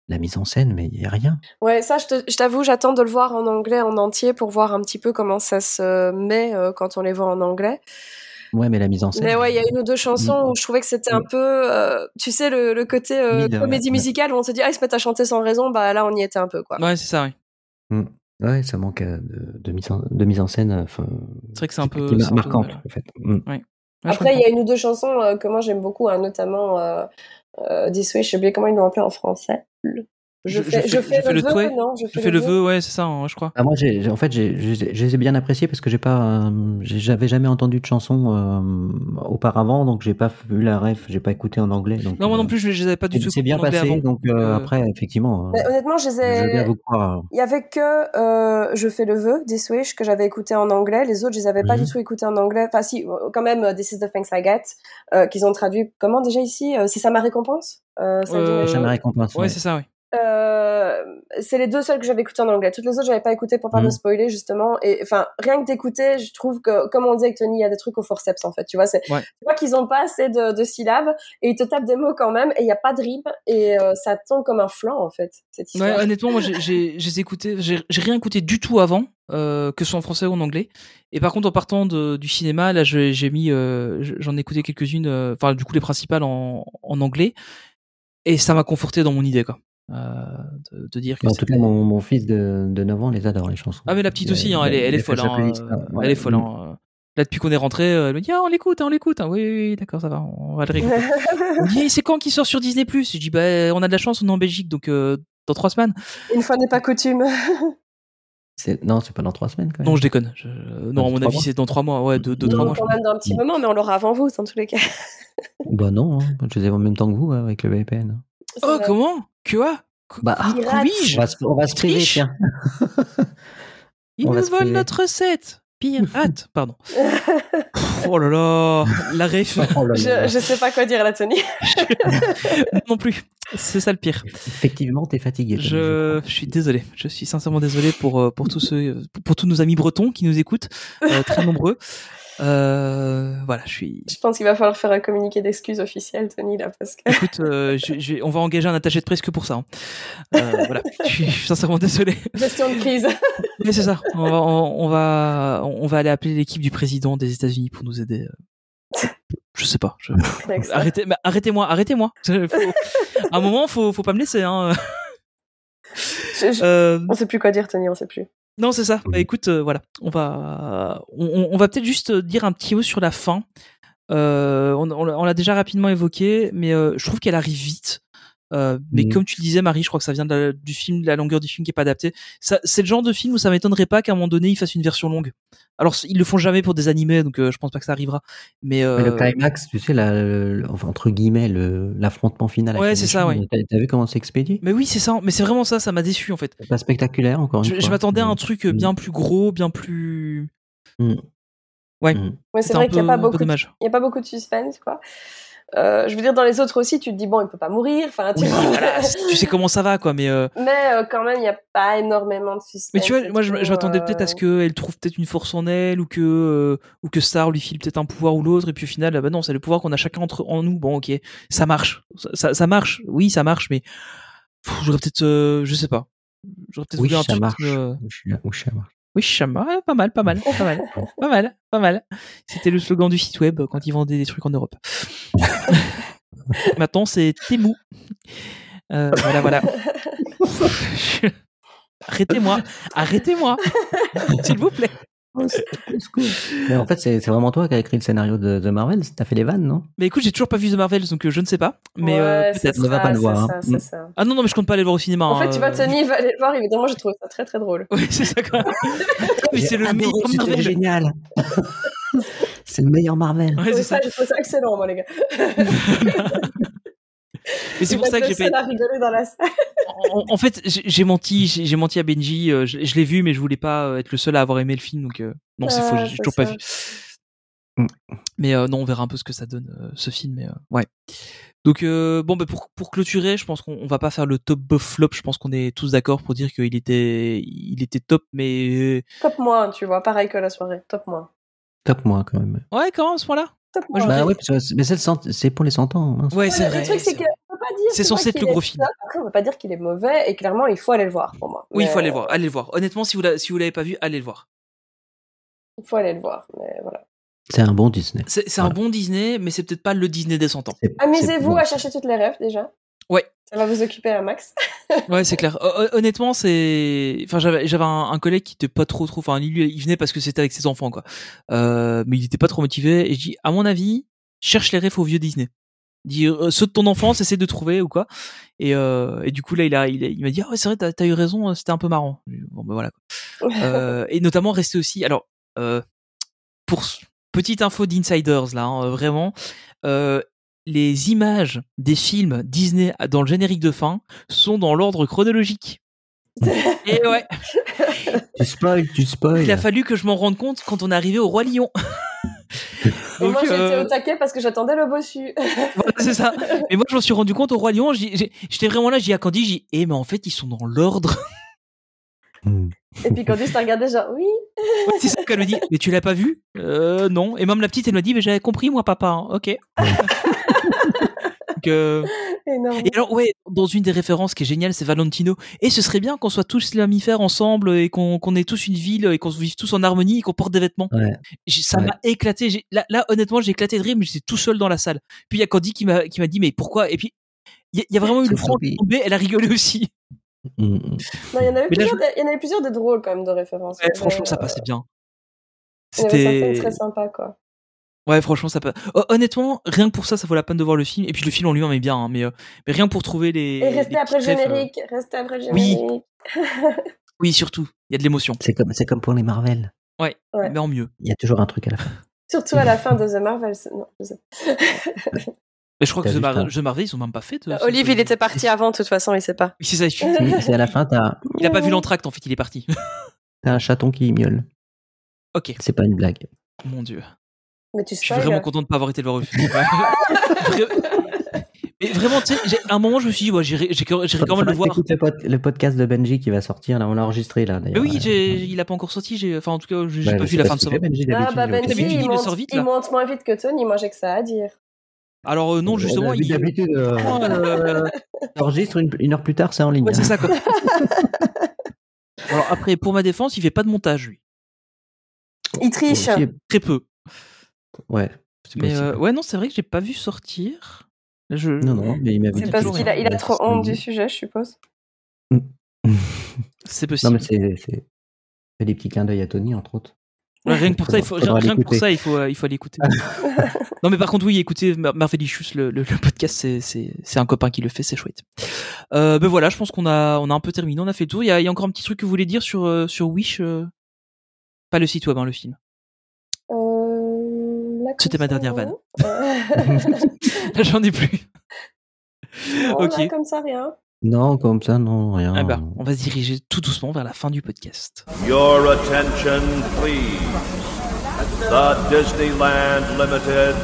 Speaker 7: la mise en scène, mais il y a rien.
Speaker 8: Ouais, ça, je te- je t'avoue, j'attends de le voir en anglais en entier pour voir un petit peu comment ça se met euh, quand on les voit en anglais.
Speaker 7: Ouais, mais la mise en scène.
Speaker 8: Mais ouais, il y a une ou deux chansons
Speaker 7: Mm.
Speaker 8: où je trouvais que c'était un peu, euh, tu sais, le, le côté euh,
Speaker 7: Mille, ouais,
Speaker 8: comédie
Speaker 7: ouais.
Speaker 8: musicale où on se dit, ah, ils se mettent à chanter sans raison, bah là, on y était un peu, quoi.
Speaker 1: Ouais, c'est ça. ouais.
Speaker 7: Ouais, ça manque euh, de, de mise en de mise en scène. euh, Enfin,
Speaker 1: C'est vrai que c'est un peu
Speaker 7: qui est
Speaker 1: c'est
Speaker 7: mar-
Speaker 1: un peu-
Speaker 7: marquante
Speaker 1: Ouais,
Speaker 7: en fait. Mhm.
Speaker 1: je
Speaker 8: Après, il
Speaker 1: comprends.
Speaker 8: y a une ou deux chansons euh, que moi j'aime beaucoup, hein, notamment euh, euh, This Wish, j'ai oublié comment ils l'ont appelé en français. Je, fais, je fais le, vœu,
Speaker 1: souhait,
Speaker 8: non, je fais,
Speaker 1: je fais le vœu, ouais, c'est ça, hein, je crois.
Speaker 7: Ah, moi, j'ai, j'ai- en fait, j'ai, j'ai- je les ai bien appréciés parce que j'ai pas, euh, j'ai- j'avais jamais entendu de chanson euh, auparavant, donc j'ai pas vu la ref, j'ai pas écouté en anglais. Donc,
Speaker 1: Non, moi
Speaker 7: euh,
Speaker 1: non plus, je les je les avais pas du tout.
Speaker 7: C'est bien
Speaker 1: écoutés en
Speaker 7: passé,
Speaker 1: anglais avant.
Speaker 7: donc euh,
Speaker 1: Euh,
Speaker 7: après, effectivement, euh,
Speaker 8: Mais Bah, honnêtement, je les ai.
Speaker 7: je vais vous croire.
Speaker 8: Il y avait que euh, Je fais le vœu, This Wish, que j'avais écouté en anglais. Les autres, je les avais pas
Speaker 7: Mhm.
Speaker 8: du tout écoutés en anglais. Enfin, si, euh, quand même, euh, This is the Thanks I Get, euh, qu'ils ont traduit comment déjà ici Euh, C'est ça ma récompense Euh, ça me dit
Speaker 1: Euh,
Speaker 8: quelque chose.
Speaker 7: Jamais récompense.
Speaker 1: Ouais,
Speaker 7: ouais.
Speaker 1: c'est ça, ouais.
Speaker 8: Euh, c'est les deux seuls que j'avais écoutés en anglais. Toutes les autres, j'avais pas écouté pour pas
Speaker 1: Mm.
Speaker 8: me
Speaker 7: Mhm.
Speaker 8: spoiler justement. Et enfin, rien que d'écouter, je trouve que, comme on disait avec Tony, il y a des trucs au forceps en fait. Tu vois, c'est
Speaker 1: Ouais.
Speaker 8: tu vois qu'ils ont pas assez de, de syllabes et ils te tapent des mots quand même et il y a pas de rime et euh, ça tombe comme un flanc en fait cette
Speaker 1: Ouais,
Speaker 8: histoire.
Speaker 1: honnêtement, moi, j'ai- j'ai j'ai écouté, j'ai j'ai rien écouté du tout avant, euh, que ce soit en français ou en anglais. Et par contre, en partant de- du cinéma, là, je- j'ai mis, euh, j'en ai écouté quelques-unes, euh, enfin, du coup, les principales en, en anglais. Et ça m'a conforté dans mon idée, quoi. Euh, de, de dire que
Speaker 7: En
Speaker 1: c'était-
Speaker 7: tout cas, mon, mon fils de, de 9 ans les adore, les chansons.
Speaker 1: Ah mais la petite
Speaker 7: Il a-
Speaker 1: aussi, hein,
Speaker 7: il a-
Speaker 1: elle, est, elle
Speaker 7: il
Speaker 1: est
Speaker 7: a
Speaker 1: folle.
Speaker 7: fait sa
Speaker 1: hein,
Speaker 7: playlist,
Speaker 1: euh,
Speaker 7: hein. Ouais.
Speaker 1: Elle est folle. hein, euh. Là, depuis qu'on est rentré, euh, elle me dit ah, on l'écoute, hein, on l'écoute. hein. Oui, oui, oui, d'accord, ça va, on va le réécouter. elle me dit Eh, c'est quand qui sort sur Disney Plus Je dis bah on a de la chance, on est en Belgique, donc euh, dans trois semaines.
Speaker 8: Une fois n'est pas coutume.
Speaker 7: C'est- Non, c'est pas dans 3 semaines quand même.
Speaker 1: Non, je déconne. Je- euh, Non,
Speaker 7: Dans
Speaker 1: à mon
Speaker 7: trois
Speaker 1: avis,
Speaker 7: mois
Speaker 1: c'est dans trois mois. Ouais, deux, deux trois
Speaker 8: Non,
Speaker 1: mois. je Mm.
Speaker 8: quand même dans un petit moment, mais on l'aura avant vous, dans tous les cas.
Speaker 7: Bah non, hein. je les ai en même temps que vous hein, avec le VPN.
Speaker 1: pense. Oh comment Quoi Qu-
Speaker 7: Bah,
Speaker 1: qu-
Speaker 8: pirate.
Speaker 1: oui,
Speaker 7: on va, se- on va se priver,
Speaker 1: Triche.
Speaker 7: tiens.
Speaker 1: Ils
Speaker 7: on va
Speaker 1: nous
Speaker 7: se
Speaker 1: volent
Speaker 7: priver.
Speaker 1: notre recette. Pirate, pardon. oh là là, la ref.
Speaker 7: Oh là là.
Speaker 8: Je, je sais pas quoi dire là, Tony.
Speaker 1: non plus. C'est ça le pire.
Speaker 7: Effectivement, t'es fatigué. Tony,
Speaker 1: Je, euh, je suis désolé, je suis sincèrement désolé pour, euh, pour, tous, ceux, pour, pour tous nos amis bretons qui nous écoutent, euh, très nombreux. Euh, voilà, je suis.
Speaker 8: Je pense qu'il va falloir faire un communiqué d'excuses officiel, Tony, là, parce que.
Speaker 1: Écoute, euh, je- je vais- on va engager un attaché de presse que pour ça. hein. Euh, voilà, je suis sincèrement désolé.
Speaker 8: Gestion de crise.
Speaker 1: Mais c'est ça, on va, on, on va, on va aller appeler l'équipe du président des États-Unis pour nous aider. euh. Je sais pas. je- Arrêtez, mais arrêtez-moi, arrêtez-moi. Faut- À un moment, faut, faut pas me laisser. Hein.
Speaker 8: Je- je-
Speaker 1: Euh,
Speaker 8: On sait plus quoi dire, Tony, on sait plus.
Speaker 1: Non, c'est ça. Bah,
Speaker 7: Oui.
Speaker 1: écoute, euh, voilà, on va, on- on, on va peut-être juste euh, dire un petit mot sur la fin. Euh, on on l'a on l'a déjà rapidement évoqué, mais euh, je trouve qu'elle arrive vite. Euh, mais
Speaker 7: Mhm.
Speaker 1: comme tu le disais, Marie, je crois que ça vient de la- du film, de la longueur du film qui est pas adaptée. Ça- C'est le genre de film où ça m'étonnerait pas qu'à un moment donné, ils fassent une version longue. Alors, c- ils le font jamais pour des animés, donc euh, je pense pas que ça arrivera. Mais, euh,
Speaker 7: Mais Le climax, tu sais, la, le- le- enfin, entre guillemets, le- l'affrontement final. avec
Speaker 1: Ouais,
Speaker 7: les
Speaker 1: c'est ça,
Speaker 7: méchants,
Speaker 1: ouais.
Speaker 7: T'as t'as vu comment c'est expédié
Speaker 1: mais oui, c'est ça. Mais c'est vraiment ça, ça m'a déçu en fait.
Speaker 7: C'est pas spectaculaire encore une
Speaker 1: Je,
Speaker 7: fois.
Speaker 1: je m'attendais à un
Speaker 7: Mais-
Speaker 1: truc euh,
Speaker 7: Mhm.
Speaker 1: bien plus gros, bien plus.
Speaker 8: Ouais, c'est
Speaker 1: C'était un
Speaker 8: vrai qu'il n'y
Speaker 1: peu-
Speaker 8: a, pas
Speaker 1: un peu
Speaker 8: beaucoup de-
Speaker 1: dommage.
Speaker 8: il y a pas beaucoup de suspense, quoi. Euh, je veux dire, dans les autres aussi, tu te dis, bon, il peut pas mourir. Enfin, tu
Speaker 1: Oui,
Speaker 8: vois.
Speaker 1: voilà, tu sais comment ça va, quoi. Mais euh,
Speaker 8: Mais euh, quand même, il n'y a pas énormément de suspense.
Speaker 1: Mais tu vois,
Speaker 8: et
Speaker 1: moi, je,
Speaker 8: tout,
Speaker 1: je m'attendais
Speaker 8: euh,
Speaker 1: peut-être à ce qu'elle trouve peut-être une force en elle ou que, euh, ou que Star lui file peut-être un pouvoir ou l'autre. Et puis au final, ah bah non, c'est le pouvoir qu'on a chacun entre, en nous. Bon, ok, ça marche. Ça, ça, ça marche. Oui, ça marche, mais pff, j'aurais peut-être, euh, je sais pas. J'aurais peut-être
Speaker 7: Oui,
Speaker 1: voulu un
Speaker 7: ça
Speaker 1: truc.
Speaker 7: marche.
Speaker 1: euh,
Speaker 7: Oui, je suis là- oui, ça marche.
Speaker 1: Oui, ça marche. Ouais, pas mal, pas mal, pas mal, pas mal, pas mal. C'était le slogan du site web quand ils vendaient des trucs en Europe. Maintenant, c'est Temu. Euh, voilà, voilà. arrêtez-moi, arrêtez-moi, s'il vous plaît.
Speaker 7: Mais en fait, c'est c'est vraiment toi qui as écrit le scénario de, de Marvel. T'as fait les vannes, non
Speaker 1: Mais écoute, j'ai toujours pas vu The Marvels, donc euh, je ne sais pas. Mais
Speaker 8: ouais,
Speaker 1: euh,
Speaker 8: c'est
Speaker 1: peut-être.
Speaker 7: on va
Speaker 8: ça,
Speaker 7: pas le
Speaker 8: c'est
Speaker 7: voir,
Speaker 8: ça,
Speaker 7: hein.
Speaker 8: c'est
Speaker 7: Mm.
Speaker 8: ça.
Speaker 1: Ah non, non, mais je compte pas aller le voir au cinéma.
Speaker 8: En fait, tu
Speaker 1: hein,
Speaker 8: vois,
Speaker 1: euh,
Speaker 8: Tony va aller le voir. Évidemment, j'ai trouvé ça très très drôle.
Speaker 1: Oui, c'est ça quand même. mais c'est le meilleur
Speaker 7: C'était
Speaker 1: Marvel.
Speaker 7: génial. c'est le meilleur Marvel.
Speaker 1: Ouais, c'est
Speaker 8: J'ai trouvé
Speaker 1: ça.
Speaker 8: ça, j'ai trouvé ça excellent, moi, les gars.
Speaker 1: Mais c'est pour ça que j'ai pas.
Speaker 8: dans la salle.
Speaker 1: En, en fait, j'ai menti, j'ai menti à Benji. euh, Je, je l'ai vu, mais je voulais pas euh, être le seul à avoir aimé le film, donc euh, non, c'est
Speaker 8: Ah,
Speaker 1: faux. J'ai
Speaker 8: c'est
Speaker 1: toujours pas
Speaker 8: ça.
Speaker 1: vu. Mais euh, non, on verra un peu ce que ça donne euh, ce film. Mais euh, ouais. Donc euh, bon, bah, pour pour clôturer, je pense qu'on on va pas faire le top buff flop. Je pense qu'on est tous d'accord pour dire qu'il était il était top, mais euh,
Speaker 8: Top moins, tu vois, pareil que la soirée. Top moins.
Speaker 7: Top moi quand même.
Speaker 1: ouais, quand même à ce point-là.
Speaker 8: Top
Speaker 1: Moi, je
Speaker 8: moins.
Speaker 7: Bah oui, parce que- mais c'est le cent- c'est pour les 100 ans. mince.
Speaker 1: Ouais, c'est
Speaker 8: Ouais,
Speaker 1: vrai.
Speaker 8: le truc, c'est
Speaker 1: c'est
Speaker 8: que
Speaker 1: vrai.
Speaker 8: on peut pas dire.
Speaker 1: C'est censé
Speaker 8: vrai
Speaker 1: être
Speaker 8: qu'il
Speaker 1: le gros
Speaker 8: est
Speaker 1: film.
Speaker 8: top, Après, on peut pas dire qu'il est mauvais. Et clairement, il faut aller le voir pour moi.
Speaker 1: Oui, il
Speaker 8: Mais,
Speaker 1: faut aller le
Speaker 8: euh,
Speaker 1: voir. Allez le voir. Honnêtement, si vous la- si vous l'avez pas vu, allez le voir.
Speaker 8: Il faut aller le voir. Mais voilà.
Speaker 7: C'est un bon Disney.
Speaker 1: C'est c'est un
Speaker 7: Voilà.
Speaker 1: bon Disney, mais c'est peut-être pas le Disney des 100 ans.
Speaker 7: C'est-
Speaker 8: Amusez-vous
Speaker 7: c'est-
Speaker 8: à chercher toutes les rêves déjà.
Speaker 1: Ouais.
Speaker 8: Ça va vous occuper un max.
Speaker 1: Ouais, c'est clair. Hon- hon- Honnêtement, c'est. Enfin, j'avais j'avais un, un collègue qui était pas trop trop. Enfin, lui, il venait parce que c'était avec ses enfants, quoi. Euh, mais il était pas trop motivé. Et je dis, à mon avis, cherche les refs au vieux Disney. Dis euh, ceux de ton enfance, essaie de trouver ou quoi. Et, euh, et du coup là, il a, il, a- il m'a dit, ah ouais, c'est vrai, t'as, t'as eu raison, euh, c'était un peu marrant. Je dis, Bon, ben voilà. quoi. Euh, et notamment rester aussi. Alors, euh, pour s- petite info d'insiders là, hein, vraiment. euh, les images des films Disney ah, dans le générique de fin sont dans l'ordre chronologique. Et ouais,
Speaker 7: Tu spoil, tu
Speaker 1: il a
Speaker 7: spoil.
Speaker 1: fallu que je m'en rende compte quand on est arrivé au Roi Lion.
Speaker 8: Au
Speaker 1: Donc,
Speaker 8: moins, j'étais
Speaker 1: euh,
Speaker 8: au taquet parce que j'attendais le bossu.
Speaker 1: voilà, c'est ça. Mais moi, je m'en suis rendu compte au Roi Lion. j'y- j'ai- J'étais vraiment là, j'ai dit à Candy, j'ai dit, eh, mais en fait, ils sont dans l'ordre.
Speaker 7: Hmm.
Speaker 8: et puis Candice t'a regardé genre, oui.
Speaker 1: Ouais, c'est ça qu'elle me dit, mais tu l'as pas vu Euh, non. Et même la petite, elle m'a dit, mais j'avais compris, moi, papa. hein. Ok. Donc, euh,
Speaker 8: Énorme.
Speaker 1: Et alors, ouais, dans une des références qui est géniale, c'est Valentino. Et ce serait bien qu'on soit tous les mammifères ensemble et qu'on qu'on ait tous une ville et qu'on vive tous en harmonie et qu'on porte des vêtements.
Speaker 7: Ouais.
Speaker 1: J'ai- Ça
Speaker 7: Ouais.
Speaker 1: m'a éclaté. J'ai- Là, là, honnêtement, j'ai éclaté de rire, mais j'étais tout seul dans la salle. Puis il y a Candy qui m'a qui m'a dit, mais pourquoi Et puis, il y, a- il y a vraiment eu le
Speaker 7: C'est
Speaker 1: front
Speaker 7: Sophie.
Speaker 1: tombé, elle a rigolé aussi.
Speaker 7: Hmm.
Speaker 8: Non, il y en avait
Speaker 1: Mais là,
Speaker 8: plusieurs. de- Il y en avait plusieurs de drôles quand même de références.
Speaker 1: Ouais, franchement,
Speaker 8: Mais,
Speaker 1: ça passait bien.
Speaker 8: Il y en avait certaines
Speaker 1: C'était.
Speaker 8: très sympas quoi.
Speaker 1: Ouais, franchement, ça passe. Honnêtement, rien que pour ça, ça vaut la peine de voir le film. Et puis le film en lui-même est bien, hein, mais, euh, mais rien que pour trouver les.
Speaker 8: Et, rester
Speaker 1: les
Speaker 8: après le
Speaker 1: petites refs, euh,
Speaker 8: générique. Rester après le
Speaker 1: Oui.
Speaker 8: générique.
Speaker 1: Oui, surtout. Il y a de l'émotion,
Speaker 7: C'est comme, c'est comme pour les Marvel.
Speaker 8: Ouais.
Speaker 1: mais en mieux.
Speaker 7: Il y a toujours un truc à la fin.
Speaker 8: Surtout à la fin de The Marvel. Non, je sais
Speaker 1: Mais je crois que
Speaker 7: T'as
Speaker 1: The,
Speaker 7: juste
Speaker 1: Mar-
Speaker 7: un-
Speaker 1: The Marvel, ils ont même pas fait. de-
Speaker 8: Olive, Bah, il était parti avant, de toute façon, il sait pas.
Speaker 1: Oui, C'est ça, il
Speaker 7: Si, C'est à la fin, t'as
Speaker 1: il a pas vu l'entracte en fait, il est parti.
Speaker 7: t'as un chaton qui miaule.
Speaker 1: ok,
Speaker 7: C'est pas une blague.
Speaker 1: mon dieu.
Speaker 8: Mais tu
Speaker 1: Je suis
Speaker 8: spoil.
Speaker 1: vraiment content de pas avoir été le voir au film. Ouais. Vra- Mais vraiment, tu sais, j'ai- à un moment, je me suis dit, ouais, j'irai j'irai quand j'irai quand même
Speaker 7: Faudra
Speaker 1: le
Speaker 7: que
Speaker 1: voir.
Speaker 7: t'écoutes Le, pod- le podcast de Benji qui va sortir, là, on l'a enregistré là.
Speaker 1: Mais
Speaker 7: d'ailleurs.
Speaker 1: oui, j'ai-
Speaker 7: Ouais.
Speaker 1: il a pas encore sorti. j'ai- Enfin, en tout cas, j'ai j'ai
Speaker 7: Bah,
Speaker 1: pas
Speaker 7: je
Speaker 1: vu
Speaker 7: sais
Speaker 1: la fin de
Speaker 7: ce
Speaker 1: ça.
Speaker 7: qu'il fait, Benji,
Speaker 8: Ah
Speaker 7: d'habitude,
Speaker 8: bah
Speaker 7: il est
Speaker 8: Benji,
Speaker 7: obligé.
Speaker 1: D'habitude,
Speaker 8: il,
Speaker 1: il
Speaker 8: monte,
Speaker 1: sort vite,
Speaker 8: il
Speaker 1: là.
Speaker 8: monte moins vite que Tony, moi j'ai que ça à dire.
Speaker 1: Alors euh, non, justement, il.
Speaker 7: D'habitude, euh,
Speaker 1: Oh, euh,
Speaker 7: t'enregistres une, une heure plus tard, c'est en ligne.
Speaker 1: ouais, c'est ça
Speaker 7: hein.
Speaker 1: quoi. Alors après, pour ma défense, il fait pas de montage lui.
Speaker 8: Il triche.
Speaker 7: Aussi,
Speaker 1: Très peu.
Speaker 7: Ouais, c'est
Speaker 1: Mais
Speaker 7: possible.
Speaker 1: euh, ouais, non, c'est vrai que j'ai pas vu sortir. Là, Je...
Speaker 7: Non, non, mais il m'avait
Speaker 8: C'est
Speaker 7: dit
Speaker 8: parce
Speaker 7: toujours,
Speaker 8: qu'il a, il a
Speaker 7: hein,
Speaker 8: trop
Speaker 7: c'est-
Speaker 8: honte du sujet, je suppose.
Speaker 1: C'est
Speaker 7: Non,
Speaker 1: possible.
Speaker 7: mais c'est. c'est- Fais des petits clins d'œil à Tony, entre autres.
Speaker 1: Ouais, rien que pour ça, il faut,
Speaker 7: Faudra
Speaker 1: rien que pour
Speaker 7: l'écouter.
Speaker 1: ça, il faut, euh, il faut aller écouter. non, mais par contre, oui, écoutez Mar- Marvelicious, le, le, le podcast, c'est- c'est c'est un copain qui le fait, c'est chouette. Euh, ben voilà, je pense qu'on a, on a un peu terminé, on a fait le tour. Il y a, il y a encore un petit truc que vous voulez dire sur, euh, sur Wish euh, Pas le site web, hein, le film.
Speaker 8: Euh, là, comme
Speaker 1: C'était ma
Speaker 8: ça,
Speaker 1: dernière
Speaker 8: non. Euh,
Speaker 1: Là, j'en ai plus.
Speaker 8: Non,
Speaker 1: ok.
Speaker 8: là, comme ça, rien.
Speaker 7: Non, comme ça, non, rien.
Speaker 1: Ah bah, on va se diriger tout doucement vers la fin du podcast.
Speaker 9: Your attention, please. The Disneyland Limited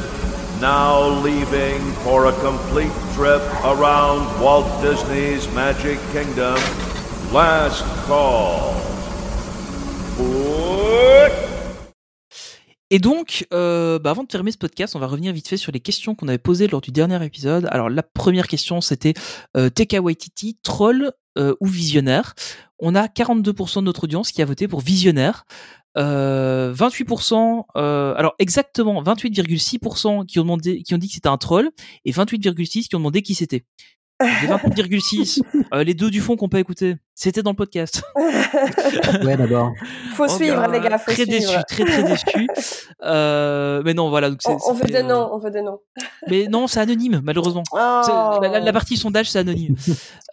Speaker 9: now leaving for a complete trip around Walt Disney's Magic Kingdom. Last call. Foot.
Speaker 1: Et donc, euh, bah, avant de terminer ce podcast, on va revenir vite fait sur les questions qu'on avait posées lors du dernier épisode. Alors, la première question, c'était euh, TK Waititi, troll euh, ou visionnaire On a 42% de notre audience qui a voté pour visionnaire. Euh, 28%, euh, alors exactement 28,6% qui ont demandé, qui ont dit que c'était un troll et 28,6 qui ont demandé qui c'était. Les 28,6, euh, les deux du fond qu'on peut écouter, c'était dans le podcast.
Speaker 7: Ouais, d'abord.
Speaker 8: Faut
Speaker 1: Oh,
Speaker 8: suivre,
Speaker 1: bien.
Speaker 8: les gars, faut
Speaker 1: très
Speaker 8: suivre.
Speaker 1: déçu, très très déçu. Euh, mais non, voilà. Donc c'est-
Speaker 8: On, on veut
Speaker 1: c'était,
Speaker 8: des
Speaker 1: euh,
Speaker 8: noms, on veut des noms.
Speaker 1: mais non, c'est anonyme, malheureusement. C'est-
Speaker 8: Oh.
Speaker 1: La, la- la partie sondage, c'est anonyme.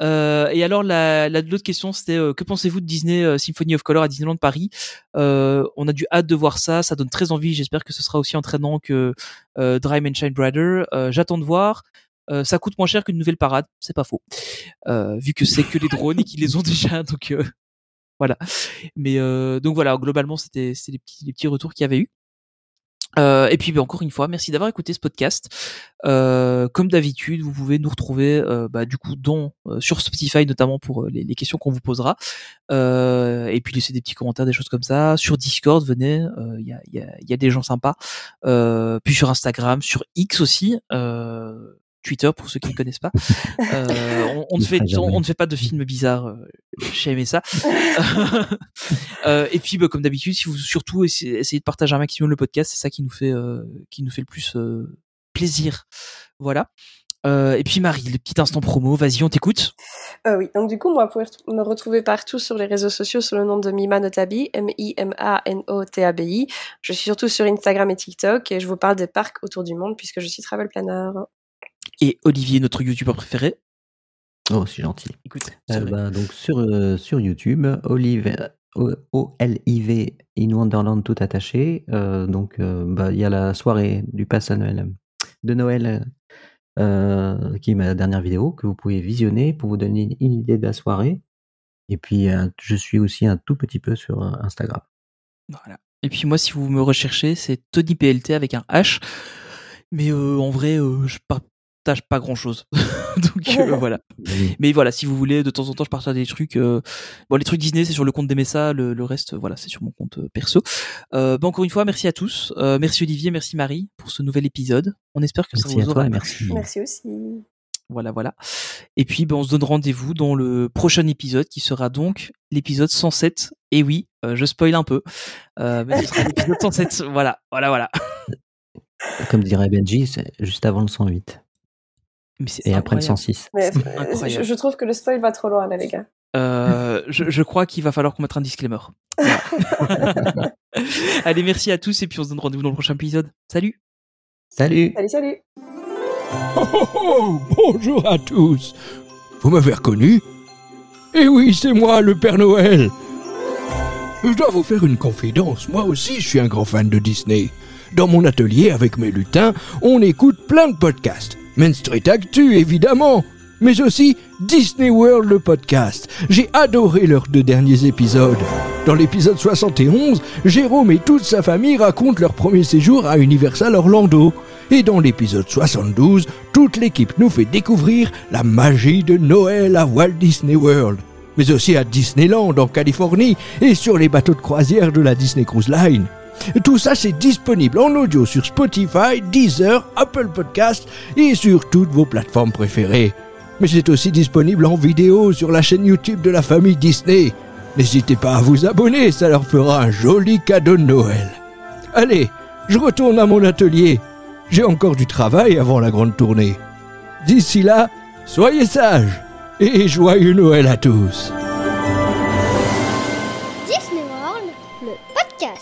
Speaker 1: Euh, et alors, la- la- l'autre question, c'était euh, que pensez-vous de Disney euh, Symphony of Color à Disneyland Paris Euh, On a du hâte de voir ça. Ça donne très envie. J'espère que ce sera aussi entraînant que euh, Drive and Shine Brighter. Euh, J'attends de voir. Euh, ça coûte moins cher qu'une nouvelle parade, c'est pas faux. Euh, vu que c'est que les drones et qu'ils les ont déjà, donc euh, voilà. Mais euh, donc voilà, globalement, c'était les petits, les petits retours qu'il y avait eu. Euh, et puis bah, encore une fois, merci d'avoir écouté ce podcast. Euh, comme d'habitude, vous pouvez nous retrouver euh, bah, du coup dans, sur Spotify notamment pour euh, les, les, questions qu'on vous posera. Euh, et puis laissez des petits commentaires, des choses comme ça. Sur Discord, venez, il y a, y, a, y, a, des gens sympas. Euh, puis sur Instagram, sur X aussi. euh, Twitter pour ceux qui ne connaissent pas. Euh, on, on ne fait, on, on, ne fait pas de films bizarres. J'ai aimé ça. euh, et puis, bah, comme d'habitude, si vous surtout essayez, essayez, de partager un maximum le podcast, c'est ça qui nous fait, euh, qui nous fait le plus euh, plaisir. Voilà. Euh, et puis Marie, le petit instant promo, vas-y, on t'écoute.
Speaker 8: Euh, oui, donc du coup, moi, vous pouvez me retrouver partout sur les réseaux sociaux sous le nom de Mima Notabi, M-I-M-A-N-O-T-A-B-I. Je suis surtout sur Instagram et TikTok et je vous parle des parcs autour du monde puisque je suis travel planner
Speaker 1: Mm. et Olivier, notre youtubeur préféré.
Speaker 7: Oh, c'est gentil.
Speaker 1: Écoute,
Speaker 7: euh, bah, donc sur, euh, sur YouTube, Olive, euh, O-L-I-V in Wonderland tout attaché. Euh, donc il bah, y a la soirée du pass à Noël, de Noël, euh, qui est ma dernière vidéo, que vous pouvez visionner pour vous donner une idée de la soirée. Et puis euh, je suis aussi un tout petit peu sur euh, Instagram.
Speaker 1: Voilà. Et puis moi, si vous me recherchez, c'est Tony PLT avec un H. Mais euh, en vrai, je parle tâche pas grand chose donc
Speaker 7: Oh.
Speaker 1: euh, voilà mais voilà si vous voulez de temps en temps je partage des trucs euh... bon les trucs Disney c'est sur le compte des Messa le, le reste voilà c'est sur mon compte euh, perso bah, encore une fois merci à tous Euh, merci Olivier merci Marie pour ce nouvel épisode on espère que
Speaker 7: merci
Speaker 1: ça vous
Speaker 7: à
Speaker 1: aura
Speaker 7: toi, merci
Speaker 8: merci aussi
Speaker 1: voilà voilà et puis bah, on se donne rendez-vous dans le prochain épisode qui sera donc l'épisode 107 et oui euh, je spoil un peu euh, mais ce sera l'épisode 107 voilà voilà voilà
Speaker 7: comme dirait Benji c'est juste avant le 108 et après le 106.
Speaker 8: Mais, euh, je, je, trouve que le spoil va trop loin, là, les gars.
Speaker 1: Euh, je, je, crois qu'il va falloir qu'on mette un disclaimer. Allez, merci à tous et puis on se donne rendez-vous dans le prochain épisode. Salut
Speaker 7: Salut
Speaker 8: Salut, salut
Speaker 10: oh, oh, oh, Bonjour à tous Vous m'avez reconnu Eh oui, c'est moi, le Père Noël Je dois vous faire une confidence. Moi aussi, je suis un grand fan de Disney. Dans mon atelier, avec mes lutins, on écoute plein de podcasts. Main Street Actu, évidemment, mais aussi Disney World, le podcast. J'ai adoré leurs deux derniers épisodes. Dans l'épisode 71, Jérôme et toute sa famille racontent leur premier séjour à Universal Orlando. Et dans l'épisode 72, toute l'équipe nous fait découvrir la magie de Noël à Walt Disney World. Mais aussi à Disneyland en Californie et sur les bateaux de croisière de la Disney Cruise Line. Tout ça, c'est disponible en audio sur Spotify, Deezer, Apple Podcast et sur toutes vos plateformes préférées. Mais c'est aussi disponible en vidéo sur la chaîne YouTube de la famille Disney. N'hésitez pas à vous abonner, ça leur fera un joli cadeau de Noël. Allez, je retourne à mon atelier. J'ai encore du travail avant la grande tournée. D'ici là, soyez sages et joyeux Noël à tous.
Speaker 11: Disney World, le podcast